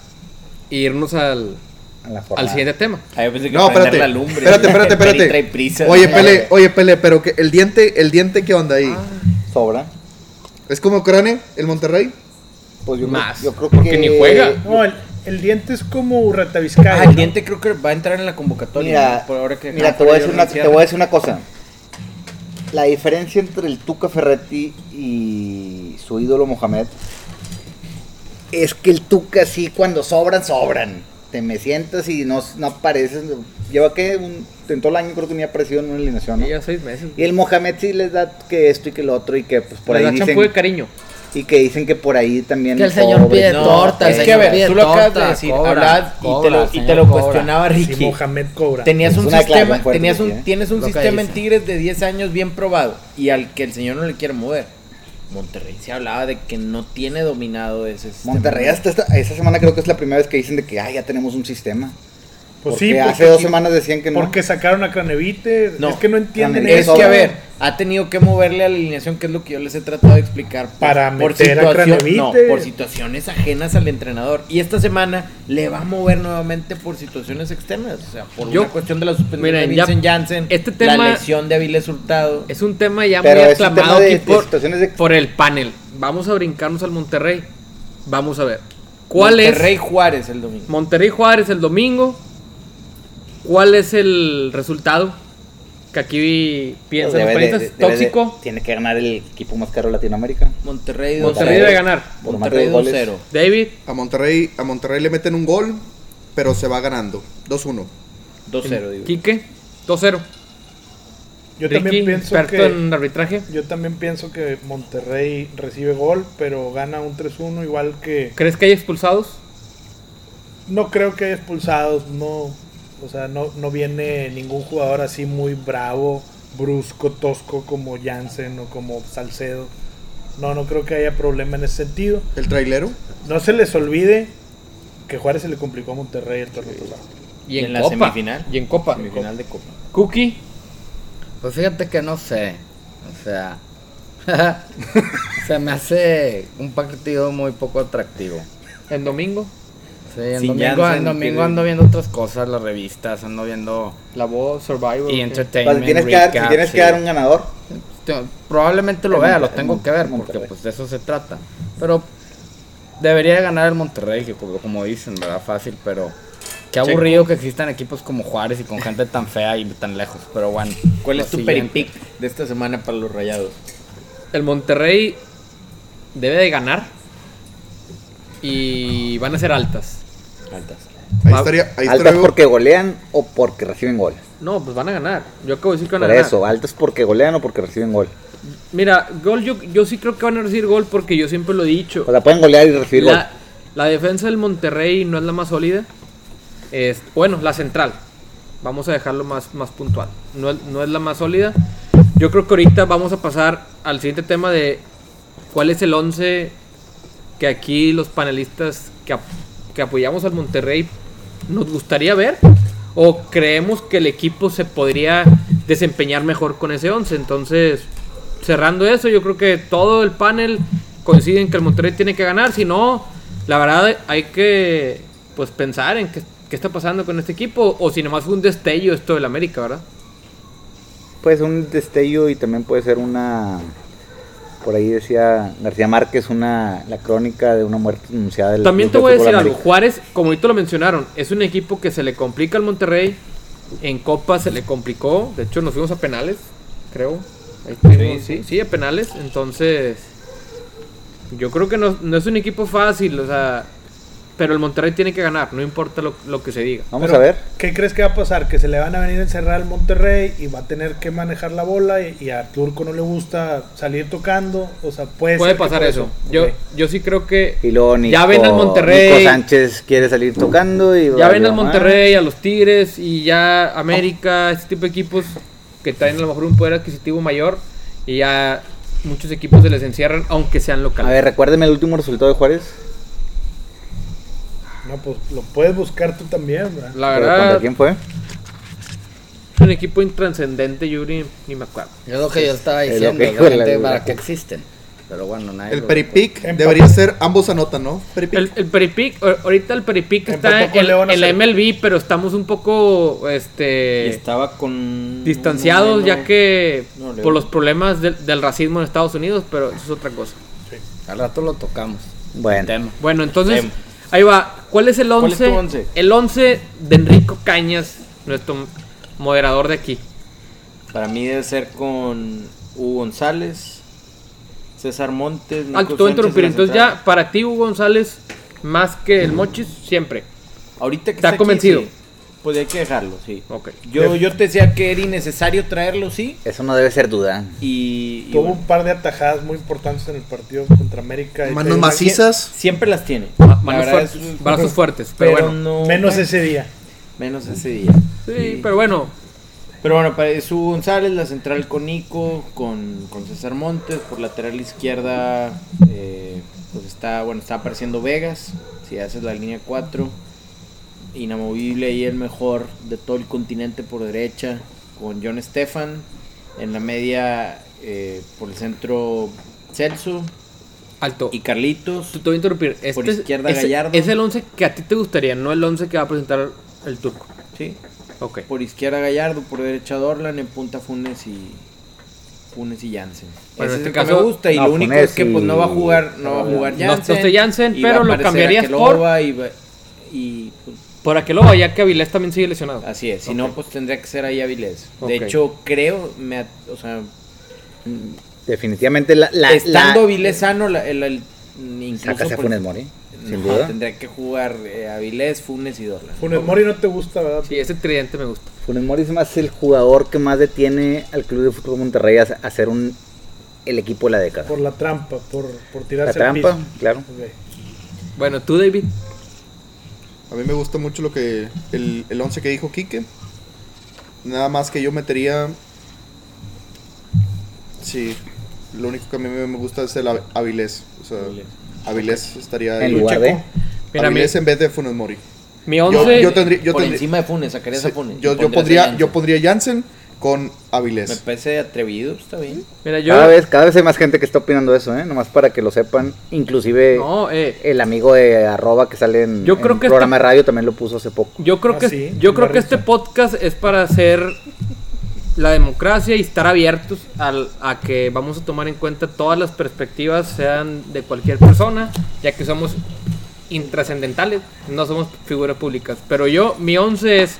[SPEAKER 2] e irnos al,
[SPEAKER 3] A la
[SPEAKER 2] al
[SPEAKER 3] jornada.
[SPEAKER 2] siguiente tema.
[SPEAKER 1] Ay, yo pensé que
[SPEAKER 6] No,
[SPEAKER 1] prender
[SPEAKER 6] espérate.
[SPEAKER 1] la lumbre.
[SPEAKER 6] Espérate, espérate,
[SPEAKER 1] El Peri
[SPEAKER 6] espérate.
[SPEAKER 1] trae prisa.
[SPEAKER 6] Oye, Pele, oye, Pele, pero que el diente, el diente, ¿qué onda ahí?
[SPEAKER 3] Sobra.
[SPEAKER 6] ¿Es como Crane, el Monterrey?
[SPEAKER 3] Pues yo,
[SPEAKER 2] Más,
[SPEAKER 3] creo, yo creo
[SPEAKER 2] porque
[SPEAKER 3] que-
[SPEAKER 2] ni juega.
[SPEAKER 4] No, el, el diente es como Urrata
[SPEAKER 1] Ah,
[SPEAKER 4] Vizcaya.
[SPEAKER 1] el
[SPEAKER 4] ¿no?
[SPEAKER 1] diente creo que va a entrar en la convocatoria.
[SPEAKER 3] Mira,
[SPEAKER 1] ¿no? Por ahora que
[SPEAKER 3] mira,
[SPEAKER 1] acaba
[SPEAKER 3] te, voy a
[SPEAKER 1] de
[SPEAKER 3] decir
[SPEAKER 1] perder
[SPEAKER 3] una,
[SPEAKER 1] el
[SPEAKER 3] te
[SPEAKER 1] cierre.
[SPEAKER 3] voy a decir una cosa. La diferencia entre el Tuca Ferretti y su ídolo Mohamed es que el Tuca sí cuando sobran, sobran. Te me sientas y no, no apareces. Lleva que un, en todo el año creo que ni ha aparecido en una alineación. ¿no?
[SPEAKER 2] Ya seis meses.
[SPEAKER 3] Y el Mohamed sí les da que esto y que lo otro y que pues
[SPEAKER 2] Por
[SPEAKER 3] por ahí
[SPEAKER 2] champú de
[SPEAKER 3] dicen
[SPEAKER 2] cariño.
[SPEAKER 3] y que dicen que por ahí también
[SPEAKER 5] Que el señor
[SPEAKER 3] pobre,
[SPEAKER 5] pide
[SPEAKER 3] no,
[SPEAKER 5] torta,
[SPEAKER 1] Es
[SPEAKER 5] el
[SPEAKER 1] que a
[SPEAKER 5] señor
[SPEAKER 1] ver,
[SPEAKER 5] pide
[SPEAKER 1] tú lo acabas de
[SPEAKER 5] torta,
[SPEAKER 1] decir,
[SPEAKER 5] cobra,
[SPEAKER 1] hablabas y te
[SPEAKER 5] cobra,
[SPEAKER 1] lo, y te
[SPEAKER 5] señor,
[SPEAKER 1] lo
[SPEAKER 5] cobra.
[SPEAKER 1] cuestionaba
[SPEAKER 4] Sí,
[SPEAKER 1] Ricky.
[SPEAKER 4] Mohamed Cobra.
[SPEAKER 1] Tenías
[SPEAKER 3] Es
[SPEAKER 1] un
[SPEAKER 3] una
[SPEAKER 1] sistema,
[SPEAKER 3] declaración fuerte,
[SPEAKER 1] tenías un,
[SPEAKER 3] Ricky, ¿eh?
[SPEAKER 1] tienes un
[SPEAKER 5] Lo que
[SPEAKER 1] sistema en
[SPEAKER 5] dice.
[SPEAKER 1] Tigres de 10 años bien probado y al que el señor no le quiere mover. Monterrey se hablaba de que no tiene dominado ese sistema.
[SPEAKER 3] Monterrey hasta esta, esta semana creo que es la primera vez que dicen de que ah, ya tenemos un sistema.
[SPEAKER 4] Pues
[SPEAKER 3] porque
[SPEAKER 4] sí, porque,
[SPEAKER 3] hace dos semanas decían que no.
[SPEAKER 4] porque sacaron a Cranevite.
[SPEAKER 1] No,
[SPEAKER 4] es que no entienden
[SPEAKER 3] Cranevite
[SPEAKER 1] Es
[SPEAKER 4] eso.
[SPEAKER 1] que a ver, ha tenido que moverle a la alineación, que es lo que yo les he tratado de explicar. por-
[SPEAKER 4] Para
[SPEAKER 1] por
[SPEAKER 4] meter a
[SPEAKER 1] situación-
[SPEAKER 4] Cranevite.
[SPEAKER 1] no, por situaciones ajenas al entrenador. Y esta semana le va a mover nuevamente por situaciones externas. O sea, por
[SPEAKER 2] Yo-
[SPEAKER 1] una cuestión de la suspensión de
[SPEAKER 2] miren, ya-
[SPEAKER 1] Vincent Janssen,
[SPEAKER 2] este tema-
[SPEAKER 1] la lesión de Avilés Hurtado.
[SPEAKER 2] Es un tema ya
[SPEAKER 3] Pero
[SPEAKER 2] muy
[SPEAKER 3] es un
[SPEAKER 2] aclamado
[SPEAKER 3] tema de-
[SPEAKER 2] aquí
[SPEAKER 3] de
[SPEAKER 2] por,
[SPEAKER 3] situaciones de-
[SPEAKER 2] por el panel. Vamos a brincarnos al Monterrey. Vamos a ver. ¿Cuál
[SPEAKER 1] Monterrey
[SPEAKER 2] es
[SPEAKER 1] Juárez el domingo.
[SPEAKER 2] Monterrey Juárez el domingo? ¿Cuál es el resultado? Que aquí
[SPEAKER 3] Pues
[SPEAKER 2] piensan los
[SPEAKER 3] debe de-
[SPEAKER 2] panistas.
[SPEAKER 3] debe de-
[SPEAKER 2] Tóxico.
[SPEAKER 3] tiene que ganar el equipo más caro de Latinoamérica.
[SPEAKER 1] Monterrey 2-0.
[SPEAKER 2] Monterrey debe ganar.
[SPEAKER 3] Por
[SPEAKER 1] Monterrey
[SPEAKER 3] más de
[SPEAKER 1] 2-0.
[SPEAKER 2] David.
[SPEAKER 6] A Monterrey, a Monterrey le meten un gol, pero se va ganando. 2-1.
[SPEAKER 1] 2-0, digo.
[SPEAKER 2] Quique. 2-0.
[SPEAKER 4] Yo
[SPEAKER 2] Ricky,
[SPEAKER 4] también pienso
[SPEAKER 2] experto
[SPEAKER 4] que.
[SPEAKER 2] en arbitraje.
[SPEAKER 4] Yo también pienso que Monterrey recibe gol, pero gana un 3-1 igual que...
[SPEAKER 2] ¿Crees que hay expulsados?
[SPEAKER 4] No creo que haya expulsados, no... O sea, no, no viene ningún jugador así muy bravo, brusco, tosco como Jansen o como Salcedo. No, no creo que haya problema en ese sentido.
[SPEAKER 6] El trailero.
[SPEAKER 4] No se les olvide que Juárez se le complicó a Monterrey el torneo pasado.
[SPEAKER 2] Y
[SPEAKER 1] Y
[SPEAKER 2] en,
[SPEAKER 1] en la
[SPEAKER 2] Copa.
[SPEAKER 1] semifinal.
[SPEAKER 2] Y en Copa.
[SPEAKER 1] Semifinal de Copa.
[SPEAKER 2] Cookie.
[SPEAKER 5] Pues fíjate que no sé. O sea. se me hace un partido muy poco atractivo.
[SPEAKER 2] El domingo.
[SPEAKER 5] Sí, el
[SPEAKER 1] Sin
[SPEAKER 5] domingo,
[SPEAKER 1] Jansen,
[SPEAKER 5] el domingo
[SPEAKER 1] que-
[SPEAKER 5] ando viendo otras cosas, las revistas, ando viendo
[SPEAKER 2] La voz, Survivor. eh,
[SPEAKER 5] y
[SPEAKER 2] ¿qué?
[SPEAKER 5] entertainment.
[SPEAKER 3] O sea, si tienes, que dar, si
[SPEAKER 5] recap,
[SPEAKER 3] tienes
[SPEAKER 5] sí.
[SPEAKER 3] que dar un ganador,
[SPEAKER 5] Te- Probablemente lo
[SPEAKER 3] El
[SPEAKER 5] vea,
[SPEAKER 3] Monte-
[SPEAKER 5] lo
[SPEAKER 3] el
[SPEAKER 5] tengo
[SPEAKER 3] Mon-
[SPEAKER 5] que ver, porque
[SPEAKER 3] Monterrey.
[SPEAKER 5] pues de eso se trata. Pero debería ganar el Monterrey, que como, como dicen, ¿verdad? Fácil, pero qué aburrido que existan equipos como Juárez y con gente tan fea y tan lejos. Pero bueno.
[SPEAKER 1] ¿Cuál
[SPEAKER 5] lo
[SPEAKER 1] es tu
[SPEAKER 5] siguiente.
[SPEAKER 1] peripic de esta semana para los rayados?
[SPEAKER 2] El Monterrey debe de ganar. Y van a ser altas.
[SPEAKER 1] Altas.
[SPEAKER 6] Ahí
[SPEAKER 2] Ah,
[SPEAKER 6] estaría, ahí
[SPEAKER 3] altas
[SPEAKER 6] estaría-
[SPEAKER 3] porque golean o porque reciben gol.
[SPEAKER 2] No, pues van a ganar. Yo acabo de decir que van a
[SPEAKER 3] Por
[SPEAKER 2] ganar.
[SPEAKER 3] eso, altas porque golean o porque reciben gol.
[SPEAKER 2] Mira, gol yo, yo sí creo que van a recibir gol porque yo siempre lo he dicho.
[SPEAKER 3] O sea, pueden golear y recibir
[SPEAKER 2] La, la defensa del Monterrey no es la más sólida. Es, bueno, la central. Vamos a dejarlo más, más puntual. No, es- no es la más sólida. Yo creo que ahorita vamos a pasar al siguiente tema de cuál es el 11 que aquí los panelistas que, ap- que apoyamos al Monterrey nos gustaría ver. O creemos que el equipo se podría desempeñar mejor con ese 11. Entonces, cerrando eso, yo creo que todo el panel coincide en que el Monterrey tiene que ganar. Si no, la verdad hay que pues pensar en qué, qué está pasando con este equipo. O si nomás fue un destello esto del América, ¿verdad?
[SPEAKER 3] gol. Puede ser Pues un destello y también puede ser una. Por ahí decía García Márquez, una la crónica de una muerte anunciada del
[SPEAKER 2] También te
[SPEAKER 3] Club
[SPEAKER 2] voy a
[SPEAKER 3] de Fútbol
[SPEAKER 2] decir algo.
[SPEAKER 3] América.
[SPEAKER 2] Juárez, como ahorita lo mencionaron, es un equipo que se le complica al Monterrey. En Copa se le complicó. De hecho, nos fuimos a penales, creo. Ahí estuvimos, sí, sí, a penales. Entonces, yo creo que no, no es un equipo fácil. O sea, pero el Monterrey tiene que ganar, no importa lo, lo que se diga.
[SPEAKER 3] Vamos a
[SPEAKER 4] Pero,
[SPEAKER 3] ver.
[SPEAKER 4] ¿Qué crees que va a pasar? Que se le van a venir a encerrar al Monterrey y va a tener que manejar la bola y, y a Turco no le gusta salir tocando. O sea, puede,
[SPEAKER 2] Puede
[SPEAKER 4] ser que
[SPEAKER 2] pasar
[SPEAKER 4] por
[SPEAKER 2] eso. Yo,
[SPEAKER 4] Ok.
[SPEAKER 2] yo sí creo que
[SPEAKER 3] Y luego Nico,
[SPEAKER 2] ya ven al Monterrey.
[SPEAKER 3] Nico Sánchez quiere salir tocando y
[SPEAKER 2] Ya
[SPEAKER 3] valió
[SPEAKER 2] ven al
[SPEAKER 3] madre.
[SPEAKER 2] Monterrey, a los Tigres y ya América, este tipo de equipos que traen a lo mejor un poder adquisitivo mayor y ya muchos equipos se les encierran aunque sean
[SPEAKER 3] A
[SPEAKER 2] locales.
[SPEAKER 3] ver, recuérdeme el último resultado de Juárez.
[SPEAKER 4] No, pues lo puedes buscar tú también, ¿verdad?
[SPEAKER 2] La
[SPEAKER 3] Pero ¿Contra
[SPEAKER 2] verdad,
[SPEAKER 3] quién fue?
[SPEAKER 2] es un equipo intranscendente, Yuri, ni me acuerdo.
[SPEAKER 5] Es lo que yo estaba
[SPEAKER 3] Es lo
[SPEAKER 5] diciendo,
[SPEAKER 3] que-
[SPEAKER 5] es lo que te-
[SPEAKER 3] la-
[SPEAKER 5] para qué existen. Pero bueno, nadie
[SPEAKER 6] El
[SPEAKER 5] lo-
[SPEAKER 6] peripic
[SPEAKER 4] Empate.
[SPEAKER 6] debería ser ambos anotan, ¿no? Peripic.
[SPEAKER 2] El, el Peripic, ahor- ahorita el Peripic está
[SPEAKER 4] Empató con
[SPEAKER 2] en
[SPEAKER 4] León a
[SPEAKER 2] en la
[SPEAKER 4] cero.
[SPEAKER 2] MLB, pero estamos un poco este
[SPEAKER 1] Y estaba con.
[SPEAKER 2] distanciados
[SPEAKER 1] uno menos.
[SPEAKER 2] ya que
[SPEAKER 1] No, León.
[SPEAKER 2] por los problemas del, del racismo en Estados Unidos, pero eso es otra cosa.
[SPEAKER 5] Al rato lo tocamos.
[SPEAKER 3] Bueno,
[SPEAKER 5] Tema.
[SPEAKER 2] Bueno, entonces
[SPEAKER 1] Em.
[SPEAKER 2] ahí va. ¿Cuál es el
[SPEAKER 1] ¿Cuál es tu
[SPEAKER 2] 11?
[SPEAKER 1] once?
[SPEAKER 2] El 11 de Enrico Cañas, nuestro moderador de aquí. Ah,
[SPEAKER 1] Para mí debe ser con Hugo González, César Montes. Nico
[SPEAKER 2] Ah, te voy a
[SPEAKER 1] Sánchez en
[SPEAKER 2] interrumpir.
[SPEAKER 1] la
[SPEAKER 2] Entonces
[SPEAKER 1] central.
[SPEAKER 2] ya para ti Hugo González más que el Mochis siempre.
[SPEAKER 1] Ahorita que
[SPEAKER 2] ¿Está
[SPEAKER 1] aquí,
[SPEAKER 2] convencido?
[SPEAKER 1] sí. Pues hay que dejarlo, sí.
[SPEAKER 2] Ok.
[SPEAKER 1] Yo, yo te decía que era innecesario traerlo, sí.
[SPEAKER 3] eso no debe ser duda.
[SPEAKER 1] Y, y
[SPEAKER 4] Tuvo
[SPEAKER 1] bueno,
[SPEAKER 4] un par de atajadas muy importantes en el partido contra América. Y
[SPEAKER 6] Manos
[SPEAKER 4] Perú.
[SPEAKER 6] macizas.
[SPEAKER 1] siempre las tiene.
[SPEAKER 2] Ma-
[SPEAKER 1] La
[SPEAKER 2] manos
[SPEAKER 1] verdad
[SPEAKER 2] fuertes,
[SPEAKER 1] es-
[SPEAKER 2] brazos fuertes, pero, bueno.
[SPEAKER 1] no-
[SPEAKER 4] Menos ese día.
[SPEAKER 1] menos ese día.
[SPEAKER 2] Sí, pero bueno,
[SPEAKER 1] Pero bueno, para- es Hugo González, la central con Nico, con, con César Montes, por lateral izquierda, eh, pues está, bueno, está apareciendo Vegas, si haces la línea 4, inamovible y el mejor de todo el continente por derecha, con John Stefan, en la media eh, por el centro Celso
[SPEAKER 2] alto.
[SPEAKER 1] y Carlitos.
[SPEAKER 2] Te voy a interrumpir. Este
[SPEAKER 1] Por
[SPEAKER 2] es-
[SPEAKER 1] izquierda,
[SPEAKER 2] es,
[SPEAKER 1] Gallardo.
[SPEAKER 2] Es el 11 que a ti te gustaría, no el 11 que va a presentar el turco.
[SPEAKER 1] Sí,
[SPEAKER 2] Ok.
[SPEAKER 1] por izquierda Gallardo, por derecha Dorlan, en punta Funes y Funes y Jansen.
[SPEAKER 2] Bueno,
[SPEAKER 1] Ese
[SPEAKER 2] en este
[SPEAKER 1] es el que
[SPEAKER 2] caso-
[SPEAKER 1] me gusta y
[SPEAKER 3] no,
[SPEAKER 1] lo único
[SPEAKER 3] Funes
[SPEAKER 1] es que pues
[SPEAKER 3] y-
[SPEAKER 1] no va a jugar, no va a jugar
[SPEAKER 2] No,
[SPEAKER 1] Jansen.
[SPEAKER 2] entonces Jansen,
[SPEAKER 1] y va a
[SPEAKER 2] pero lo
[SPEAKER 1] aparecer
[SPEAKER 2] cambiarías
[SPEAKER 1] Akeloba y, va- y, pues,
[SPEAKER 2] Por aquel lado, ya que Avilés también sigue lesionado.
[SPEAKER 1] así es, si no pues tendría que ser ahí Avilés.
[SPEAKER 2] Ok.
[SPEAKER 1] De hecho, creo me at- o sea,
[SPEAKER 3] Definitivamente la. la
[SPEAKER 1] estando
[SPEAKER 3] la-
[SPEAKER 1] Avilés sano la- el, el- incluso
[SPEAKER 3] Sacas a
[SPEAKER 1] por-
[SPEAKER 3] Funes Mori, sin
[SPEAKER 1] Ajá,
[SPEAKER 3] duda.
[SPEAKER 1] Tendría que jugar eh, Avilés, Funes y Dorlan.
[SPEAKER 4] Funes Mori no te gusta, ¿verdad?
[SPEAKER 2] Sí, ese tridente me gusta.
[SPEAKER 3] Funes Mori es más el jugador que más detiene al Club de Fútbol Monterrey a a ser un, el equipo de la década.
[SPEAKER 4] Por la trampa, por, por
[SPEAKER 3] La
[SPEAKER 4] tirarse al
[SPEAKER 3] trampa,
[SPEAKER 4] piso.
[SPEAKER 3] claro.
[SPEAKER 4] Ok.
[SPEAKER 2] Bueno, tú, David.
[SPEAKER 6] A mí me gusta mucho lo que el, el 11 que dijo Quique. Nada más que yo metería. Sí, lo único que a mí me me gusta es el Av- Avilés. O sea, Avilés estaría
[SPEAKER 3] En
[SPEAKER 6] ahí.
[SPEAKER 3] lugar de.
[SPEAKER 2] Mira, mi,
[SPEAKER 6] Avilés en vez de Funes Mori.
[SPEAKER 2] mi
[SPEAKER 6] Yo,
[SPEAKER 2] 11.
[SPEAKER 6] yo tendría. Yo,
[SPEAKER 1] por
[SPEAKER 6] tendría-
[SPEAKER 1] encima de Funes, sacarías a
[SPEAKER 6] sí,
[SPEAKER 1] Funes. y
[SPEAKER 6] yo, yo
[SPEAKER 1] pondrías a
[SPEAKER 6] podría,
[SPEAKER 1] Jansen.
[SPEAKER 6] yo pondría Jansen con
[SPEAKER 1] Me
[SPEAKER 6] Avilés.
[SPEAKER 1] parece atrevido, pues, está bien.
[SPEAKER 2] Mira, yo.
[SPEAKER 3] Cada vez, cada vez hay más gente que está opinando eso, ¿eh? Nomás para que lo sepan. Inclusive
[SPEAKER 2] No, eh,
[SPEAKER 3] el amigo de arroba que sale en,
[SPEAKER 2] Yo creo
[SPEAKER 3] en
[SPEAKER 2] que
[SPEAKER 3] programa de radio también lo puso hace poco.
[SPEAKER 2] Yo creo
[SPEAKER 4] Ah,
[SPEAKER 2] que
[SPEAKER 4] sí,
[SPEAKER 2] yo creo que
[SPEAKER 4] barriza.
[SPEAKER 2] este podcast es para hacer la democracia y estar abiertos al, a que vamos a tomar en cuenta todas las perspectivas sean de cualquier persona, ya que somos intrascendentales, no somos figuras públicas. Pero yo mi once es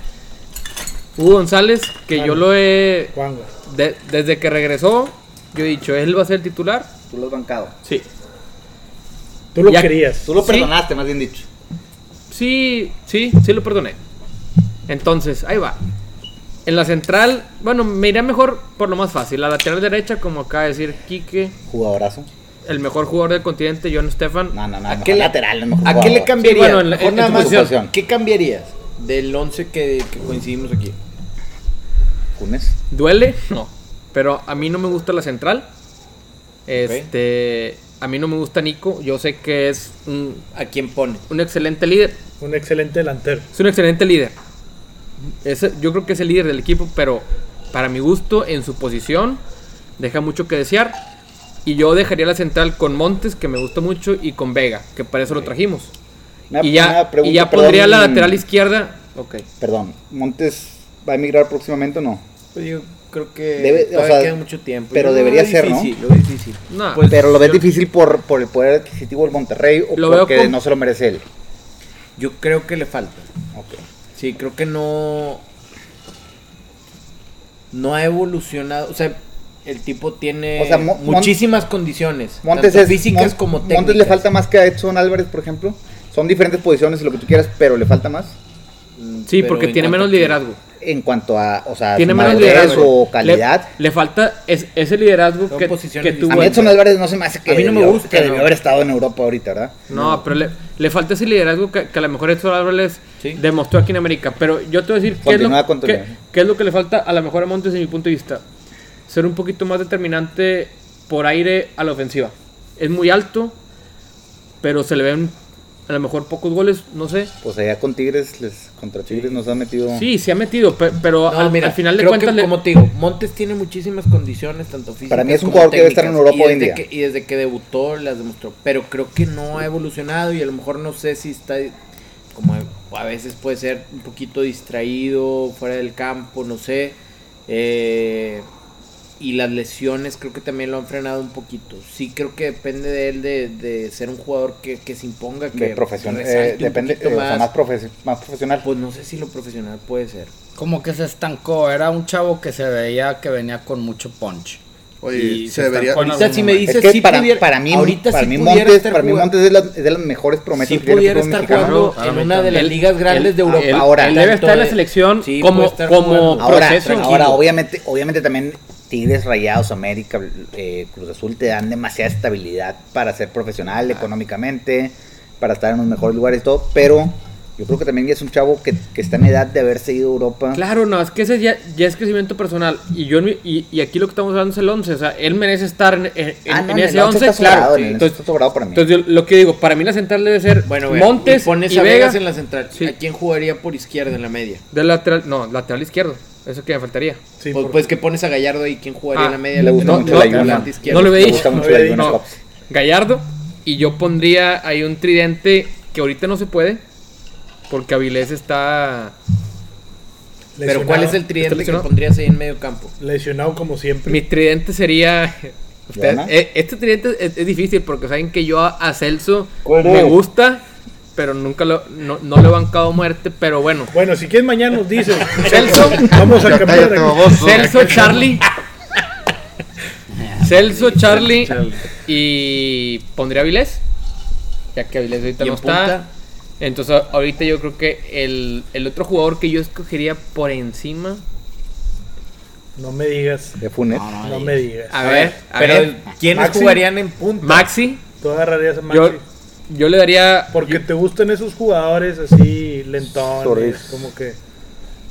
[SPEAKER 2] Hugo González, que yo
[SPEAKER 4] Claro.
[SPEAKER 2] lo he
[SPEAKER 4] Juanga.
[SPEAKER 2] de- desde que regresó, yo he dicho él va a ser titular.
[SPEAKER 3] Tú lo has bancado.
[SPEAKER 2] Sí.
[SPEAKER 4] Tú lo
[SPEAKER 2] Ya-
[SPEAKER 4] querías.
[SPEAKER 2] Tú lo Sí. perdonaste,
[SPEAKER 3] más bien dicho.
[SPEAKER 2] Sí, sí, sí lo perdoné. Entonces, ahí va. En la central, bueno, me iría mejor por lo más fácil. La lateral derecha, como acaba de decir Quique,
[SPEAKER 3] Jugadorazo.
[SPEAKER 2] el mejor jugador del continente, John Stefan.
[SPEAKER 3] No, no, no.
[SPEAKER 1] ¿A
[SPEAKER 3] mejor
[SPEAKER 1] qué le-
[SPEAKER 3] lateral? no, mejor
[SPEAKER 1] ¿A qué le
[SPEAKER 3] jugador.
[SPEAKER 1] cambiarías?
[SPEAKER 2] Sí, bueno, en la-
[SPEAKER 1] Mejor
[SPEAKER 2] en
[SPEAKER 1] nada
[SPEAKER 2] tu
[SPEAKER 1] más,
[SPEAKER 3] posición.
[SPEAKER 1] ¿Qué cambiarías del 11 que, que coincidimos aquí?
[SPEAKER 3] Funes.
[SPEAKER 2] ¿Duele? No. Pero a mí no me gusta la central. Este. A mí no me gusta Nico. Yo sé que es un,
[SPEAKER 1] ¿A quién pone?
[SPEAKER 2] un excelente líder.
[SPEAKER 4] Un excelente delantero.
[SPEAKER 2] Es un excelente líder. Es- yo creo que es el líder del equipo, pero para mi gusto, en su posición, deja mucho que desear. Y yo dejaría la central con Montes, que me gusta mucho, y con Vega, que para eso lo trajimos.
[SPEAKER 3] Una-
[SPEAKER 2] y ya,
[SPEAKER 3] una pregunta,
[SPEAKER 2] y ya
[SPEAKER 3] perdón.
[SPEAKER 2] pondría la lateral izquierda. Ok.
[SPEAKER 3] Perdón, ¿Montes va a emigrar próximamente o no?
[SPEAKER 1] Pues yo creo que
[SPEAKER 3] Debe- o
[SPEAKER 1] todavía
[SPEAKER 3] sea,
[SPEAKER 1] queda mucho tiempo.
[SPEAKER 3] pero
[SPEAKER 1] Yo lo
[SPEAKER 3] debería
[SPEAKER 1] veo
[SPEAKER 3] ser, ¿no?
[SPEAKER 1] difícil, Lo veo difícil.
[SPEAKER 2] No,
[SPEAKER 1] Pues,
[SPEAKER 3] Pero lo ves
[SPEAKER 2] yo-
[SPEAKER 3] difícil por, por el poder adquisitivo del Monterrey o
[SPEAKER 2] Lo veo
[SPEAKER 3] porque
[SPEAKER 2] con-
[SPEAKER 3] no se lo merece él.
[SPEAKER 1] Yo creo que le falta.
[SPEAKER 3] Ok.
[SPEAKER 1] Sí, creo que no. No ha evolucionado. O sea, el tipo tiene
[SPEAKER 3] O sea, Mo- Mon-
[SPEAKER 1] muchísimas condiciones.
[SPEAKER 3] Montes
[SPEAKER 1] tanto
[SPEAKER 3] es-
[SPEAKER 1] físicas
[SPEAKER 3] Mon-
[SPEAKER 1] como técnicas.
[SPEAKER 3] Montes le falta más que a Edson Álvarez, por ejemplo. Son diferentes posiciones y lo que tú quieras, pero le falta más
[SPEAKER 1] Mm,
[SPEAKER 2] Sí,
[SPEAKER 1] pero
[SPEAKER 2] porque
[SPEAKER 1] en
[SPEAKER 2] tiene
[SPEAKER 1] cuanto
[SPEAKER 2] menos
[SPEAKER 1] a-
[SPEAKER 2] liderazgo.
[SPEAKER 3] en cuanto a, o sea,
[SPEAKER 2] Tiene
[SPEAKER 3] su
[SPEAKER 2] menos
[SPEAKER 3] madurez
[SPEAKER 2] liderazgo.
[SPEAKER 3] o calidad.
[SPEAKER 2] Le, le falta es- ese liderazgo
[SPEAKER 1] Son
[SPEAKER 2] que,
[SPEAKER 1] posiciones
[SPEAKER 2] que tuvo.
[SPEAKER 3] a mí Edson Álvarez no se me hace que
[SPEAKER 1] A mí no me
[SPEAKER 3] debió-
[SPEAKER 1] gusta,
[SPEAKER 3] que debió
[SPEAKER 1] no.
[SPEAKER 3] haber estado en Europa ahorita, ¿verdad?
[SPEAKER 2] No, pero le, le falta ese liderazgo que, que a lo mejor Edson Álvarez
[SPEAKER 1] Sí.
[SPEAKER 2] demostró aquí en América. Pero yo te voy a decir qué es,
[SPEAKER 3] Continúa
[SPEAKER 2] lo,
[SPEAKER 3] con tu
[SPEAKER 2] qué-
[SPEAKER 3] idea.
[SPEAKER 2] qué es lo que le falta a lo mejor a Montes, en mi punto de vista. Ser un poquito más determinante por aire a la ofensiva. Es muy alto, pero se le ven a lo mejor pocos goles, no sé.
[SPEAKER 3] Pues allá con Tigres, les, contra Tigres nos han metido.
[SPEAKER 2] Sí, se ha metido, pe- pero
[SPEAKER 1] No,
[SPEAKER 2] al,
[SPEAKER 1] mira,
[SPEAKER 2] al final de
[SPEAKER 1] creo que,
[SPEAKER 2] cuentas... le-
[SPEAKER 1] como te digo, Montes tiene muchísimas condiciones, tanto físicas
[SPEAKER 3] Para mí es
[SPEAKER 1] como
[SPEAKER 3] un jugador que debe estar en
[SPEAKER 1] técnicas,
[SPEAKER 3] Europa
[SPEAKER 1] y
[SPEAKER 3] hoy en
[SPEAKER 1] desde
[SPEAKER 3] día.
[SPEAKER 1] que- y desde que debutó las demostró, pero creo que no ha evolucionado y a lo mejor no sé si está, como a veces puede ser un poquito distraído, fuera del campo, no sé. Eh, y las lesiones creo que también lo han frenado un poquito. Sí creo que depende de él de, de ser un jugador que, que se imponga, que
[SPEAKER 3] De profesión,
[SPEAKER 1] resalte
[SPEAKER 3] eh,
[SPEAKER 1] un
[SPEAKER 3] depende,
[SPEAKER 1] poquito
[SPEAKER 3] eh, o sea,
[SPEAKER 1] más.
[SPEAKER 3] más, profe- más profesional.
[SPEAKER 1] Pues no sé si lo profesional puede ser.
[SPEAKER 5] Como que se estancó. Era un chavo que se veía que venía con mucho punch.
[SPEAKER 6] Oye,
[SPEAKER 5] Y
[SPEAKER 6] se
[SPEAKER 5] se
[SPEAKER 6] debería.
[SPEAKER 5] está con
[SPEAKER 1] Ahorita si me dices
[SPEAKER 3] es que
[SPEAKER 1] sí
[SPEAKER 3] para,
[SPEAKER 1] pudiera-
[SPEAKER 3] para mí,
[SPEAKER 1] ahorita
[SPEAKER 3] para
[SPEAKER 1] sí
[SPEAKER 3] mí
[SPEAKER 1] pudiera
[SPEAKER 3] Montes,
[SPEAKER 1] estar
[SPEAKER 3] para mí
[SPEAKER 1] jugando-
[SPEAKER 3] Montes es, la- es de las mejores promesas
[SPEAKER 1] sí
[SPEAKER 3] que tiene el
[SPEAKER 1] pudiera
[SPEAKER 3] fútbol
[SPEAKER 1] estar
[SPEAKER 3] mexicano.
[SPEAKER 1] jugando
[SPEAKER 5] Claro, a
[SPEAKER 1] en
[SPEAKER 5] mí
[SPEAKER 1] una de las
[SPEAKER 2] Él-
[SPEAKER 1] ligas grandes de
[SPEAKER 2] él-
[SPEAKER 1] Europa.
[SPEAKER 2] él-
[SPEAKER 3] Ahora,
[SPEAKER 2] él debe
[SPEAKER 1] Tanto
[SPEAKER 2] estar en la
[SPEAKER 1] de-
[SPEAKER 2] selección
[SPEAKER 1] Sí,
[SPEAKER 2] como,
[SPEAKER 1] puede estar
[SPEAKER 2] como
[SPEAKER 1] jugando.
[SPEAKER 3] Ahora,
[SPEAKER 2] proceso.
[SPEAKER 3] ahora obviamente, obviamente también Tigres, Rayados, América, eh, Cruz Azul te dan demasiada estabilidad para ser profesional económicamente, para estar en los mejores lugares y todo, pero yo creo que también ya es un chavo que, que está en edad de haberse ido a Europa.
[SPEAKER 2] Claro, no, es que ese ya, ya es crecimiento personal. Y yo en mi- y, y aquí lo que estamos hablando es el 11. O sea, él merece estar en, en-
[SPEAKER 3] Ah, no,
[SPEAKER 2] en
[SPEAKER 3] en el
[SPEAKER 2] ese
[SPEAKER 3] once
[SPEAKER 2] 11,
[SPEAKER 3] está sobrado,
[SPEAKER 2] claro.
[SPEAKER 3] en el once
[SPEAKER 2] Entonces,
[SPEAKER 3] está sobrado para mí.
[SPEAKER 2] entonces yo- lo que digo, para mí la central debe ser
[SPEAKER 1] Bueno,
[SPEAKER 2] Montes
[SPEAKER 1] Montes pones
[SPEAKER 2] y
[SPEAKER 1] a Vegas
[SPEAKER 2] Vegas
[SPEAKER 1] en la central.
[SPEAKER 2] Sí.
[SPEAKER 1] ¿A quién jugaría por izquierda en la media?
[SPEAKER 2] de lateral, no, lateral izquierdo. Eso que me faltaría.
[SPEAKER 4] Sí,
[SPEAKER 1] pues,
[SPEAKER 4] por-
[SPEAKER 1] pues que pones a Gallardo ahí, ¿quién jugaría
[SPEAKER 2] Ah,
[SPEAKER 1] en la media?
[SPEAKER 3] le gusta
[SPEAKER 1] lateral?
[SPEAKER 3] mucho la
[SPEAKER 1] volante
[SPEAKER 3] Yuna.
[SPEAKER 1] izquierdo.
[SPEAKER 2] No lo
[SPEAKER 3] Me
[SPEAKER 2] veis.
[SPEAKER 3] gusta mucho
[SPEAKER 4] No,
[SPEAKER 3] la
[SPEAKER 4] no.
[SPEAKER 3] Jonas Cops.
[SPEAKER 2] Gallardo y yo pondría ahí un tridente que ahorita no se puede porque Avilés está
[SPEAKER 1] Pero ¿cuál es el
[SPEAKER 2] ¿Está
[SPEAKER 1] tridente que
[SPEAKER 2] lesionado?
[SPEAKER 1] pondrías ahí en medio campo?
[SPEAKER 4] Lesionado como siempre.
[SPEAKER 2] mi tridente sería ustedes-
[SPEAKER 3] ¿Diana?
[SPEAKER 2] eh, este tridente es, es difícil porque saben que yo a, a Celso
[SPEAKER 3] ¿Cómo?
[SPEAKER 2] me gusta pero nunca lo no, no le he bancado muerte pero bueno
[SPEAKER 4] Bueno, si quieres mañana nos dices.
[SPEAKER 2] Celso.
[SPEAKER 4] Vamos a
[SPEAKER 6] Ya
[SPEAKER 4] cambiar.
[SPEAKER 6] cállate,
[SPEAKER 4] aquí.
[SPEAKER 6] baboso.
[SPEAKER 2] Celso Charlie Celso Charlie y pondría Avilés ya que Avilés ahorita
[SPEAKER 1] ¿Y
[SPEAKER 2] no
[SPEAKER 1] en punta?
[SPEAKER 2] está entonces a- ahorita yo creo que el, el otro jugador que yo escogería por encima
[SPEAKER 4] No me digas.
[SPEAKER 3] De Funes.
[SPEAKER 5] No, no,
[SPEAKER 4] No
[SPEAKER 5] y-
[SPEAKER 4] me digas.
[SPEAKER 2] a, ver, a
[SPEAKER 1] Pero,
[SPEAKER 2] ver
[SPEAKER 1] ¿quiénes
[SPEAKER 4] Maxi.
[SPEAKER 1] jugarían en punta?
[SPEAKER 2] Maxi
[SPEAKER 4] Tú agarrarías a Maxi.
[SPEAKER 2] yo, yo le daría
[SPEAKER 4] Porque te gustan esos jugadores así lentones,
[SPEAKER 3] Sorris.
[SPEAKER 4] como que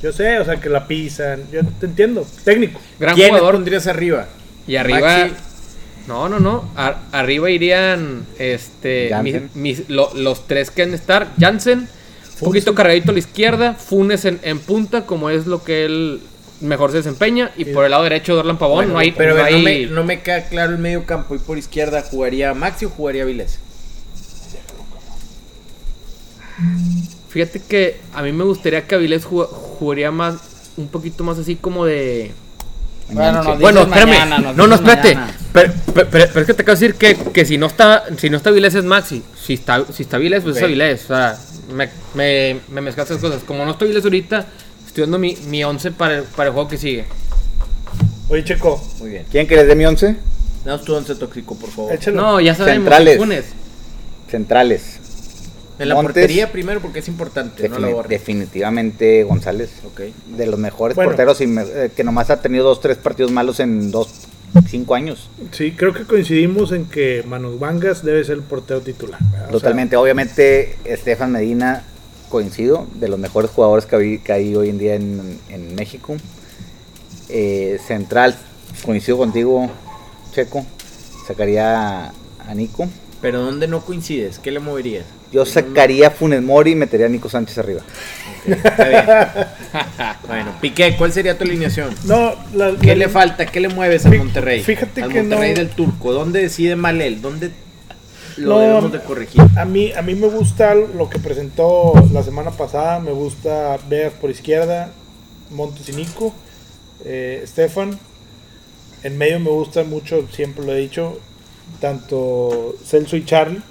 [SPEAKER 4] yo sé, o sea, que la pisan. Yo te entiendo, técnico.
[SPEAKER 2] gran
[SPEAKER 1] ¿Quiénes
[SPEAKER 2] jugador
[SPEAKER 1] pondrías arriba?
[SPEAKER 2] Y arriba.
[SPEAKER 1] Maxi.
[SPEAKER 2] No, no, no. Ar- arriba irían este
[SPEAKER 3] Jansen.
[SPEAKER 2] mis- mis- lo- los tres que han de estar. Jansen, un poquito cargadito a la izquierda. Funes en, en punta, como es lo que él mejor se desempeña. Y por el lado derecho, Dorlan Pavón.
[SPEAKER 1] Bueno,
[SPEAKER 2] no hay.
[SPEAKER 1] pero a
[SPEAKER 2] no
[SPEAKER 1] ver, no,
[SPEAKER 2] hay-
[SPEAKER 1] me, no me queda claro el medio campo. Y por izquierda, ¿jugaría Maxi o jugaría Vilés?
[SPEAKER 2] Fíjate que a mí me gustaría que Avilés jug- jugaría más. Un poquito más así como de.
[SPEAKER 5] Bueno, nos
[SPEAKER 2] Bueno,
[SPEAKER 5] dices
[SPEAKER 2] espérame.
[SPEAKER 5] mañana, nos
[SPEAKER 2] no, no,
[SPEAKER 5] dices
[SPEAKER 2] espérate.
[SPEAKER 5] mañana.
[SPEAKER 2] Pero, pero- pero- pero es que te acabo de decir que, que si no está si no está Vilés es Maxi. Si está, si está Vilés, pues
[SPEAKER 1] Ok.
[SPEAKER 2] es Vilés. O sea, me, me, me mezclas esas cosas. Como no estoy Vilés ahorita, estoy dando mi, mi 11 para, el- para el juego que sigue.
[SPEAKER 4] Oye, Checo,
[SPEAKER 1] Muy bien.
[SPEAKER 3] ¿Quién querés de mi once?
[SPEAKER 1] Danos tu once tóxico, por favor.
[SPEAKER 4] échalo.
[SPEAKER 2] No, ya sabemos.
[SPEAKER 3] Centrales.
[SPEAKER 2] Funes.
[SPEAKER 3] Centrales.
[SPEAKER 1] En la
[SPEAKER 3] Montes.
[SPEAKER 1] portería primero porque es importante, no
[SPEAKER 3] Defini-
[SPEAKER 1] la borres.
[SPEAKER 3] definitivamente González.
[SPEAKER 1] Ok.
[SPEAKER 3] De los mejores
[SPEAKER 4] Bueno.
[SPEAKER 3] porteros y me- eh, que nomás ha tenido dos, tres partidos malos en dos, cinco años.
[SPEAKER 5] Ah,
[SPEAKER 4] Sí, creo que coincidimos en que Manos Vangas debe ser el portero titular. ¿verdad? O
[SPEAKER 3] Totalmente, obviamente Estefan Medina, coincido, de los mejores jugadores que, hay- que hay hoy en día en, en México. Eh, central, coincido contigo, Checo, sacaría a Nico.
[SPEAKER 1] Pero ¿dónde no coincides? ¿Qué le moverías?
[SPEAKER 3] Yo sacaría a Funes Mori y metería a Nico Sánchez arriba.
[SPEAKER 1] Bueno, Piqué, ¿cuál sería tu alineación?
[SPEAKER 4] sea, no, la-
[SPEAKER 1] ¿Qué
[SPEAKER 4] la-
[SPEAKER 1] le falta? ¿Qué le mueves a
[SPEAKER 4] Fí-
[SPEAKER 1] Monterrey?
[SPEAKER 4] fíjate
[SPEAKER 1] Al
[SPEAKER 4] que
[SPEAKER 1] Monterrey
[SPEAKER 4] no-
[SPEAKER 1] del Turco. ¿Dónde decide mal él? ¿Dónde lo
[SPEAKER 4] No,
[SPEAKER 1] debemos de corregir?
[SPEAKER 4] A mí, a mí me gusta lo que presentó la semana pasada. Me gusta Vegas por izquierda, Montes y Nico, eh, Estefan. En medio me gustan mucho, siempre lo he dicho, tanto Celso y Charlie.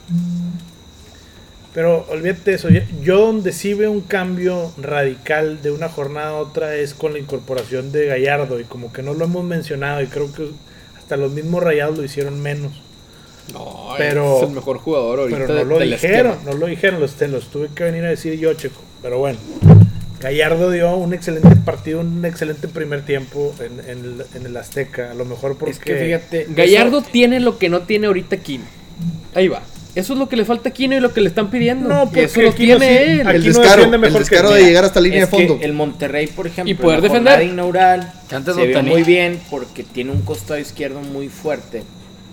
[SPEAKER 4] Pero olvídate de eso. Yo, yo donde sí veo un cambio radical de una jornada a otra es con la incorporación de Gallardo. Y como que no lo hemos mencionado y creo que hasta los mismos rayados lo hicieron menos.
[SPEAKER 2] No,
[SPEAKER 4] Pero-
[SPEAKER 2] es el mejor jugador ahorita
[SPEAKER 4] Pero no
[SPEAKER 2] de-
[SPEAKER 4] lo
[SPEAKER 2] del
[SPEAKER 4] dijeron,
[SPEAKER 2] esquema.
[SPEAKER 4] no lo dijeron, los, te los tuve que venir a decir yo, Checo. Pero bueno, Gallardo dio un excelente partido, un excelente primer tiempo en, en el, en el Azteca. A lo mejor porque.
[SPEAKER 1] Es que fíjate.
[SPEAKER 2] Gallardo tiene lo que no tiene ahorita Kino. Ahí va. Eso es lo que le falta a Kino y lo que le están pidiendo.
[SPEAKER 4] No,
[SPEAKER 2] Y
[SPEAKER 4] porque
[SPEAKER 2] eso lo
[SPEAKER 4] aquí no
[SPEAKER 2] tiene
[SPEAKER 4] sí-
[SPEAKER 2] él.
[SPEAKER 4] aquí
[SPEAKER 6] El
[SPEAKER 4] no
[SPEAKER 6] descaro,
[SPEAKER 4] defiende mejor
[SPEAKER 6] el descaro
[SPEAKER 4] que-
[SPEAKER 6] de llegar hasta
[SPEAKER 1] eso-
[SPEAKER 6] línea de
[SPEAKER 1] es que
[SPEAKER 6] fondo.
[SPEAKER 1] el Monterrey, por ejemplo,
[SPEAKER 2] Y poder
[SPEAKER 1] en la
[SPEAKER 2] defender.
[SPEAKER 1] jornada inaugural
[SPEAKER 5] Que antes
[SPEAKER 1] se
[SPEAKER 5] lo
[SPEAKER 1] vio
[SPEAKER 5] tenía.
[SPEAKER 1] muy bien porque tiene un costado izquierdo muy fuerte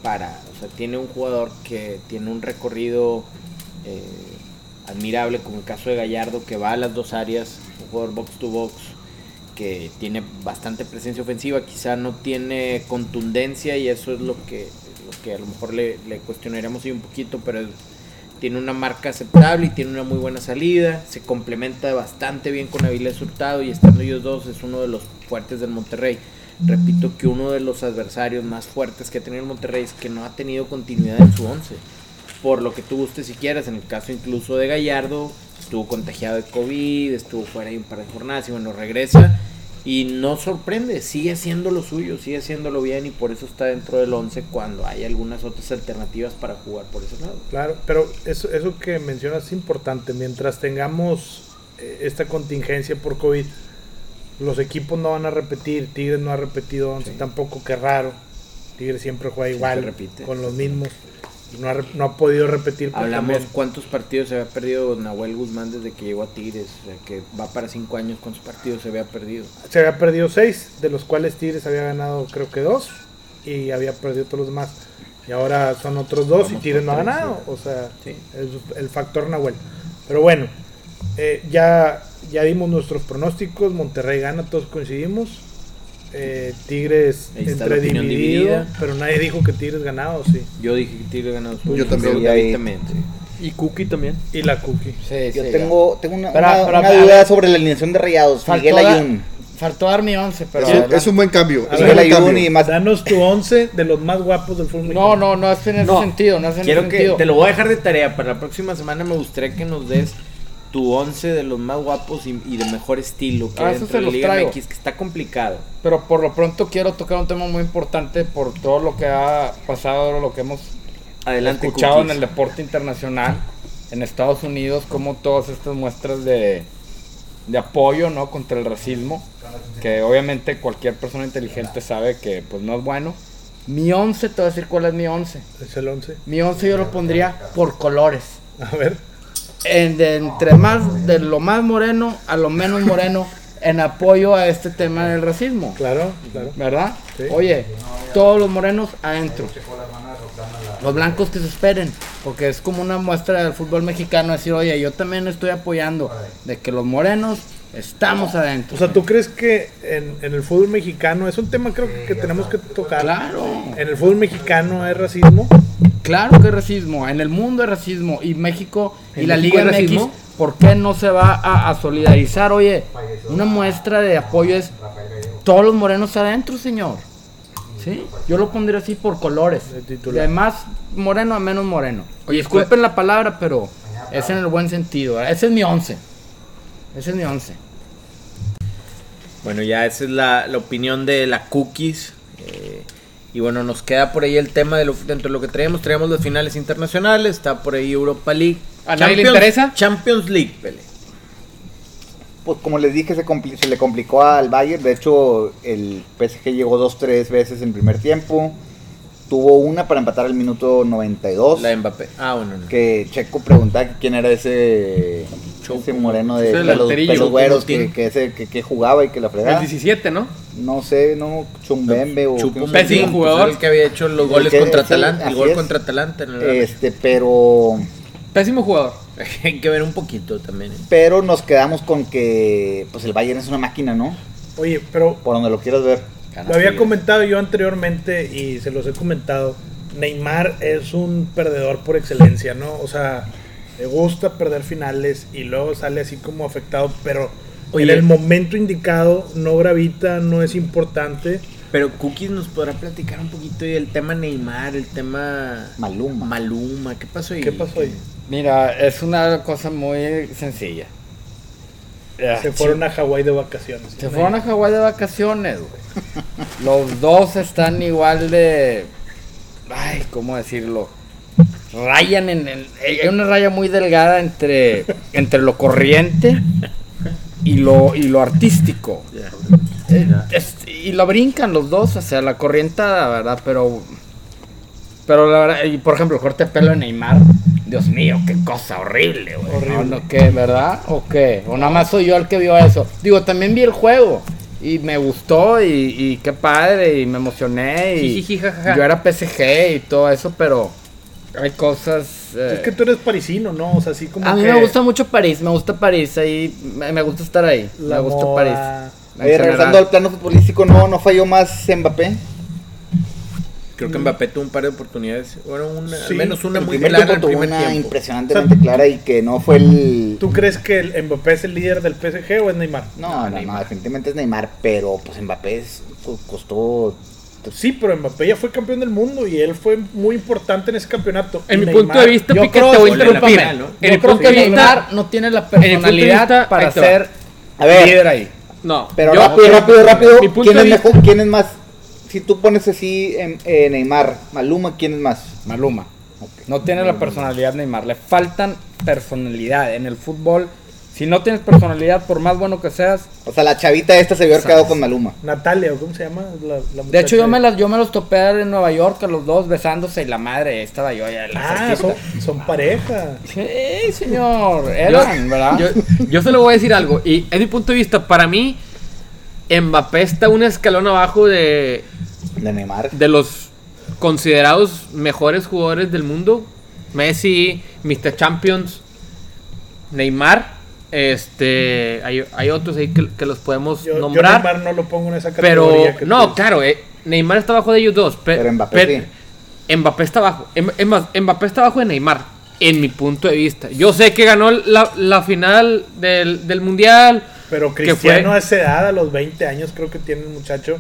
[SPEAKER 1] para, o sea, tiene un jugador que tiene un recorrido eh, admirable, como el caso de Gallardo, que va a las dos áreas, un jugador box to box, que tiene bastante presencia ofensiva, quizá no tiene contundencia y eso es lo que, lo que a lo mejor le, le cuestionaremos ahí un poquito, pero es- tiene una marca aceptable y tiene una muy buena salida, se complementa bastante bien con Avilés Hurtado y estando ellos dos es uno de los fuertes del Monterrey. Repito que uno de los adversarios más fuertes que ha tenido el Monterrey es que no ha tenido continuidad en su once por lo que tú gustes si quieras. En el caso incluso de Gallardo, estuvo contagiado de COVID, estuvo fuera ahí un par de jornadas y bueno, regresa. Y no sorprende, sigue haciendo lo suyo, sigue haciéndolo bien y por eso está dentro del 11 cuando hay algunas otras alternativas para jugar por ese lado.
[SPEAKER 4] Claro, pero eso, eso que mencionas es importante. Mientras tengamos eh, esta contingencia por COVID, los equipos no van a repetir. Tigres no ha repetido 11 tampoco, qué raro. Tigres siempre juega igual,
[SPEAKER 1] repite.
[SPEAKER 4] con los mismos. No ha, re- no ha podido repetir. porque
[SPEAKER 1] Hablamos
[SPEAKER 4] también-
[SPEAKER 1] cuántos partidos se había perdido Nahuel Guzmán desde que llegó a Tigres, o sea, que va para cinco años, cuántos partidos se había perdido.
[SPEAKER 4] Se había perdido 6, de los cuales Tigres había ganado creo que 2 y había perdido todos los demás. Y ahora son otros dos
[SPEAKER 1] Vamos
[SPEAKER 4] y Tigres no
[SPEAKER 1] por
[SPEAKER 4] ha
[SPEAKER 1] tres,
[SPEAKER 4] ganado. O sea,
[SPEAKER 1] Sí.
[SPEAKER 4] el, el factor Nahuel. Pero bueno, eh, ya, ya dimos nuestros pronósticos. Monterrey gana, todos coincidimos. Eh, Tigres
[SPEAKER 1] Ahí está
[SPEAKER 4] entre
[SPEAKER 1] la opinión
[SPEAKER 4] dividido,
[SPEAKER 1] dividida.
[SPEAKER 4] pero nadie dijo que Tigres ganado, sí.
[SPEAKER 1] Yo dije que Tigres ganó su
[SPEAKER 6] Yo también.
[SPEAKER 1] Sí, David también, sí.
[SPEAKER 2] Y Cookie también.
[SPEAKER 4] Y la Cookie.
[SPEAKER 5] Sí,
[SPEAKER 3] Yo
[SPEAKER 5] sí,
[SPEAKER 3] tengo, tengo una,
[SPEAKER 5] Espera,
[SPEAKER 3] una-
[SPEAKER 5] espera,
[SPEAKER 3] una
[SPEAKER 5] a
[SPEAKER 3] duda
[SPEAKER 5] ver.
[SPEAKER 3] sobre la alineación de Rayados.
[SPEAKER 5] Faltó
[SPEAKER 3] Miguel
[SPEAKER 5] dar-
[SPEAKER 3] Ayun.
[SPEAKER 5] Faltó dar mi once, pero...
[SPEAKER 6] Es un,
[SPEAKER 5] ¿verdad?
[SPEAKER 6] es un buen cambio.
[SPEAKER 4] A
[SPEAKER 6] Es un
[SPEAKER 3] Miguel
[SPEAKER 4] ver,
[SPEAKER 6] buen
[SPEAKER 3] Ayun
[SPEAKER 6] cambio.
[SPEAKER 3] y más.
[SPEAKER 4] Danos tu 11 de los más guapos del fútbol
[SPEAKER 5] No,
[SPEAKER 4] mexicano.
[SPEAKER 5] no, no es en ese
[SPEAKER 1] No.
[SPEAKER 5] sentido, no es en
[SPEAKER 1] Quiero
[SPEAKER 5] ese
[SPEAKER 1] que
[SPEAKER 5] sentido.
[SPEAKER 1] te lo voy a dejar de tarea. Para la próxima semana me gustaría que nos des tu 11 de los más guapos y, y de mejor estilo que
[SPEAKER 5] Ah,
[SPEAKER 1] hay
[SPEAKER 5] eso
[SPEAKER 1] dentro
[SPEAKER 5] se
[SPEAKER 1] de la
[SPEAKER 5] los
[SPEAKER 1] Liga
[SPEAKER 5] traigo.
[SPEAKER 1] MX, que está complicado.
[SPEAKER 5] Pero por lo pronto quiero tocar un tema muy importante por todo lo que ha pasado, lo que hemos
[SPEAKER 1] Adelante,
[SPEAKER 5] escuchado
[SPEAKER 1] Cookies.
[SPEAKER 5] en el deporte internacional, en Estados Unidos, como todas estas muestras de, de apoyo ¿no? contra el racismo, que obviamente cualquier persona inteligente sabe que pues no es bueno. Mi 11, te voy a decir cuál es mi 11.
[SPEAKER 4] Es el 11.
[SPEAKER 5] Mi 11 yo lo pondría por colores.
[SPEAKER 4] A ver.
[SPEAKER 5] En- de entre más, de lo más moreno a lo menos moreno, en apoyo a este tema del racismo.
[SPEAKER 4] Claro, claro.
[SPEAKER 5] ¿Verdad?
[SPEAKER 4] Sí.
[SPEAKER 5] Oye, todos los morenos adentro. Los blancos que se esperen, porque es como una muestra del fútbol mexicano decir, oye, yo también estoy apoyando de que los morenos estamos adentro.
[SPEAKER 4] O sea, ¿tú crees que en, en el fútbol mexicano es un tema creo que, tenemos que tocar?
[SPEAKER 5] Claro,
[SPEAKER 4] En el fútbol mexicano hay racismo.
[SPEAKER 5] claro que hay racismo, en el mundo hay racismo y México y
[SPEAKER 2] ¿En
[SPEAKER 5] la
[SPEAKER 2] México
[SPEAKER 5] Liga
[SPEAKER 2] hay
[SPEAKER 5] MX,
[SPEAKER 2] racismo?
[SPEAKER 5] ¿por qué no se va a, a solidarizar? Oye, una muestra de apoyo es todos los morenos adentro, señor. ¿Sí? Yo lo pondría así por colores.
[SPEAKER 4] De titular.
[SPEAKER 5] De más moreno a menos moreno.
[SPEAKER 2] Oye,
[SPEAKER 5] Disculpen la palabra, pero es en el buen sentido. ¿verdad? Ese es mi once. Ese es mi once.
[SPEAKER 1] Bueno, ya esa es la, la opinión de la Cookies. eh, y bueno, nos queda por ahí el tema de lo, dentro de lo que traíamos. Traíamos las finales internacionales, está por ahí Europa League.
[SPEAKER 2] ¿A nadie le interesa?
[SPEAKER 1] Champions League, Pele.
[SPEAKER 3] Pues como les dije, se, compli- se le complicó al Bayern. De hecho, el PSG llegó dos, tres veces en primer tiempo. Tuvo una para empatar al minuto 92.
[SPEAKER 1] La de Mbappé. Ah, bueno, no.
[SPEAKER 3] Que Checo preguntaba que quién era ese, ese moreno de
[SPEAKER 2] Ese
[SPEAKER 3] pelos,
[SPEAKER 2] delanterillo,
[SPEAKER 3] pelos güeros
[SPEAKER 1] Chupomotín.
[SPEAKER 3] que, que ese, que, que jugaba y que la
[SPEAKER 2] El
[SPEAKER 3] fregaba.
[SPEAKER 2] 17, ¿no?
[SPEAKER 3] No sé, no, Chumbembe o...
[SPEAKER 1] Chupo
[SPEAKER 2] Pésimo
[SPEAKER 3] quién sabe.
[SPEAKER 1] Motín,
[SPEAKER 2] jugador.
[SPEAKER 1] pues, El que había hecho los
[SPEAKER 3] El
[SPEAKER 1] goles
[SPEAKER 3] que-
[SPEAKER 1] contra
[SPEAKER 3] sí,
[SPEAKER 1] Atalanta. El
[SPEAKER 3] así
[SPEAKER 1] gol
[SPEAKER 3] es.
[SPEAKER 1] contra Atalanta. en el-
[SPEAKER 3] Este, pero...
[SPEAKER 2] Pésimo jugador.
[SPEAKER 1] Hay que ver un poquito también. ¿eh?
[SPEAKER 3] Pero nos quedamos con que pues el Bayern es una máquina, ¿no?
[SPEAKER 4] Oye, pero
[SPEAKER 3] Por donde lo quieras ver.
[SPEAKER 4] lo había comentado yo anteriormente y se los he comentado. Neymar es un perdedor por excelencia, ¿no? O sea, le gusta perder finales y luego sale así como afectado, pero
[SPEAKER 1] Oye.
[SPEAKER 4] en el momento indicado no gravita, no es importante.
[SPEAKER 1] Pero Cookies nos podrá platicar un poquito del tema Neymar, el tema
[SPEAKER 3] Maluma.
[SPEAKER 1] Maluma. ¿Qué pasó ahí?
[SPEAKER 4] ¿Qué pasó ahí?
[SPEAKER 5] Mira, es una cosa muy sencilla.
[SPEAKER 4] Se fueron a Hawái de vacaciones.
[SPEAKER 5] Se fueron a Hawái de vacaciones, güey. Los dos están igual de. Ay, ¿cómo decirlo? Rayan en el. Hay una raya muy delgada entre, entre lo corriente y lo, y lo artístico. Eh, es- y lo brincan los dos, o sea, la corriente, la verdad, pero. Pero la verdad, y por ejemplo, el corte de pelo de Neymar. Dios mío, qué cosa horrible, güey.
[SPEAKER 4] Horrible.
[SPEAKER 5] No, no, ¿qué, ¿Verdad? ¿O qué? O nada más soy yo el que vio eso. Digo, también vi el juego. Y me gustó y, y qué padre. Y me emocioné. Y
[SPEAKER 2] Jijiji, jajaja.
[SPEAKER 5] yo era PSG y todo eso, pero hay cosas eh,
[SPEAKER 4] Es que tú eres parisino, ¿no? O sea, así como
[SPEAKER 5] A mí
[SPEAKER 4] que
[SPEAKER 5] me gusta mucho París, me gusta París, ahí me me gusta estar ahí,
[SPEAKER 4] la
[SPEAKER 5] me gusta
[SPEAKER 4] moda.
[SPEAKER 5] París. en
[SPEAKER 3] Oye, regresando
[SPEAKER 5] general.
[SPEAKER 3] al plano futbolístico, no, no falló más Mbappé.
[SPEAKER 1] Creo que Mbappé tuvo un par de oportunidades. Bueno, una,
[SPEAKER 4] Sí,
[SPEAKER 1] al menos una
[SPEAKER 3] el
[SPEAKER 1] muy
[SPEAKER 3] primer
[SPEAKER 1] clara en
[SPEAKER 3] tiempo
[SPEAKER 1] el
[SPEAKER 3] tuvo
[SPEAKER 1] primer
[SPEAKER 3] una
[SPEAKER 1] tiempo.
[SPEAKER 3] impresionantemente clara y que no fue el.
[SPEAKER 4] ¿Tú crees que el Mbappé es el líder del PSG o es Neymar?
[SPEAKER 3] No, no, no, definitivamente es Neymar, pero pues Mbappé es- co- costó.
[SPEAKER 4] Sí, pero Mbappé ya fue campeón del mundo y él fue muy importante en ese campeonato.
[SPEAKER 2] En
[SPEAKER 4] Y
[SPEAKER 2] mi
[SPEAKER 4] Neymar-
[SPEAKER 2] punto de vista,
[SPEAKER 5] yo
[SPEAKER 2] Piqué,
[SPEAKER 5] creo-
[SPEAKER 2] te voy a
[SPEAKER 1] Ponle la
[SPEAKER 2] interrumpir.
[SPEAKER 1] pena, ¿no?
[SPEAKER 2] En
[SPEAKER 5] Yo
[SPEAKER 2] el
[SPEAKER 5] creo
[SPEAKER 2] punto
[SPEAKER 5] que
[SPEAKER 2] de vista,
[SPEAKER 5] Neymar no tiene la
[SPEAKER 2] el punto de
[SPEAKER 5] personalidad
[SPEAKER 2] vista,
[SPEAKER 5] para
[SPEAKER 2] ahí te va.
[SPEAKER 5] ser
[SPEAKER 3] A ver.
[SPEAKER 5] líder ahí.
[SPEAKER 2] no.
[SPEAKER 3] Pero
[SPEAKER 2] yo-
[SPEAKER 3] rápido, rápido, rápido.
[SPEAKER 2] mi punto
[SPEAKER 3] ¿Quién
[SPEAKER 2] de
[SPEAKER 3] es
[SPEAKER 2] vista-
[SPEAKER 3] mejor? ¿Quién es más? Si tú pones así em, eh, Neymar, Maluma, ¿quién es más?
[SPEAKER 5] Maluma. No tiene la personalidad Neymar. Le faltan personalidad en el fútbol. Si no tienes personalidad, por más bueno que seas.
[SPEAKER 3] O sea, la chavita esta se vio quedado con Maluma.
[SPEAKER 4] Natalia, ¿o ¿cómo se llama? La- la
[SPEAKER 5] De hecho,
[SPEAKER 4] muchacha?
[SPEAKER 5] yo me, las, yo me los topé en Nueva York a los dos besándose y la madre estaba yo allá en la
[SPEAKER 4] Ah,
[SPEAKER 5] cerquita.
[SPEAKER 4] son, son pareja.
[SPEAKER 5] Sí, señor.
[SPEAKER 2] Yo-
[SPEAKER 5] Eran, ¿verdad?
[SPEAKER 2] Yo, yo se lo voy a decir algo. Y es mi punto de vista. Para mí, Mbappé está un escalón abajo de,
[SPEAKER 3] De Neymar.
[SPEAKER 2] de los considerados mejores jugadores del mundo. Messi, Mr. Champions, Neymar. Este, hay, hay otros ahí que, que los podemos
[SPEAKER 4] Yo, yo
[SPEAKER 2] nombrar.
[SPEAKER 4] Neymar no lo pongo en esa categoría.
[SPEAKER 2] pero,
[SPEAKER 4] que pues,
[SPEAKER 2] no,
[SPEAKER 4] tú-
[SPEAKER 2] claro, eh, Neymar está abajo de ellos dos. pe-
[SPEAKER 3] Pero Mbappé
[SPEAKER 2] pe- Mbappé está abajo. Em- es más, Mbappé está abajo de Neymar, en mi punto de vista. Yo sé que ganó la, la final del, del Mundial.
[SPEAKER 4] Pero
[SPEAKER 2] que fue-
[SPEAKER 4] Cristiano a esa edad, a los 20 años creo que tiene el muchacho,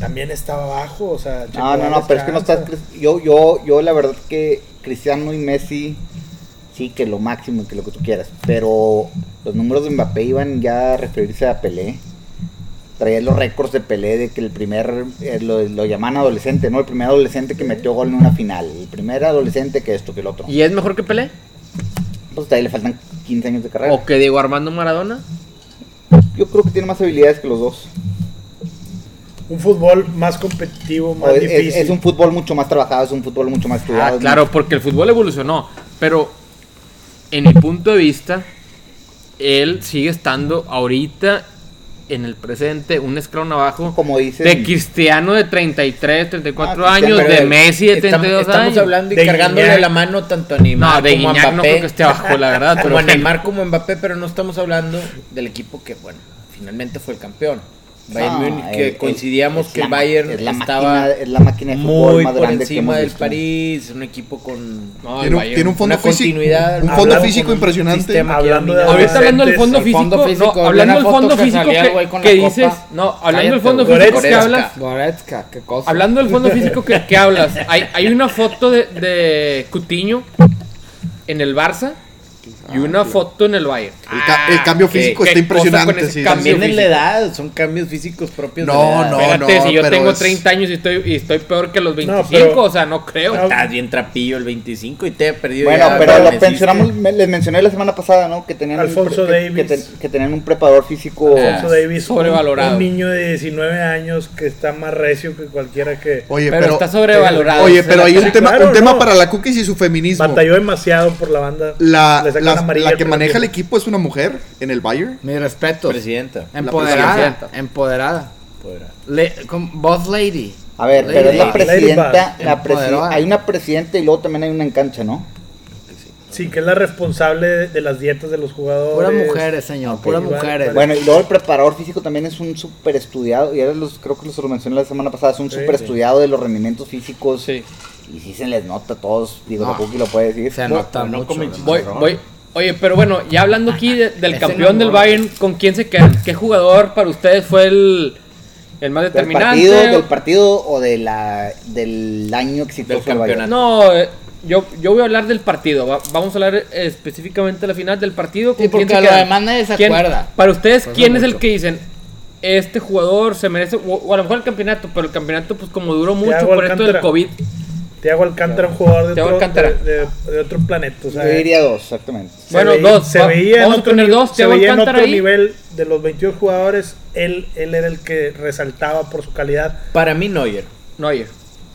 [SPEAKER 4] también estaba abajo, o sea... Checo
[SPEAKER 3] Ah, No, no,
[SPEAKER 4] Vázquez
[SPEAKER 3] no, pero es que no está.
[SPEAKER 4] cansa.
[SPEAKER 3] Yo, yo, yo, la verdad que Cristiano y Messi, sí, que lo máximo, que lo que tú quieras. Pero los números de Mbappé iban ya a referirse a Pelé. Traía los récords de Pelé de que el primer, eh, lo, lo llaman adolescente, ¿no? El primer adolescente que metió gol en una final. El primer adolescente que esto, que el otro.
[SPEAKER 2] ¿Y es mejor que Pelé?
[SPEAKER 3] Pues ahí le faltan 15 años de carrera.
[SPEAKER 2] ¿O que Diego Armando Maradona?
[SPEAKER 3] Yo creo que tiene más habilidades que los dos.
[SPEAKER 4] Un fútbol más competitivo,
[SPEAKER 3] O
[SPEAKER 4] más
[SPEAKER 3] es-
[SPEAKER 4] difícil.
[SPEAKER 3] es, es un fútbol mucho más trabajado, es un fútbol mucho más estudiado.
[SPEAKER 2] Ah, claro, porque el fútbol evolucionó. Pero en mi punto de vista, él sigue estando ahorita en el presente un escalón abajo
[SPEAKER 3] Como dicen.
[SPEAKER 2] de Cristiano de 33, 34
[SPEAKER 3] Ah, Cristiano,
[SPEAKER 2] años, de
[SPEAKER 3] pero
[SPEAKER 2] Messi de
[SPEAKER 1] Estamos,
[SPEAKER 2] 32
[SPEAKER 1] estamos
[SPEAKER 2] años.
[SPEAKER 1] hablando y
[SPEAKER 4] De
[SPEAKER 1] cargándole
[SPEAKER 4] Guiñac.
[SPEAKER 1] la mano tanto a Neymar
[SPEAKER 2] no, de
[SPEAKER 1] como a
[SPEAKER 2] Guiñac
[SPEAKER 1] Mbappé.
[SPEAKER 2] no creo que esté abajo, la verdad.
[SPEAKER 1] Como a
[SPEAKER 2] pero-
[SPEAKER 1] Neymar como a Mbappé, pero no estamos hablando del equipo que, bueno, finalmente fue el campeón. Bayern
[SPEAKER 3] No,
[SPEAKER 1] Múnich,
[SPEAKER 3] el-
[SPEAKER 1] que
[SPEAKER 3] el-
[SPEAKER 1] coincidíamos
[SPEAKER 3] es
[SPEAKER 1] que
[SPEAKER 3] la
[SPEAKER 1] el
[SPEAKER 3] ma-
[SPEAKER 1] Bayern
[SPEAKER 3] es la
[SPEAKER 1] estaba
[SPEAKER 3] máquina, es la máquina de fútbol
[SPEAKER 1] muy
[SPEAKER 3] más
[SPEAKER 1] por
[SPEAKER 3] grande que
[SPEAKER 1] encima
[SPEAKER 3] hemos
[SPEAKER 1] del
[SPEAKER 3] visto.
[SPEAKER 1] París, un equipo con...
[SPEAKER 2] No, el
[SPEAKER 6] Tiene un,
[SPEAKER 2] Bayern.
[SPEAKER 6] tiene un fondo
[SPEAKER 1] Una
[SPEAKER 6] físico,
[SPEAKER 1] continuidad.
[SPEAKER 6] un fondo
[SPEAKER 4] Hablamos
[SPEAKER 6] físico
[SPEAKER 4] con un
[SPEAKER 6] impresionante.
[SPEAKER 4] sistema Hablando de
[SPEAKER 2] Ahorita hablando del fondo
[SPEAKER 4] adolescentes,
[SPEAKER 2] físico,
[SPEAKER 5] fondo físico,
[SPEAKER 2] no,
[SPEAKER 5] vi
[SPEAKER 2] hablando
[SPEAKER 5] una
[SPEAKER 2] del
[SPEAKER 5] foto
[SPEAKER 2] fondo
[SPEAKER 5] que
[SPEAKER 2] físico
[SPEAKER 5] salía el
[SPEAKER 2] que,
[SPEAKER 5] güey con
[SPEAKER 2] que
[SPEAKER 5] la
[SPEAKER 2] dices,
[SPEAKER 5] copa.
[SPEAKER 2] no, hablando del
[SPEAKER 5] Cállate,
[SPEAKER 2] fondo
[SPEAKER 4] güey.
[SPEAKER 2] físico que
[SPEAKER 1] Goretzka.
[SPEAKER 2] hablas,
[SPEAKER 5] Goretzka, qué cosa.
[SPEAKER 2] Hablando del fondo físico que, que hablas, hay, hay una foto de, de Cutiño en el Barça y una foto en el Bayern. Ah,
[SPEAKER 6] El, ca- el cambio
[SPEAKER 2] qué-
[SPEAKER 6] físico
[SPEAKER 2] qué
[SPEAKER 6] está
[SPEAKER 2] cosa con
[SPEAKER 6] impresionante.
[SPEAKER 2] ese
[SPEAKER 6] sí, sí,
[SPEAKER 2] cambio.
[SPEAKER 1] También en la
[SPEAKER 2] físico.
[SPEAKER 1] edad, son cambios físicos propios de
[SPEAKER 6] No,
[SPEAKER 1] la edad.
[SPEAKER 6] no.
[SPEAKER 2] Espérate, si yo
[SPEAKER 6] pero
[SPEAKER 2] tengo
[SPEAKER 6] es-
[SPEAKER 2] 30 años y estoy, y estoy peor que los 25,
[SPEAKER 4] pero-
[SPEAKER 2] o sea, no creo.
[SPEAKER 4] No,
[SPEAKER 1] Estás bien trapillo el 25 y te he perdido
[SPEAKER 3] Bueno,
[SPEAKER 1] ya,
[SPEAKER 3] pero lo
[SPEAKER 1] amaneciste.
[SPEAKER 3] mencionamos, me- les mencioné la semana pasada, ¿no? Que tenían
[SPEAKER 4] Alfonso
[SPEAKER 3] un, pre- que,
[SPEAKER 4] Davis.
[SPEAKER 3] que ten- que tenían un preparador físico.
[SPEAKER 4] Alfonso Davis, un-
[SPEAKER 2] Sobrevalorado.
[SPEAKER 4] Un niño de 19 años que está más recio que cualquiera que...
[SPEAKER 6] Oye,
[SPEAKER 2] pero,
[SPEAKER 6] pero,
[SPEAKER 2] está sobrevalorado. ¿eh?
[SPEAKER 6] oye, pero hay un
[SPEAKER 4] Sí,
[SPEAKER 6] tema,
[SPEAKER 4] claro,
[SPEAKER 6] un tema
[SPEAKER 4] no.
[SPEAKER 6] para la cookies y su feminismo.
[SPEAKER 4] Batalló demasiado por la banda.
[SPEAKER 6] La,
[SPEAKER 4] Le sacan
[SPEAKER 6] la-
[SPEAKER 4] amarilla
[SPEAKER 6] la que
[SPEAKER 4] por
[SPEAKER 6] maneja el
[SPEAKER 4] tienda.
[SPEAKER 6] equipo es una mujer en el Bayern.
[SPEAKER 5] Mi respeto.
[SPEAKER 1] Presidenta.
[SPEAKER 5] Empoderada.
[SPEAKER 2] presidenta.
[SPEAKER 5] Empoderada.
[SPEAKER 1] podrá.
[SPEAKER 5] Le- con- boss lady.
[SPEAKER 3] A ver,
[SPEAKER 5] Lady
[SPEAKER 3] pero es la
[SPEAKER 5] Bug.
[SPEAKER 3] presidenta,
[SPEAKER 5] Lady Bug.
[SPEAKER 3] la presi-
[SPEAKER 5] Empoderada.
[SPEAKER 3] hay una presidenta y luego también hay una en cancha, ¿no?
[SPEAKER 4] Sí, que es la responsable de, de las dietas de los jugadores.
[SPEAKER 5] Puras mujeres, señor. puras
[SPEAKER 4] vale,
[SPEAKER 5] mujeres.
[SPEAKER 3] Bueno, y luego el preparador físico también es un súper estudiado, y ahora los, creo que los lo mencioné la semana pasada, es un
[SPEAKER 4] Sí,
[SPEAKER 3] súper estudiado de los rendimientos físicos,
[SPEAKER 2] Sí.
[SPEAKER 3] y sí se les nota a todos, digo,
[SPEAKER 5] No.
[SPEAKER 3] la Cookie lo puede decir.
[SPEAKER 5] se nota
[SPEAKER 1] no
[SPEAKER 5] mucho.
[SPEAKER 1] come
[SPEAKER 5] ¿verdad?
[SPEAKER 2] Voy, voy. Oye, pero bueno, ya hablando aquí de- del
[SPEAKER 5] Ese
[SPEAKER 2] campeón del
[SPEAKER 5] no, no.
[SPEAKER 2] Bayern, ¿con quién se quedan? ¿Qué jugador para ustedes fue el, el más
[SPEAKER 3] del
[SPEAKER 2] determinante?
[SPEAKER 3] partido, del partido o de la, del año exitoso
[SPEAKER 1] Del
[SPEAKER 3] del Bayern.
[SPEAKER 1] campeonato.
[SPEAKER 2] No, eh, yo, yo voy a hablar del partido. va- vamos a hablar eh, específicamente de la final del partido.
[SPEAKER 5] Sí, porque
[SPEAKER 2] se
[SPEAKER 5] lo
[SPEAKER 2] quedan?
[SPEAKER 5] demás nadie se
[SPEAKER 2] ¿Quién-
[SPEAKER 5] acuerda.
[SPEAKER 2] Para
[SPEAKER 4] Pues
[SPEAKER 2] ustedes,
[SPEAKER 5] Pasa
[SPEAKER 2] ¿quién es
[SPEAKER 5] mucho.
[SPEAKER 2] el que dicen? Este jugador se merece, o, o a lo mejor el campeonato, pero el campeonato, pues como duró mucho
[SPEAKER 4] Thiago
[SPEAKER 2] por esto del
[SPEAKER 4] Alcántara.
[SPEAKER 2] COVID.
[SPEAKER 4] Tiago Alcántara, un jugador de
[SPEAKER 2] Thiago
[SPEAKER 4] otro,
[SPEAKER 2] Alcántara.
[SPEAKER 4] de- de- de otro planeta. O sea,
[SPEAKER 3] Yo diría dos, exactamente.
[SPEAKER 4] se
[SPEAKER 2] Bueno,
[SPEAKER 4] veía-
[SPEAKER 2] dos,
[SPEAKER 4] Se
[SPEAKER 2] va-
[SPEAKER 4] veía
[SPEAKER 2] vamos
[SPEAKER 4] en
[SPEAKER 2] a
[SPEAKER 4] otro,
[SPEAKER 2] poner
[SPEAKER 4] nivel-
[SPEAKER 2] dos,
[SPEAKER 4] se
[SPEAKER 2] Thiago
[SPEAKER 4] veía en
[SPEAKER 2] Alcántara
[SPEAKER 4] otro
[SPEAKER 2] ahí.
[SPEAKER 4] nivel de los 22 jugadores. Él, él era el que resaltaba por su calidad.
[SPEAKER 1] Para mí, Neuer.
[SPEAKER 2] Neuer.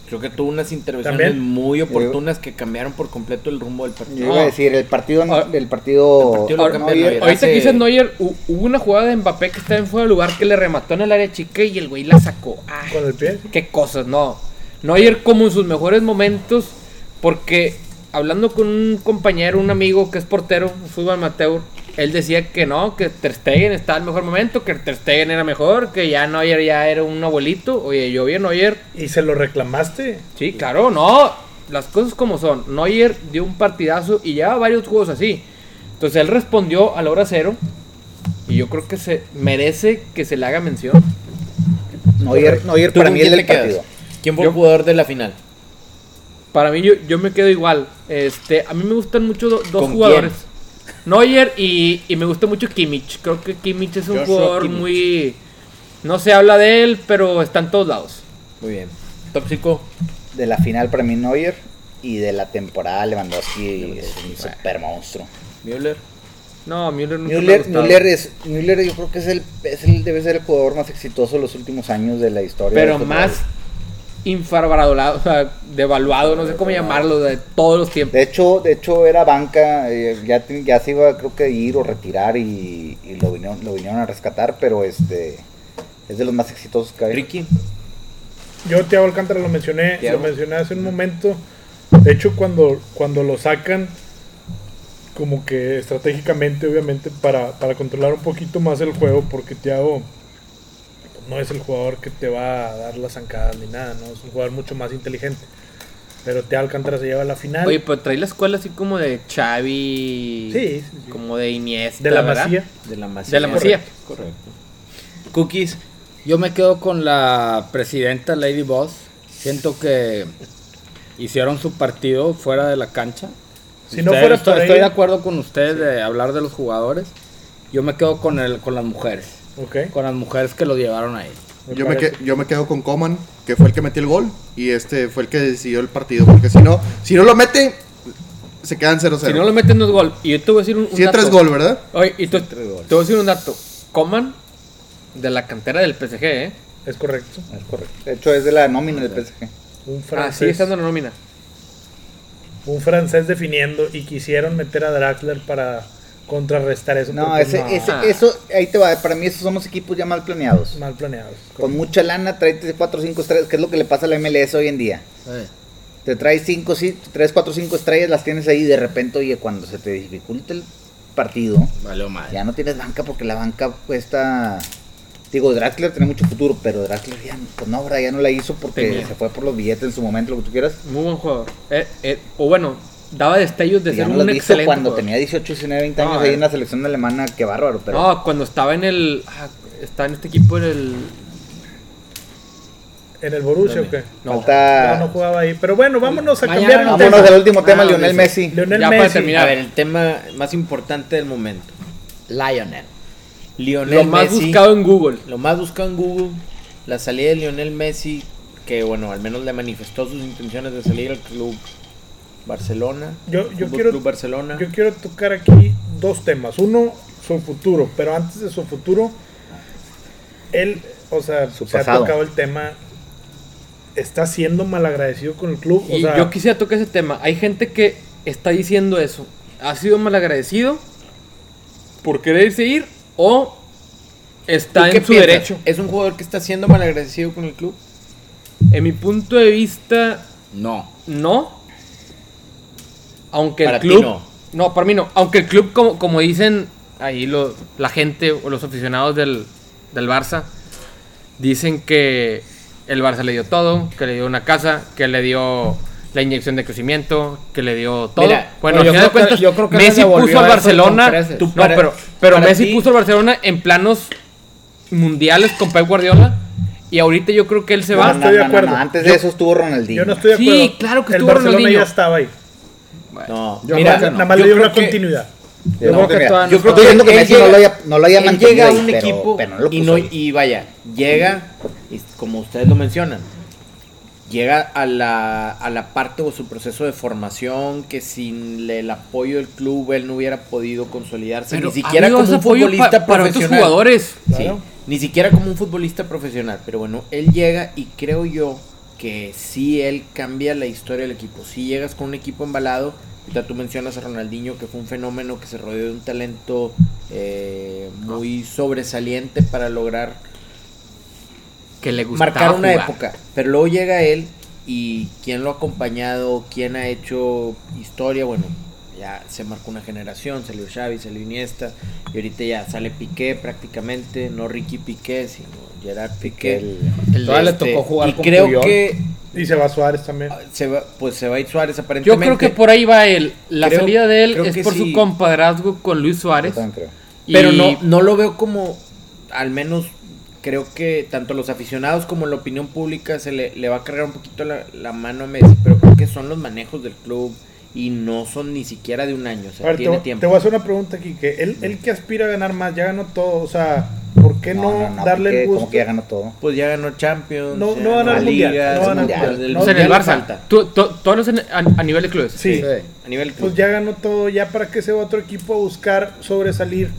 [SPEAKER 1] Creo que tuvo unas intervenciones
[SPEAKER 4] También.
[SPEAKER 1] muy oportunas que cambiaron por completo el rumbo del
[SPEAKER 3] Yo
[SPEAKER 1] partido.
[SPEAKER 3] iba a decir, el partido,
[SPEAKER 2] Ah.
[SPEAKER 3] el partido,
[SPEAKER 1] El partido lo
[SPEAKER 3] Ahora,
[SPEAKER 1] cambian
[SPEAKER 3] Neuer
[SPEAKER 1] Neuer.
[SPEAKER 2] Ahorita
[SPEAKER 3] hace-
[SPEAKER 2] que dices Neuer, hu- hubo una jugada de Mbappé que estaba en fuera de lugar que le remató en el área chica y el güey la sacó. Ah,
[SPEAKER 4] Con el pie.
[SPEAKER 2] qué cosas, no. Neuer como en sus mejores momentos, porque hablando con un compañero, un amigo que es portero, fútbol amateur, él decía que no, que Ter Stegen estaba en el mejor momento, que Ter Stegen era mejor, que ya Neuer ya era un abuelito. Oye, yo vi a Neuer
[SPEAKER 4] ¿Y se lo reclamaste?
[SPEAKER 2] Sí, claro, no. Las cosas como son. Neuer dio un partidazo y ya varios juegos así. Entonces él respondió a la hora cero. Y yo creo que se merece que se le haga mención.
[SPEAKER 3] Neuer, Neuer
[SPEAKER 1] ¿Tú
[SPEAKER 3] para
[SPEAKER 1] con
[SPEAKER 3] mí es
[SPEAKER 1] quién te
[SPEAKER 3] el
[SPEAKER 1] quedas?
[SPEAKER 3] partido.
[SPEAKER 1] ¿Quién fue
[SPEAKER 2] Yo-
[SPEAKER 1] el jugador de la final?
[SPEAKER 2] Para mí, yo, yo me quedo igual. Este, a mí me gustan mucho do- dos
[SPEAKER 1] ¿Con
[SPEAKER 2] jugadores. Neuer y, y me gusta mucho Kimmich. Creo que Kimmich es un
[SPEAKER 1] Joshua
[SPEAKER 2] jugador
[SPEAKER 1] Kimmich.
[SPEAKER 2] muy. No se habla de él, pero está en todos lados.
[SPEAKER 1] Muy bien. Tóxico.
[SPEAKER 3] De la final para mí Neuer y de la temporada Lewandowski es un super monstruo.
[SPEAKER 1] Müller.
[SPEAKER 2] No, Müller nunca me ha
[SPEAKER 3] Müller,
[SPEAKER 2] gustado.
[SPEAKER 3] Müller es, Müller yo creo que es el, es el- debe ser el jugador más exitoso de los últimos años de la historia.
[SPEAKER 2] Pero
[SPEAKER 3] del fútbol.
[SPEAKER 2] más infravalorado, o sea, devaluado, no sé cómo llamarlo, de todos los tiempos.
[SPEAKER 3] De hecho, de hecho era banca, eh, ya, te- ya se iba creo que a ir o retirar y, y lo, vinieron, lo vinieron a rescatar, pero este es de los más exitosos que hay.
[SPEAKER 1] Ricky.
[SPEAKER 4] Yo Thiago Alcántara lo mencioné,
[SPEAKER 1] Thiago.
[SPEAKER 4] lo mencioné hace un momento. De hecho, cuando, cuando lo sacan, como que estratégicamente, obviamente, para, para controlar un poquito más el juego, porque Thiago pues, no es el jugador que te va a dar las zancadas ni nada, ¿no? Es un jugador mucho más inteligente. Pero Thiago Alcántara se lleva a la final.
[SPEAKER 2] Oye, pero trae la escuela así como de Xavi,
[SPEAKER 4] Sí, sí, sí.
[SPEAKER 2] como de Iniesta,
[SPEAKER 4] de la
[SPEAKER 2] ¿verdad?
[SPEAKER 4] Masía.
[SPEAKER 1] De la Masía.
[SPEAKER 2] De la Masía.
[SPEAKER 1] Correcto. Cookies.
[SPEAKER 5] Yo me quedo con la presidenta Lady Boss. Siento que hicieron su partido fuera de la cancha.
[SPEAKER 4] Si no
[SPEAKER 5] Ustedes-
[SPEAKER 4] fuera
[SPEAKER 5] estoy,
[SPEAKER 4] por
[SPEAKER 5] estoy de
[SPEAKER 4] ella-
[SPEAKER 5] acuerdo con ustedes de hablar de los jugadores. Yo me quedo con el con las mujeres,
[SPEAKER 4] Ok.
[SPEAKER 5] con las mujeres que los llevaron ahí.
[SPEAKER 4] Me
[SPEAKER 6] Yo me, que-
[SPEAKER 4] parece.
[SPEAKER 6] yo me quedo con Coman, que fue el que metió el gol. Y este fue el que decidió el partido. Porque si no, si no lo mete, se quedan 0-0.
[SPEAKER 2] Si no lo meten, no es gol. Y yo te voy a decir un, un
[SPEAKER 6] Si entra es
[SPEAKER 2] dato.
[SPEAKER 6] gol, ¿verdad?
[SPEAKER 2] Oye, y tú- te voy a decir un dato. Coman, de la cantera del PSG, ¿eh?
[SPEAKER 4] Es correcto.
[SPEAKER 3] Es correcto. De hecho es de la nómina del PSG.
[SPEAKER 2] Ah,
[SPEAKER 4] Un
[SPEAKER 2] sigue
[SPEAKER 4] francés,
[SPEAKER 2] estando en la nómina.
[SPEAKER 4] un francés definiendo y quisieron meter a Draxler para contrarrestar eso.
[SPEAKER 3] No,
[SPEAKER 4] porque
[SPEAKER 3] ese,
[SPEAKER 4] no,
[SPEAKER 3] ese,
[SPEAKER 2] Ah.
[SPEAKER 3] eso, ahí te va, para mí esos son los equipos ya mal planeados.
[SPEAKER 4] Mal planeados.
[SPEAKER 3] Con mucha lana, tráete 4 5 estrellas, que es lo que le pasa a la MLS hoy en día.
[SPEAKER 5] Eh,
[SPEAKER 3] Te traes 5, 3, 4, 5 estrellas, las tienes ahí y de repente, oye, cuando se te dificulta el partido,
[SPEAKER 5] valió madre.
[SPEAKER 3] ya no tienes banca porque la banca cuesta... Digo, Draxler tiene mucho futuro, pero Draxler ya, no- pues no, ahora ya no la hizo porque
[SPEAKER 2] Tenía.
[SPEAKER 3] se fue por los billetes en su momento, lo que tú quieras.
[SPEAKER 2] Muy buen jugador. Eh, eh, o bueno, daba destellos de
[SPEAKER 3] Y ya
[SPEAKER 2] ser
[SPEAKER 3] no
[SPEAKER 2] un
[SPEAKER 3] las hizo
[SPEAKER 2] excelente
[SPEAKER 3] cuando
[SPEAKER 2] jugador.
[SPEAKER 3] tenía 18, 19, 20 años
[SPEAKER 2] No,
[SPEAKER 3] ahí
[SPEAKER 2] eh.
[SPEAKER 3] en la selección alemana, qué bárbaro, pero...
[SPEAKER 2] No, cuando estaba en el... ah, estaba en este equipo en el...
[SPEAKER 4] ¿En el Borussia o qué?
[SPEAKER 2] No,
[SPEAKER 3] falta...
[SPEAKER 4] No, no jugaba ahí. Pero bueno, vámonos a
[SPEAKER 2] Mañana
[SPEAKER 4] cambiar el
[SPEAKER 2] no.
[SPEAKER 4] tema.
[SPEAKER 3] Ah. Vámonos al último tema,
[SPEAKER 5] Ah,
[SPEAKER 3] Lionel
[SPEAKER 5] sí.
[SPEAKER 3] Messi.
[SPEAKER 4] Lionel
[SPEAKER 2] Ya para
[SPEAKER 4] Messi.
[SPEAKER 2] terminar. Mira.
[SPEAKER 1] A ver, el tema más importante del momento.
[SPEAKER 5] Lionel.
[SPEAKER 1] Lionel
[SPEAKER 2] Lo más
[SPEAKER 1] Messi.
[SPEAKER 2] buscado en Google.
[SPEAKER 1] Lo más buscado en Google, la salida de Lionel Messi, que bueno, al menos le manifestó sus intenciones de salir al club Barcelona.
[SPEAKER 4] Yo- yo
[SPEAKER 1] Fútbol
[SPEAKER 4] quiero-
[SPEAKER 1] Club Barcelona.
[SPEAKER 4] Yo quiero tocar aquí dos temas. Uno, su futuro. Pero antes de su futuro, él, o sea,
[SPEAKER 3] Su
[SPEAKER 4] se
[SPEAKER 3] pasado.
[SPEAKER 4] ha tocado el tema. Está siendo malagradecido con el club. O
[SPEAKER 2] Y
[SPEAKER 4] sea,
[SPEAKER 2] yo quisiera tocar ese tema. Hay gente que está diciendo eso. Ha sido malagradecido por quererse ir o está
[SPEAKER 1] ¿Tú qué
[SPEAKER 2] en su
[SPEAKER 1] piensas?
[SPEAKER 2] derecho.
[SPEAKER 1] ¿Es un jugador que está siendo malagradecido con el club?
[SPEAKER 2] En mi punto de vista,
[SPEAKER 5] No.
[SPEAKER 2] no. Aunque
[SPEAKER 1] Para
[SPEAKER 2] el
[SPEAKER 1] ti
[SPEAKER 2] club.
[SPEAKER 1] no.
[SPEAKER 2] No, para mí no. Aunque el club, como, como dicen ahí lo- la gente o los aficionados del, del Barça, dicen que el Barça le dio todo, que le dio una casa, que le dio la inyección de crecimiento, que le dio todo.
[SPEAKER 1] Mira,
[SPEAKER 2] bueno,
[SPEAKER 5] no,
[SPEAKER 2] al
[SPEAKER 5] yo
[SPEAKER 2] final de
[SPEAKER 5] creo que-
[SPEAKER 2] cuentas,
[SPEAKER 5] yo creo que les
[SPEAKER 2] Messi
[SPEAKER 5] devolvió
[SPEAKER 2] puso al
[SPEAKER 5] eso con
[SPEAKER 2] Barcelona.
[SPEAKER 5] creces.
[SPEAKER 1] Tú
[SPEAKER 2] No,
[SPEAKER 1] para-
[SPEAKER 2] pero, pero
[SPEAKER 1] para
[SPEAKER 2] Messi
[SPEAKER 1] ti-
[SPEAKER 2] puso al Barcelona en planos mundiales con Pep Guardiola. Y ahorita yo creo que él se
[SPEAKER 4] No,
[SPEAKER 2] va.
[SPEAKER 4] estoy de acuerdo.
[SPEAKER 3] Antes
[SPEAKER 4] Yo-
[SPEAKER 3] de eso estuvo Ronaldinho.
[SPEAKER 4] yo no estoy de
[SPEAKER 2] Sí,
[SPEAKER 4] acuerdo.
[SPEAKER 2] claro que
[SPEAKER 4] el
[SPEAKER 2] estuvo
[SPEAKER 4] Barcelona
[SPEAKER 2] Ronaldinho.
[SPEAKER 4] ya estaba ahí.
[SPEAKER 1] No,
[SPEAKER 5] Yo
[SPEAKER 1] mira,
[SPEAKER 5] creo que no.
[SPEAKER 4] Nada más
[SPEAKER 1] yo
[SPEAKER 4] le dio
[SPEAKER 1] creo
[SPEAKER 4] una
[SPEAKER 1] que-
[SPEAKER 4] continuidad.
[SPEAKER 3] Yo creo que
[SPEAKER 5] todavía
[SPEAKER 1] Yo
[SPEAKER 5] no
[SPEAKER 1] creo
[SPEAKER 3] Estoy diciendo
[SPEAKER 1] que,
[SPEAKER 3] que
[SPEAKER 1] él
[SPEAKER 3] Messi no lo haya- no lo haya
[SPEAKER 1] él
[SPEAKER 3] mantenido
[SPEAKER 1] llega a
[SPEAKER 3] ahí,
[SPEAKER 1] un
[SPEAKER 3] pero-
[SPEAKER 1] equipo
[SPEAKER 3] pero no lo
[SPEAKER 1] y,
[SPEAKER 3] puso
[SPEAKER 1] no,
[SPEAKER 3] ahí.
[SPEAKER 1] y vaya, llega, y como ustedes lo mencionan, llega a la, a la parte o su proceso de formación que sin el apoyo del club él no hubiera podido consolidarse,
[SPEAKER 2] Pero,
[SPEAKER 1] ni siquiera
[SPEAKER 2] amigo,
[SPEAKER 1] como
[SPEAKER 2] ese
[SPEAKER 1] un
[SPEAKER 2] apoyo
[SPEAKER 1] futbolista
[SPEAKER 2] pa- para otros
[SPEAKER 1] profesional.
[SPEAKER 2] jugadores.
[SPEAKER 1] Sí,
[SPEAKER 4] Claro.
[SPEAKER 1] ni siquiera como un futbolista profesional, pero bueno, él llega y creo yo que si él cambia la historia del equipo. Si llegas con un equipo embalado, ahorita tú mencionas a Ronaldinho que fue un fenómeno que se rodeó de un talento eh, muy sobresaliente para lograr
[SPEAKER 2] que le gustaba
[SPEAKER 1] marcar una
[SPEAKER 2] jugar.
[SPEAKER 1] época, pero luego llega él y quién lo ha acompañado, quién ha hecho historia, bueno, ya se marcó una generación, salió Xavi, salió Iniesta, y ahorita ya sale Piqué prácticamente, no Ricky Piqué, sino Gerard Piqué.
[SPEAKER 2] El
[SPEAKER 1] Este,
[SPEAKER 2] le tocó jugar
[SPEAKER 1] y
[SPEAKER 2] con
[SPEAKER 1] creo
[SPEAKER 2] Puyol.
[SPEAKER 1] que
[SPEAKER 4] Y se va Suárez también.
[SPEAKER 1] ah, se va, pues se va a ir Suárez
[SPEAKER 2] Yo
[SPEAKER 1] aparentemente.
[SPEAKER 2] creo que por ahí va él. La
[SPEAKER 1] Creo-
[SPEAKER 2] salida de él
[SPEAKER 1] creo
[SPEAKER 2] es
[SPEAKER 1] que
[SPEAKER 2] por
[SPEAKER 1] sí.
[SPEAKER 2] su compadrazgo con Luis Suárez.
[SPEAKER 3] Yo también creo.
[SPEAKER 2] y-
[SPEAKER 1] Pero no, no lo veo como, al menos creo que tanto los aficionados como la opinión pública se le, le va a cargar un poquito la, la mano a Messi, pero creo que son los manejos del club y no son ni siquiera de un año, o sea,
[SPEAKER 4] A ver, te,
[SPEAKER 1] tiene
[SPEAKER 4] voy-
[SPEAKER 1] tiempo.
[SPEAKER 4] te voy a hacer una pregunta aquí. Que él, él que aspira a ganar más, ya ganó todo. O sea, ¿por qué no, darle
[SPEAKER 3] Piqué,
[SPEAKER 4] el
[SPEAKER 3] como
[SPEAKER 4] gusto?
[SPEAKER 3] que ya ganó todo.
[SPEAKER 1] Pues ya ganó Champions.
[SPEAKER 4] No-
[SPEAKER 1] ya ganó
[SPEAKER 4] no ganar
[SPEAKER 1] la
[SPEAKER 4] el Mundial,
[SPEAKER 1] Liga,
[SPEAKER 4] no
[SPEAKER 1] el
[SPEAKER 4] ganar el
[SPEAKER 1] Mundial,
[SPEAKER 4] Mundial.
[SPEAKER 1] el
[SPEAKER 4] No,
[SPEAKER 2] O sea, en el
[SPEAKER 1] Mundial
[SPEAKER 2] Barça.
[SPEAKER 1] falta.
[SPEAKER 2] Tú- to- todos los en- a, a nivel de clubes.
[SPEAKER 4] Sí.
[SPEAKER 1] A nivel club.
[SPEAKER 4] Pues ya ganó todo, ya para que se va otro equipo a buscar sobresalir.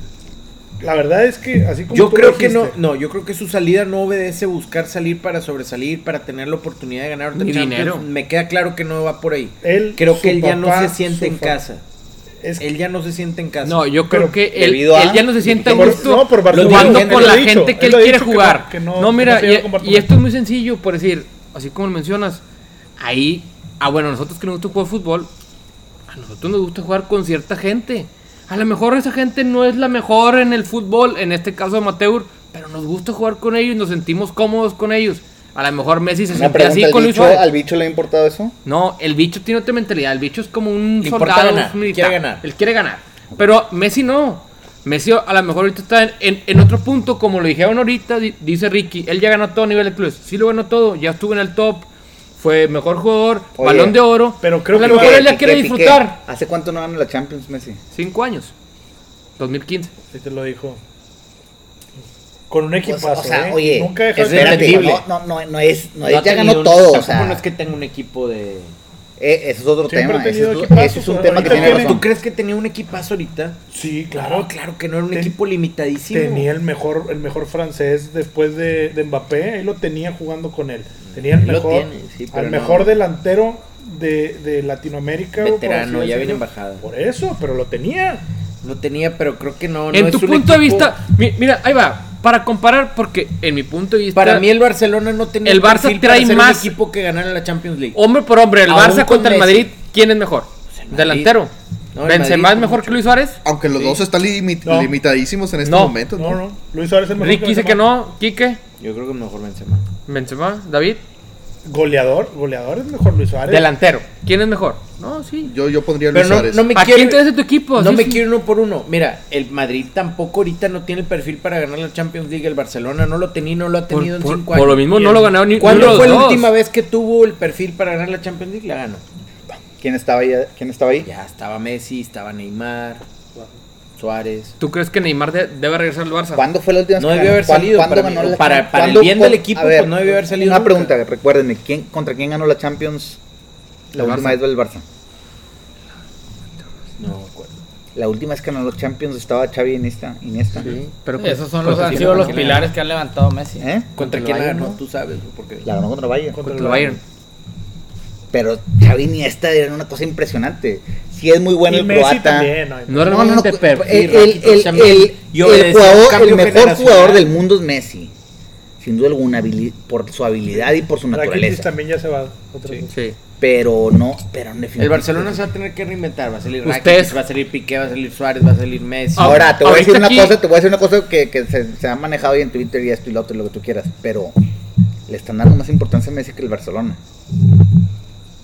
[SPEAKER 4] La verdad es que así como
[SPEAKER 1] Yo
[SPEAKER 4] tú
[SPEAKER 1] creo que no,
[SPEAKER 4] dijiste,
[SPEAKER 1] no, yo creo que su salida no obedece buscar salir para sobresalir, para tener la oportunidad de ganar otra
[SPEAKER 2] Ni
[SPEAKER 1] Champions.
[SPEAKER 2] dinero.
[SPEAKER 1] Me queda claro que no va por ahí.
[SPEAKER 4] Él,
[SPEAKER 1] creo
[SPEAKER 4] su
[SPEAKER 1] que él ya no
[SPEAKER 4] papá,
[SPEAKER 1] se siente
[SPEAKER 4] su
[SPEAKER 1] en
[SPEAKER 4] fa-
[SPEAKER 1] casa.
[SPEAKER 4] es-
[SPEAKER 1] Él ya no se siente en casa.
[SPEAKER 2] No, yo creo
[SPEAKER 4] Pero
[SPEAKER 2] que él,
[SPEAKER 3] debido a-
[SPEAKER 2] él ya no se siente a
[SPEAKER 4] Por-
[SPEAKER 2] gusto
[SPEAKER 4] no, por Barcelona,
[SPEAKER 2] jugando
[SPEAKER 1] él
[SPEAKER 2] con
[SPEAKER 4] lo
[SPEAKER 2] la
[SPEAKER 4] ha dicho,
[SPEAKER 2] gente que
[SPEAKER 4] él
[SPEAKER 2] él
[SPEAKER 4] lo ha
[SPEAKER 2] quiere
[SPEAKER 4] dicho que
[SPEAKER 2] jugar.
[SPEAKER 4] no- que
[SPEAKER 2] no,
[SPEAKER 4] no-
[SPEAKER 2] mira,
[SPEAKER 4] que no se lleva
[SPEAKER 2] y-
[SPEAKER 4] con
[SPEAKER 2] y,
[SPEAKER 4] Barcelona.
[SPEAKER 2] esto es muy sencillo, por decir, así como lo mencionas, ahí, ah, bueno, nosotros que nos gusta jugar fútbol, a nosotros nos gusta jugar con cierta gente. A lo mejor esa gente no es la mejor en el fútbol, en este caso amateur, pero nos gusta jugar con ellos, nos sentimos cómodos con ellos. A lo mejor Messi se
[SPEAKER 3] Una
[SPEAKER 2] sentía
[SPEAKER 3] pregunta,
[SPEAKER 2] así
[SPEAKER 3] ¿al
[SPEAKER 2] con Luis
[SPEAKER 3] bicho,
[SPEAKER 2] Suárez.
[SPEAKER 3] ¿al bicho le ha importado eso?
[SPEAKER 2] No, el bicho tiene otra mentalidad. El bicho es como un
[SPEAKER 1] Le importa
[SPEAKER 2] soldado,
[SPEAKER 1] ganar,
[SPEAKER 2] un militar.
[SPEAKER 1] quiere ganar.
[SPEAKER 2] Él quiere ganar. Pero Messi no. Messi a lo mejor ahorita está en, en- en otro punto, como lo dijeron ahorita, di- dice Ricky. Él ya ganó todo a nivel de clubes. Sí lo ganó todo, ya estuvo en el top. Fue mejor jugador,
[SPEAKER 3] Oye,
[SPEAKER 2] balón de oro.
[SPEAKER 4] pero creo
[SPEAKER 2] a
[SPEAKER 4] que
[SPEAKER 2] lo mejor
[SPEAKER 4] va-
[SPEAKER 2] él ya
[SPEAKER 3] Piqué,
[SPEAKER 2] quiere
[SPEAKER 3] Piqué.
[SPEAKER 2] disfrutar.
[SPEAKER 3] ¿Hace cuánto no gana la Champions, Messi?
[SPEAKER 2] Cinco años. 2015.
[SPEAKER 4] Sí te lo dijo. Con un equipazo,
[SPEAKER 3] Pues, o sea,
[SPEAKER 4] ¿eh?
[SPEAKER 3] oye,
[SPEAKER 4] Nunca dejó
[SPEAKER 1] es
[SPEAKER 4] de-
[SPEAKER 1] verdad.
[SPEAKER 3] Espérate,
[SPEAKER 1] entendible.
[SPEAKER 3] No, no, no, no es, no,
[SPEAKER 1] No
[SPEAKER 3] es-
[SPEAKER 1] ha
[SPEAKER 3] ya
[SPEAKER 1] tenido
[SPEAKER 3] ganó
[SPEAKER 1] un-
[SPEAKER 3] todo, o
[SPEAKER 1] tampoco
[SPEAKER 3] sea,
[SPEAKER 1] no es que tenga un equipo de...
[SPEAKER 3] eh, eso es otro
[SPEAKER 4] Siempre
[SPEAKER 3] tema,
[SPEAKER 4] ha
[SPEAKER 3] ese
[SPEAKER 4] tenido
[SPEAKER 3] es, otro-
[SPEAKER 4] equipazos,
[SPEAKER 3] ese es un
[SPEAKER 4] o sea,
[SPEAKER 3] tema que
[SPEAKER 4] ahorita
[SPEAKER 3] tiene
[SPEAKER 4] tiene-
[SPEAKER 3] razón.
[SPEAKER 1] ¿Tú crees que tenía un equipazo ahorita?
[SPEAKER 4] Sí, claro.
[SPEAKER 1] Claro, claro que no era un
[SPEAKER 4] Ten-
[SPEAKER 1] equipo limitadísimo.
[SPEAKER 4] Tenía el mejor, el mejor francés después de, de Mbappé, ahí lo tenía jugando con él. Tenía el
[SPEAKER 1] Lo
[SPEAKER 4] mejor,
[SPEAKER 1] tiene, sí, pero
[SPEAKER 4] al
[SPEAKER 1] no.
[SPEAKER 4] mejor delantero de, de Latinoamérica. o por
[SPEAKER 1] Veterano,
[SPEAKER 4] así
[SPEAKER 1] ya
[SPEAKER 4] decirlo.
[SPEAKER 1] viene embajada.
[SPEAKER 4] Por eso, pero lo tenía.
[SPEAKER 1] Lo tenía, pero creo que no. no
[SPEAKER 2] en
[SPEAKER 1] es
[SPEAKER 2] tu
[SPEAKER 1] un
[SPEAKER 2] punto de
[SPEAKER 1] equipo-
[SPEAKER 2] vista, mi- mira, ahí va. Para comparar, porque en mi punto de vista.
[SPEAKER 1] Para mí el Barcelona no tenía
[SPEAKER 2] El Barça
[SPEAKER 1] perfil para
[SPEAKER 2] trae
[SPEAKER 1] ser un
[SPEAKER 2] más-
[SPEAKER 1] equipo que ganara la Champions League.
[SPEAKER 2] Hombre por hombre, el
[SPEAKER 1] Aún
[SPEAKER 2] Barça
[SPEAKER 1] con
[SPEAKER 2] contra el
[SPEAKER 1] Messi. Pues
[SPEAKER 2] Madrid, ¿quién es mejor?
[SPEAKER 1] el Madrid.
[SPEAKER 2] Delantero.
[SPEAKER 1] No, el
[SPEAKER 2] Benzema
[SPEAKER 1] Madrid
[SPEAKER 2] es mejor
[SPEAKER 1] mucho.
[SPEAKER 2] que Luis Suárez.
[SPEAKER 6] Aunque los dos están limi-
[SPEAKER 4] No.
[SPEAKER 6] limitadísimos en este
[SPEAKER 2] No.
[SPEAKER 6] momento.
[SPEAKER 4] No, no. Luis Suárez es el mejor.
[SPEAKER 2] Ricky dice que
[SPEAKER 4] Benzema.
[SPEAKER 2] no. Quique,
[SPEAKER 1] Yo creo que mejor Benzema.
[SPEAKER 2] Benzema, David.
[SPEAKER 4] Goleador, goleador es mejor Luis Suárez.
[SPEAKER 2] Delantero. ¿Quién es mejor? No, sí.
[SPEAKER 6] Yo, yo pondría a Luis
[SPEAKER 1] Pero no,
[SPEAKER 6] Suárez.
[SPEAKER 1] no me
[SPEAKER 2] ¿A
[SPEAKER 1] quiero-
[SPEAKER 2] quién traes de tu equipo?
[SPEAKER 1] No
[SPEAKER 2] Sí,
[SPEAKER 1] me
[SPEAKER 2] sí.
[SPEAKER 1] quiero uno por uno. Mira, el Madrid tampoco ahorita no tiene el perfil para ganar la Champions League. El Barcelona no lo tenía y no lo ha
[SPEAKER 2] Por,
[SPEAKER 1] tenido en
[SPEAKER 2] por-
[SPEAKER 1] cinco
[SPEAKER 2] por
[SPEAKER 1] años.
[SPEAKER 2] lo mismo no lo ganaron ni
[SPEAKER 1] ¿Cuándo
[SPEAKER 2] ninguno de
[SPEAKER 1] fue
[SPEAKER 2] los
[SPEAKER 1] la
[SPEAKER 2] dos.
[SPEAKER 1] última vez que tuvo el perfil para ganar la Champions League? La ganó.
[SPEAKER 3] ¿Quién estaba ahí? ¿Quién estaba ahí?
[SPEAKER 1] Ya estaba Messi, estaba Neymar, Suárez.
[SPEAKER 2] ¿Tú crees que Neymar de- debe regresar al Barça?
[SPEAKER 3] ¿Cuándo fue la última vez
[SPEAKER 1] No
[SPEAKER 3] que
[SPEAKER 1] debió
[SPEAKER 3] ganó?
[SPEAKER 1] haber
[SPEAKER 3] ¿Cuán-
[SPEAKER 1] salido
[SPEAKER 3] ¿Cuándo
[SPEAKER 1] para
[SPEAKER 3] ganó
[SPEAKER 1] mí.
[SPEAKER 3] la
[SPEAKER 1] Para-
[SPEAKER 3] Champions?
[SPEAKER 1] para el
[SPEAKER 3] ¿Cuándo-
[SPEAKER 1] bien del
[SPEAKER 3] cuán-
[SPEAKER 1] equipo,
[SPEAKER 3] a ver,
[SPEAKER 1] pues, no debió haber salido
[SPEAKER 3] Una
[SPEAKER 1] nunca.
[SPEAKER 3] pregunta, recuérdenme, ¿quién, ¿contra quién ganó la Champions la
[SPEAKER 2] El
[SPEAKER 3] última
[SPEAKER 2] Barça.
[SPEAKER 3] vez del Barça?
[SPEAKER 1] No me acuerdo.
[SPEAKER 3] La última vez que ganó los Champions estaba Xavi Iniesta. Iniesta.
[SPEAKER 2] Pero pues con-
[SPEAKER 5] Esos son
[SPEAKER 2] con-
[SPEAKER 5] los, han
[SPEAKER 2] con-
[SPEAKER 5] sido
[SPEAKER 2] con-
[SPEAKER 5] los
[SPEAKER 2] con-
[SPEAKER 5] pilares que han levantado Messi.
[SPEAKER 3] ¿Eh?
[SPEAKER 1] ¿Contra
[SPEAKER 5] el
[SPEAKER 1] quién la
[SPEAKER 5] Bayern,
[SPEAKER 1] ganó?
[SPEAKER 5] ¿no?
[SPEAKER 1] Tú sabes, güey, porque...
[SPEAKER 3] La ganó contra Bayern.
[SPEAKER 2] Contra el Bayern.
[SPEAKER 3] Pero Xavi Iniesta era una cosa impresionante. Sí es muy bueno
[SPEAKER 4] Y
[SPEAKER 3] el
[SPEAKER 4] Messi
[SPEAKER 3] croata.
[SPEAKER 4] también. ay,
[SPEAKER 2] No realmente perfil.
[SPEAKER 1] eh,
[SPEAKER 3] El, el- el- el-
[SPEAKER 1] Y
[SPEAKER 3] el
[SPEAKER 1] obedece a un
[SPEAKER 3] jugador-
[SPEAKER 1] cambio
[SPEAKER 3] el mejor
[SPEAKER 1] generacional.
[SPEAKER 3] jugador del mundo es Messi. Sin duda alguna, habili- por su habilidad y por su
[SPEAKER 4] Rakitic
[SPEAKER 3] naturaleza.
[SPEAKER 4] también ya se va. otra vez.
[SPEAKER 2] Sí.
[SPEAKER 3] Pero no, pero en definitiva-
[SPEAKER 1] El Barcelona se va a tener que reinventar. Va a salir
[SPEAKER 2] Ustedes- Ah,
[SPEAKER 1] Rakitic, va a salir Piqué, va a salir Suárez, va a salir Messi.
[SPEAKER 3] Ahora, te voy a
[SPEAKER 2] Ahorita
[SPEAKER 3] decir una
[SPEAKER 2] aquí-
[SPEAKER 3] cosa, te voy a decir una cosa que, que se, se ha manejado ahí en Twitter y esto y lo otro y lo que tú quieras, pero le están dando más importancia a Messi que el Barcelona.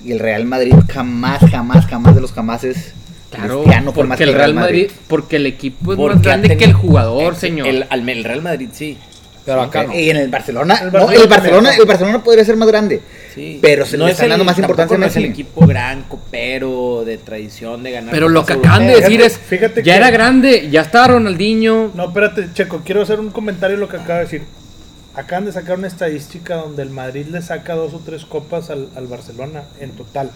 [SPEAKER 3] Y el Real Madrid jamás, jamás, jamás de los jamás es
[SPEAKER 2] Claro,
[SPEAKER 3] cristiano por más
[SPEAKER 2] porque
[SPEAKER 3] que
[SPEAKER 2] el Real Madrid, porque el equipo es
[SPEAKER 1] Porque
[SPEAKER 2] pues más
[SPEAKER 1] ha
[SPEAKER 2] grande que
[SPEAKER 1] tenido-
[SPEAKER 2] el jugador,
[SPEAKER 1] el-
[SPEAKER 2] señor.
[SPEAKER 1] El, al- el Real Madrid, sí.
[SPEAKER 5] Pero acá no.
[SPEAKER 3] Y en el Barcelona,
[SPEAKER 4] El
[SPEAKER 3] no,
[SPEAKER 4] Barcelona
[SPEAKER 3] el
[SPEAKER 4] también,
[SPEAKER 3] Barcelona,
[SPEAKER 4] ¿no?
[SPEAKER 3] el Barcelona podría ser más grande.
[SPEAKER 1] sí.
[SPEAKER 3] Pero se le están
[SPEAKER 1] el-
[SPEAKER 3] dando más
[SPEAKER 1] tampoco
[SPEAKER 3] importancia a
[SPEAKER 1] no es el
[SPEAKER 3] Messi.
[SPEAKER 1] equipo gran, copero, de tradición, de ganar.
[SPEAKER 2] Pero lo que
[SPEAKER 1] copas
[SPEAKER 2] acaban de
[SPEAKER 1] europeas.
[SPEAKER 2] decir es,
[SPEAKER 4] Fíjate
[SPEAKER 2] ya
[SPEAKER 4] que-
[SPEAKER 2] era grande, ya estaba Ronaldinho.
[SPEAKER 4] No, espérate, Checo, quiero hacer un comentario de lo que acaba de decir. Acaban de sacar una estadística donde el Madrid le saca dos o tres copas al, al Barcelona en total.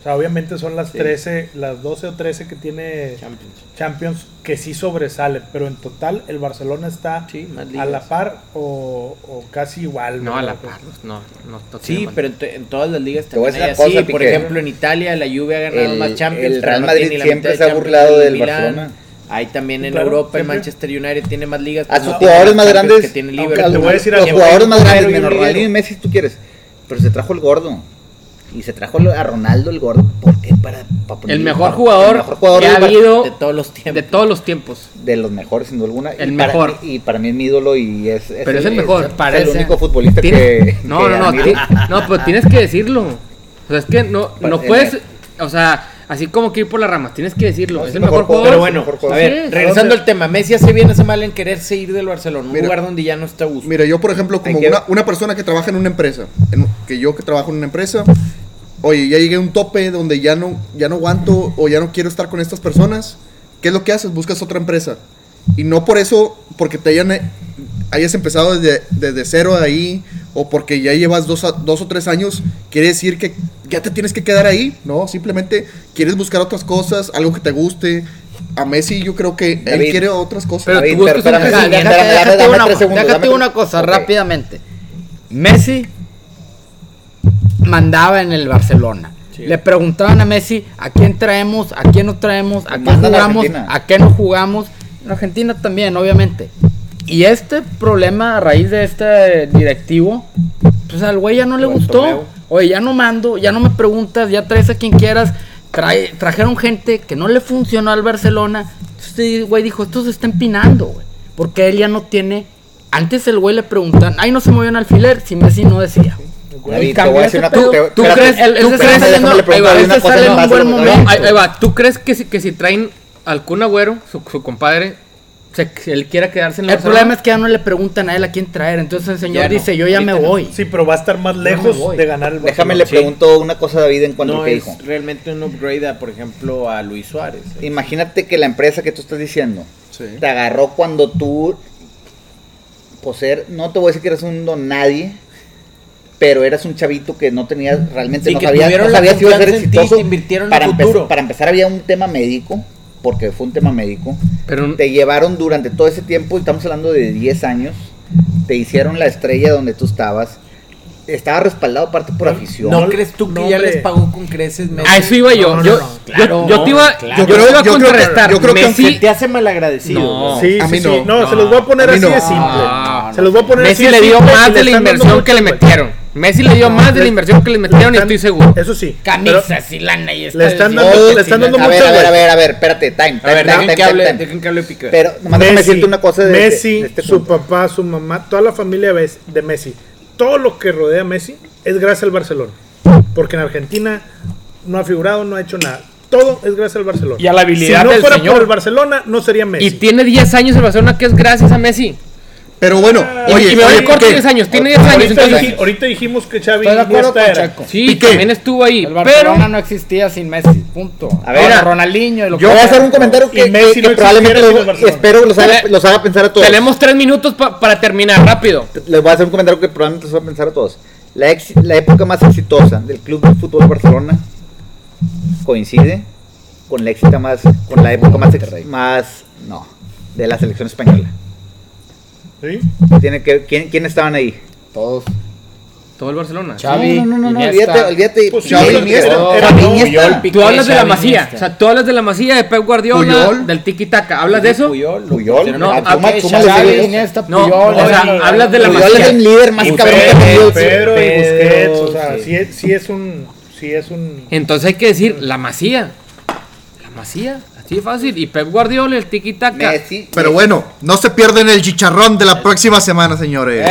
[SPEAKER 4] O sea, obviamente son las 13, las 12 o 13 que tiene
[SPEAKER 1] Champions.
[SPEAKER 4] Champions que sí sobresalen, pero en total el Barcelona está
[SPEAKER 1] Sí, más
[SPEAKER 4] a
[SPEAKER 1] ligas.
[SPEAKER 4] la par o, o casi igual.
[SPEAKER 2] No,
[SPEAKER 4] ¿no?
[SPEAKER 2] a la par. No, no, no tiene
[SPEAKER 1] Sí,
[SPEAKER 2] manera.
[SPEAKER 1] pero en, to- en todas las ligas
[SPEAKER 3] Te voy a
[SPEAKER 1] también
[SPEAKER 3] decir
[SPEAKER 1] hay
[SPEAKER 3] una
[SPEAKER 1] así.
[SPEAKER 3] cosa,
[SPEAKER 1] Por
[SPEAKER 3] Piqué.
[SPEAKER 1] ejemplo, en Italia la Juve ha ganado
[SPEAKER 3] El-
[SPEAKER 1] más Champions.
[SPEAKER 3] el
[SPEAKER 1] pero
[SPEAKER 3] Real
[SPEAKER 1] no
[SPEAKER 3] Madrid
[SPEAKER 1] tiene ni la mitad
[SPEAKER 3] siempre
[SPEAKER 1] de
[SPEAKER 3] se ha
[SPEAKER 1] Champions
[SPEAKER 3] burlado
[SPEAKER 1] del
[SPEAKER 3] del
[SPEAKER 1] Milán.
[SPEAKER 3] Barcelona.
[SPEAKER 1] Ahí también en
[SPEAKER 4] Claro,
[SPEAKER 1] Europa, el
[SPEAKER 4] siempre.
[SPEAKER 1] Manchester United tiene más ligas.
[SPEAKER 3] A
[SPEAKER 1] pero
[SPEAKER 3] sus
[SPEAKER 1] no tiene las
[SPEAKER 3] jugadores más
[SPEAKER 1] Champions
[SPEAKER 3] grandes,
[SPEAKER 1] que tiene
[SPEAKER 4] aunque
[SPEAKER 1] Liverpool.
[SPEAKER 4] te voy a decir
[SPEAKER 3] los
[SPEAKER 4] algo.
[SPEAKER 3] jugadores más
[SPEAKER 1] Siempre hay
[SPEAKER 3] grandes,
[SPEAKER 1] un
[SPEAKER 3] menos
[SPEAKER 1] copero y un
[SPEAKER 3] Ronaldinho y
[SPEAKER 1] liguero.
[SPEAKER 3] Messi, si tú quieres, pero se trajo el gordo. Y se trajo a Ronaldo el gordo. ¿Por qué? Para, para poner-
[SPEAKER 2] El mejor
[SPEAKER 3] para-
[SPEAKER 2] jugador,
[SPEAKER 3] el mejor jugador
[SPEAKER 2] que
[SPEAKER 3] del
[SPEAKER 2] ha
[SPEAKER 3] Bar-
[SPEAKER 2] habido
[SPEAKER 1] de todos los
[SPEAKER 2] de
[SPEAKER 1] tiempos.
[SPEAKER 2] todos los tiempos.
[SPEAKER 3] de los mejores, sin duda alguna.
[SPEAKER 2] El
[SPEAKER 3] y para-
[SPEAKER 2] mejor.
[SPEAKER 3] y para mí es mi ídolo y es. es
[SPEAKER 2] Pero es el mejor,
[SPEAKER 3] es
[SPEAKER 2] parece.
[SPEAKER 3] el único futbolista
[SPEAKER 2] Tienes-
[SPEAKER 3] que.
[SPEAKER 2] No,
[SPEAKER 3] que
[SPEAKER 2] no, ah, no,
[SPEAKER 3] admiro.
[SPEAKER 2] ti- no, pero tienes que decirlo. O sea, es que no,
[SPEAKER 3] Pa-
[SPEAKER 2] no
[SPEAKER 3] en
[SPEAKER 2] puedes,
[SPEAKER 3] el-
[SPEAKER 2] o sea, así como que ir por las ramas, tienes que decirlo.
[SPEAKER 3] No,
[SPEAKER 2] es el mejor jugador.
[SPEAKER 1] Pero
[SPEAKER 3] es el
[SPEAKER 1] bueno,
[SPEAKER 3] mejor
[SPEAKER 1] a
[SPEAKER 3] jugador.
[SPEAKER 2] Así es.
[SPEAKER 1] ver, regresando al tema, Messi hace bien hace mal en quererse ir del Barcelona, un
[SPEAKER 6] Mira.
[SPEAKER 1] lugar donde ya no está a gusto.
[SPEAKER 6] Mira, yo por ejemplo, como
[SPEAKER 3] Hay que-
[SPEAKER 6] una, una persona que trabaja en una empresa, en- que yo que trabajo en una empresa, oye, ya llegué a un tope donde ya no, ya no aguanto o ya no quiero estar con estas personas, ¿qué es lo que haces? Buscas otra empresa. Y no por eso, porque te hayan, eh, hayas empezado desde, desde cero ahí o porque ya llevas dos, a- dos o tres años, quiere decir que ya te tienes que quedar ahí, ¿no? Simplemente quieres buscar otras cosas, algo que te guste. A Messi yo creo que él
[SPEAKER 3] David.
[SPEAKER 6] quiere otras cosas.
[SPEAKER 2] Pero
[SPEAKER 3] David,
[SPEAKER 2] tú buscas
[SPEAKER 3] espérame,
[SPEAKER 2] un
[SPEAKER 3] espérame,
[SPEAKER 2] presidente.
[SPEAKER 5] Déjate,
[SPEAKER 3] espérame,
[SPEAKER 5] déjate
[SPEAKER 3] dame
[SPEAKER 5] una,
[SPEAKER 3] tres segundos,
[SPEAKER 5] déjate
[SPEAKER 3] dame
[SPEAKER 5] una
[SPEAKER 3] tres-
[SPEAKER 5] cosa
[SPEAKER 3] Ok.
[SPEAKER 5] rápidamente. Messi mandaba en el Barcelona. Le preguntaban a Messi a quién traemos, a quién no traemos, a
[SPEAKER 3] Lo
[SPEAKER 5] quién
[SPEAKER 3] mandan a
[SPEAKER 5] jugamos,
[SPEAKER 3] Argentina.
[SPEAKER 5] a qué no jugamos. En Argentina también, obviamente. Y este problema a raíz de este directivo, pues al güey ya no le
[SPEAKER 1] Lo del torneo.
[SPEAKER 5] gustó. Oye, ya no mando, ya no me preguntas, ya traes a quien quieras. Trae, trajeron gente que no le funcionó al Barcelona. Entonces, este güey, dijo, esto se está empinando, güey. Porque él ya no tiene... Antes el güey le preguntan, ay, no se movió un alfiler, si Messi no decía.
[SPEAKER 3] David,
[SPEAKER 5] Y
[SPEAKER 3] te voy
[SPEAKER 5] cambió
[SPEAKER 3] a decir
[SPEAKER 5] ese
[SPEAKER 3] una
[SPEAKER 5] pedo.
[SPEAKER 3] te-
[SPEAKER 2] ¿Tú
[SPEAKER 3] espérate,
[SPEAKER 2] crees- él- él
[SPEAKER 3] tú
[SPEAKER 2] se está
[SPEAKER 3] crees- déjame
[SPEAKER 5] haciendo-
[SPEAKER 3] le preguntar
[SPEAKER 5] ahí va,
[SPEAKER 3] una
[SPEAKER 5] él se
[SPEAKER 3] cosa
[SPEAKER 5] sale en
[SPEAKER 3] más
[SPEAKER 5] un
[SPEAKER 3] de lo
[SPEAKER 5] buen
[SPEAKER 3] que
[SPEAKER 5] momento.
[SPEAKER 3] hablaste.
[SPEAKER 2] Ahí, ahí va, ¿tú crees que si, que si traen al Kun Agüero, su, su compadre, se, que él quiera quedarse en el
[SPEAKER 5] El problema es que ya no le preguntan a él a quién traer. Entonces el señor
[SPEAKER 1] Ya no,
[SPEAKER 5] dice, yo ya me
[SPEAKER 1] ahorita no.
[SPEAKER 5] voy.
[SPEAKER 4] Sí, pero va a estar más
[SPEAKER 5] me
[SPEAKER 4] lejos
[SPEAKER 5] voy.
[SPEAKER 4] de ganar el
[SPEAKER 3] Déjame
[SPEAKER 4] Barcelona.
[SPEAKER 3] le pregunto una cosa a David en cuanto a
[SPEAKER 1] no
[SPEAKER 3] lo que
[SPEAKER 1] es
[SPEAKER 3] dijo.
[SPEAKER 1] realmente un upgrade a, por ejemplo, a Luis Suárez. Eh,
[SPEAKER 3] Imagínate que la empresa que tú estás diciendo
[SPEAKER 6] Sí.
[SPEAKER 3] te agarró cuando tú, poseer, no te voy a decir que eras un don nadie, pero eras un chavito que no tenías, realmente
[SPEAKER 1] Sí,
[SPEAKER 3] no
[SPEAKER 1] que
[SPEAKER 3] sabías,
[SPEAKER 1] tuvieron
[SPEAKER 3] no
[SPEAKER 1] la
[SPEAKER 3] sabías si iba a ser
[SPEAKER 1] confianza en ti,
[SPEAKER 3] exitoso.
[SPEAKER 1] te invirtieron
[SPEAKER 3] para,
[SPEAKER 1] a
[SPEAKER 3] empe-
[SPEAKER 1] futuro.
[SPEAKER 3] para empezar había un tema médico, porque fue un tema médico.
[SPEAKER 2] Pero,
[SPEAKER 3] Te llevaron durante todo ese tiempo, y estamos hablando de 10 años, te hicieron la estrella donde tú estabas. Estaba respaldado aparte por afición.
[SPEAKER 1] ¿No crees tú que
[SPEAKER 4] no,
[SPEAKER 1] ya
[SPEAKER 4] hombre.
[SPEAKER 1] les pagó con creces Messi?
[SPEAKER 2] a eso iba yo.
[SPEAKER 4] No, no,
[SPEAKER 2] yo,
[SPEAKER 4] no,
[SPEAKER 2] yo-
[SPEAKER 4] no,
[SPEAKER 2] yo, te iba,
[SPEAKER 6] Yo
[SPEAKER 2] yo iba a
[SPEAKER 6] creo- yo creo que-
[SPEAKER 2] contrarrestar.
[SPEAKER 6] yo creo que
[SPEAKER 2] Messi,
[SPEAKER 1] Te hace malagradecido.
[SPEAKER 2] No.
[SPEAKER 1] güey.
[SPEAKER 4] Sí,
[SPEAKER 6] A
[SPEAKER 4] sí,
[SPEAKER 6] mí
[SPEAKER 4] sí.
[SPEAKER 6] no.
[SPEAKER 4] No, se los voy a poner
[SPEAKER 6] A mí
[SPEAKER 4] así
[SPEAKER 6] no.
[SPEAKER 4] de simple.
[SPEAKER 2] No,
[SPEAKER 4] se los voy a poner así
[SPEAKER 2] Messi
[SPEAKER 4] de
[SPEAKER 2] le dio
[SPEAKER 4] simple y
[SPEAKER 2] más de
[SPEAKER 4] le
[SPEAKER 2] la
[SPEAKER 4] están dando
[SPEAKER 2] inversión
[SPEAKER 4] mucho,
[SPEAKER 2] que le
[SPEAKER 4] güey.
[SPEAKER 2] metieron. Messi le dio más de la inversión que le metieron y
[SPEAKER 4] Están-
[SPEAKER 2] estoy seguro.
[SPEAKER 4] Eso sí.
[SPEAKER 5] Camisa, silana y
[SPEAKER 4] le están
[SPEAKER 5] esta-
[SPEAKER 4] dando- le están
[SPEAKER 5] silana.
[SPEAKER 4] dando
[SPEAKER 3] a ver,
[SPEAKER 4] mucho,
[SPEAKER 3] a ver,
[SPEAKER 4] güey.
[SPEAKER 3] a ver, a ver, espérate, time, time,
[SPEAKER 1] A ver,
[SPEAKER 3] time,
[SPEAKER 1] dejen
[SPEAKER 3] time,
[SPEAKER 1] que hable,
[SPEAKER 3] time, time.
[SPEAKER 1] dejen que hable Piqué.
[SPEAKER 3] Pero nomás déjame decirte una cosa de de-
[SPEAKER 4] Messi,
[SPEAKER 3] de este
[SPEAKER 4] su
[SPEAKER 3] punto.
[SPEAKER 4] papá, su mamá, toda la familia ves- de Messi, todo lo que rodea a Messi es gracias al Barcelona. Porque en Argentina no ha figurado, no ha hecho nada. Todo es gracias al Barcelona.
[SPEAKER 2] Y a la habilidad
[SPEAKER 4] Si no
[SPEAKER 2] del
[SPEAKER 4] fuera
[SPEAKER 2] señor.
[SPEAKER 4] por el Barcelona, no sería Messi.
[SPEAKER 2] Y tiene 10 años el Barcelona que es gracias a Messi.
[SPEAKER 6] Pero bueno,
[SPEAKER 2] Y-
[SPEAKER 6] oye,
[SPEAKER 2] y me
[SPEAKER 6] oye,
[SPEAKER 2] voy corto
[SPEAKER 6] ¿qué?
[SPEAKER 2] 10 años, tiene 10 años.
[SPEAKER 4] ahorita,
[SPEAKER 2] Entonces,
[SPEAKER 4] dij- ahorita dijimos que Xavi
[SPEAKER 5] Estoy de acuerdo
[SPEAKER 4] Iniesta
[SPEAKER 5] con
[SPEAKER 4] era.
[SPEAKER 5] Chaco.
[SPEAKER 2] sí,
[SPEAKER 6] Piqué.
[SPEAKER 2] también estuvo ahí.
[SPEAKER 5] El
[SPEAKER 2] Pero
[SPEAKER 5] Barcelona no existía sin Messi, punto.
[SPEAKER 3] A ver,
[SPEAKER 5] Ahora, Ronaldinho y lo
[SPEAKER 3] Yo
[SPEAKER 5] que
[SPEAKER 3] voy a hacer un comentario
[SPEAKER 4] Y
[SPEAKER 3] que,
[SPEAKER 4] Messi
[SPEAKER 3] que
[SPEAKER 4] no existiera
[SPEAKER 3] probablemente
[SPEAKER 4] sin el
[SPEAKER 3] los-
[SPEAKER 4] Barcelona.
[SPEAKER 3] espero que los haga,
[SPEAKER 2] Tele-
[SPEAKER 3] los haga pensar a todos.
[SPEAKER 2] tenemos 3 minutos pa- para terminar, rápido.
[SPEAKER 3] Les voy a hacer un comentario que probablemente los haga pensar a todos. La, ex- la época más exitosa del Club de Fútbol Barcelona coincide con la éxita más con la época más ex- más no de la selección española.
[SPEAKER 4] ¿Sí?
[SPEAKER 3] Tiene que quién quién estaban ahí?
[SPEAKER 5] Todos.
[SPEAKER 2] Todo el Barcelona.
[SPEAKER 5] Xavi,
[SPEAKER 3] no, no, no, no,
[SPEAKER 5] Iniesta.
[SPEAKER 3] olvídate, olvídate.
[SPEAKER 4] Pues sí,
[SPEAKER 3] Xavi,
[SPEAKER 4] era-
[SPEAKER 3] Iniesta,
[SPEAKER 4] era-
[SPEAKER 3] era
[SPEAKER 4] era-
[SPEAKER 3] Iniesta.
[SPEAKER 1] Puyol, Piqué,
[SPEAKER 2] Tú hablas de la
[SPEAKER 1] Xavi,
[SPEAKER 2] Masía,
[SPEAKER 1] Iniesta.
[SPEAKER 2] o sea, tú hablas de la Masía, de Pep Guardiola,
[SPEAKER 6] Puyol.
[SPEAKER 2] del Tiki Taka, ¿hablas de eso?
[SPEAKER 1] Puyol, lo
[SPEAKER 3] Puyol,
[SPEAKER 1] pusieron
[SPEAKER 2] no,
[SPEAKER 1] en la
[SPEAKER 2] a-
[SPEAKER 1] banca,
[SPEAKER 3] Puma- Puma
[SPEAKER 1] Xavi,
[SPEAKER 5] Xavi,
[SPEAKER 3] ah, pues, Xavi,
[SPEAKER 5] Iniesta,
[SPEAKER 2] No, o
[SPEAKER 5] Puyol,
[SPEAKER 2] sea,
[SPEAKER 5] Iniesta.
[SPEAKER 2] hablas de la
[SPEAKER 3] Puyol es
[SPEAKER 2] Masía.
[SPEAKER 3] el líder más
[SPEAKER 4] Y
[SPEAKER 3] cabrón que ha
[SPEAKER 4] Pedro,
[SPEAKER 3] tenido.
[SPEAKER 4] Pedro y
[SPEAKER 1] Pedro,
[SPEAKER 4] Busquets, o sea,
[SPEAKER 1] sí.
[SPEAKER 4] sí, es- sí es un... Sí es un...
[SPEAKER 2] Entonces hay que decir la Masía. La Masía, así de fácil. Y Pep Guardiola, el Tiki Taka.
[SPEAKER 3] Messi,
[SPEAKER 6] Pero bueno, no se pierden el chicharrón de la próxima semana, señores.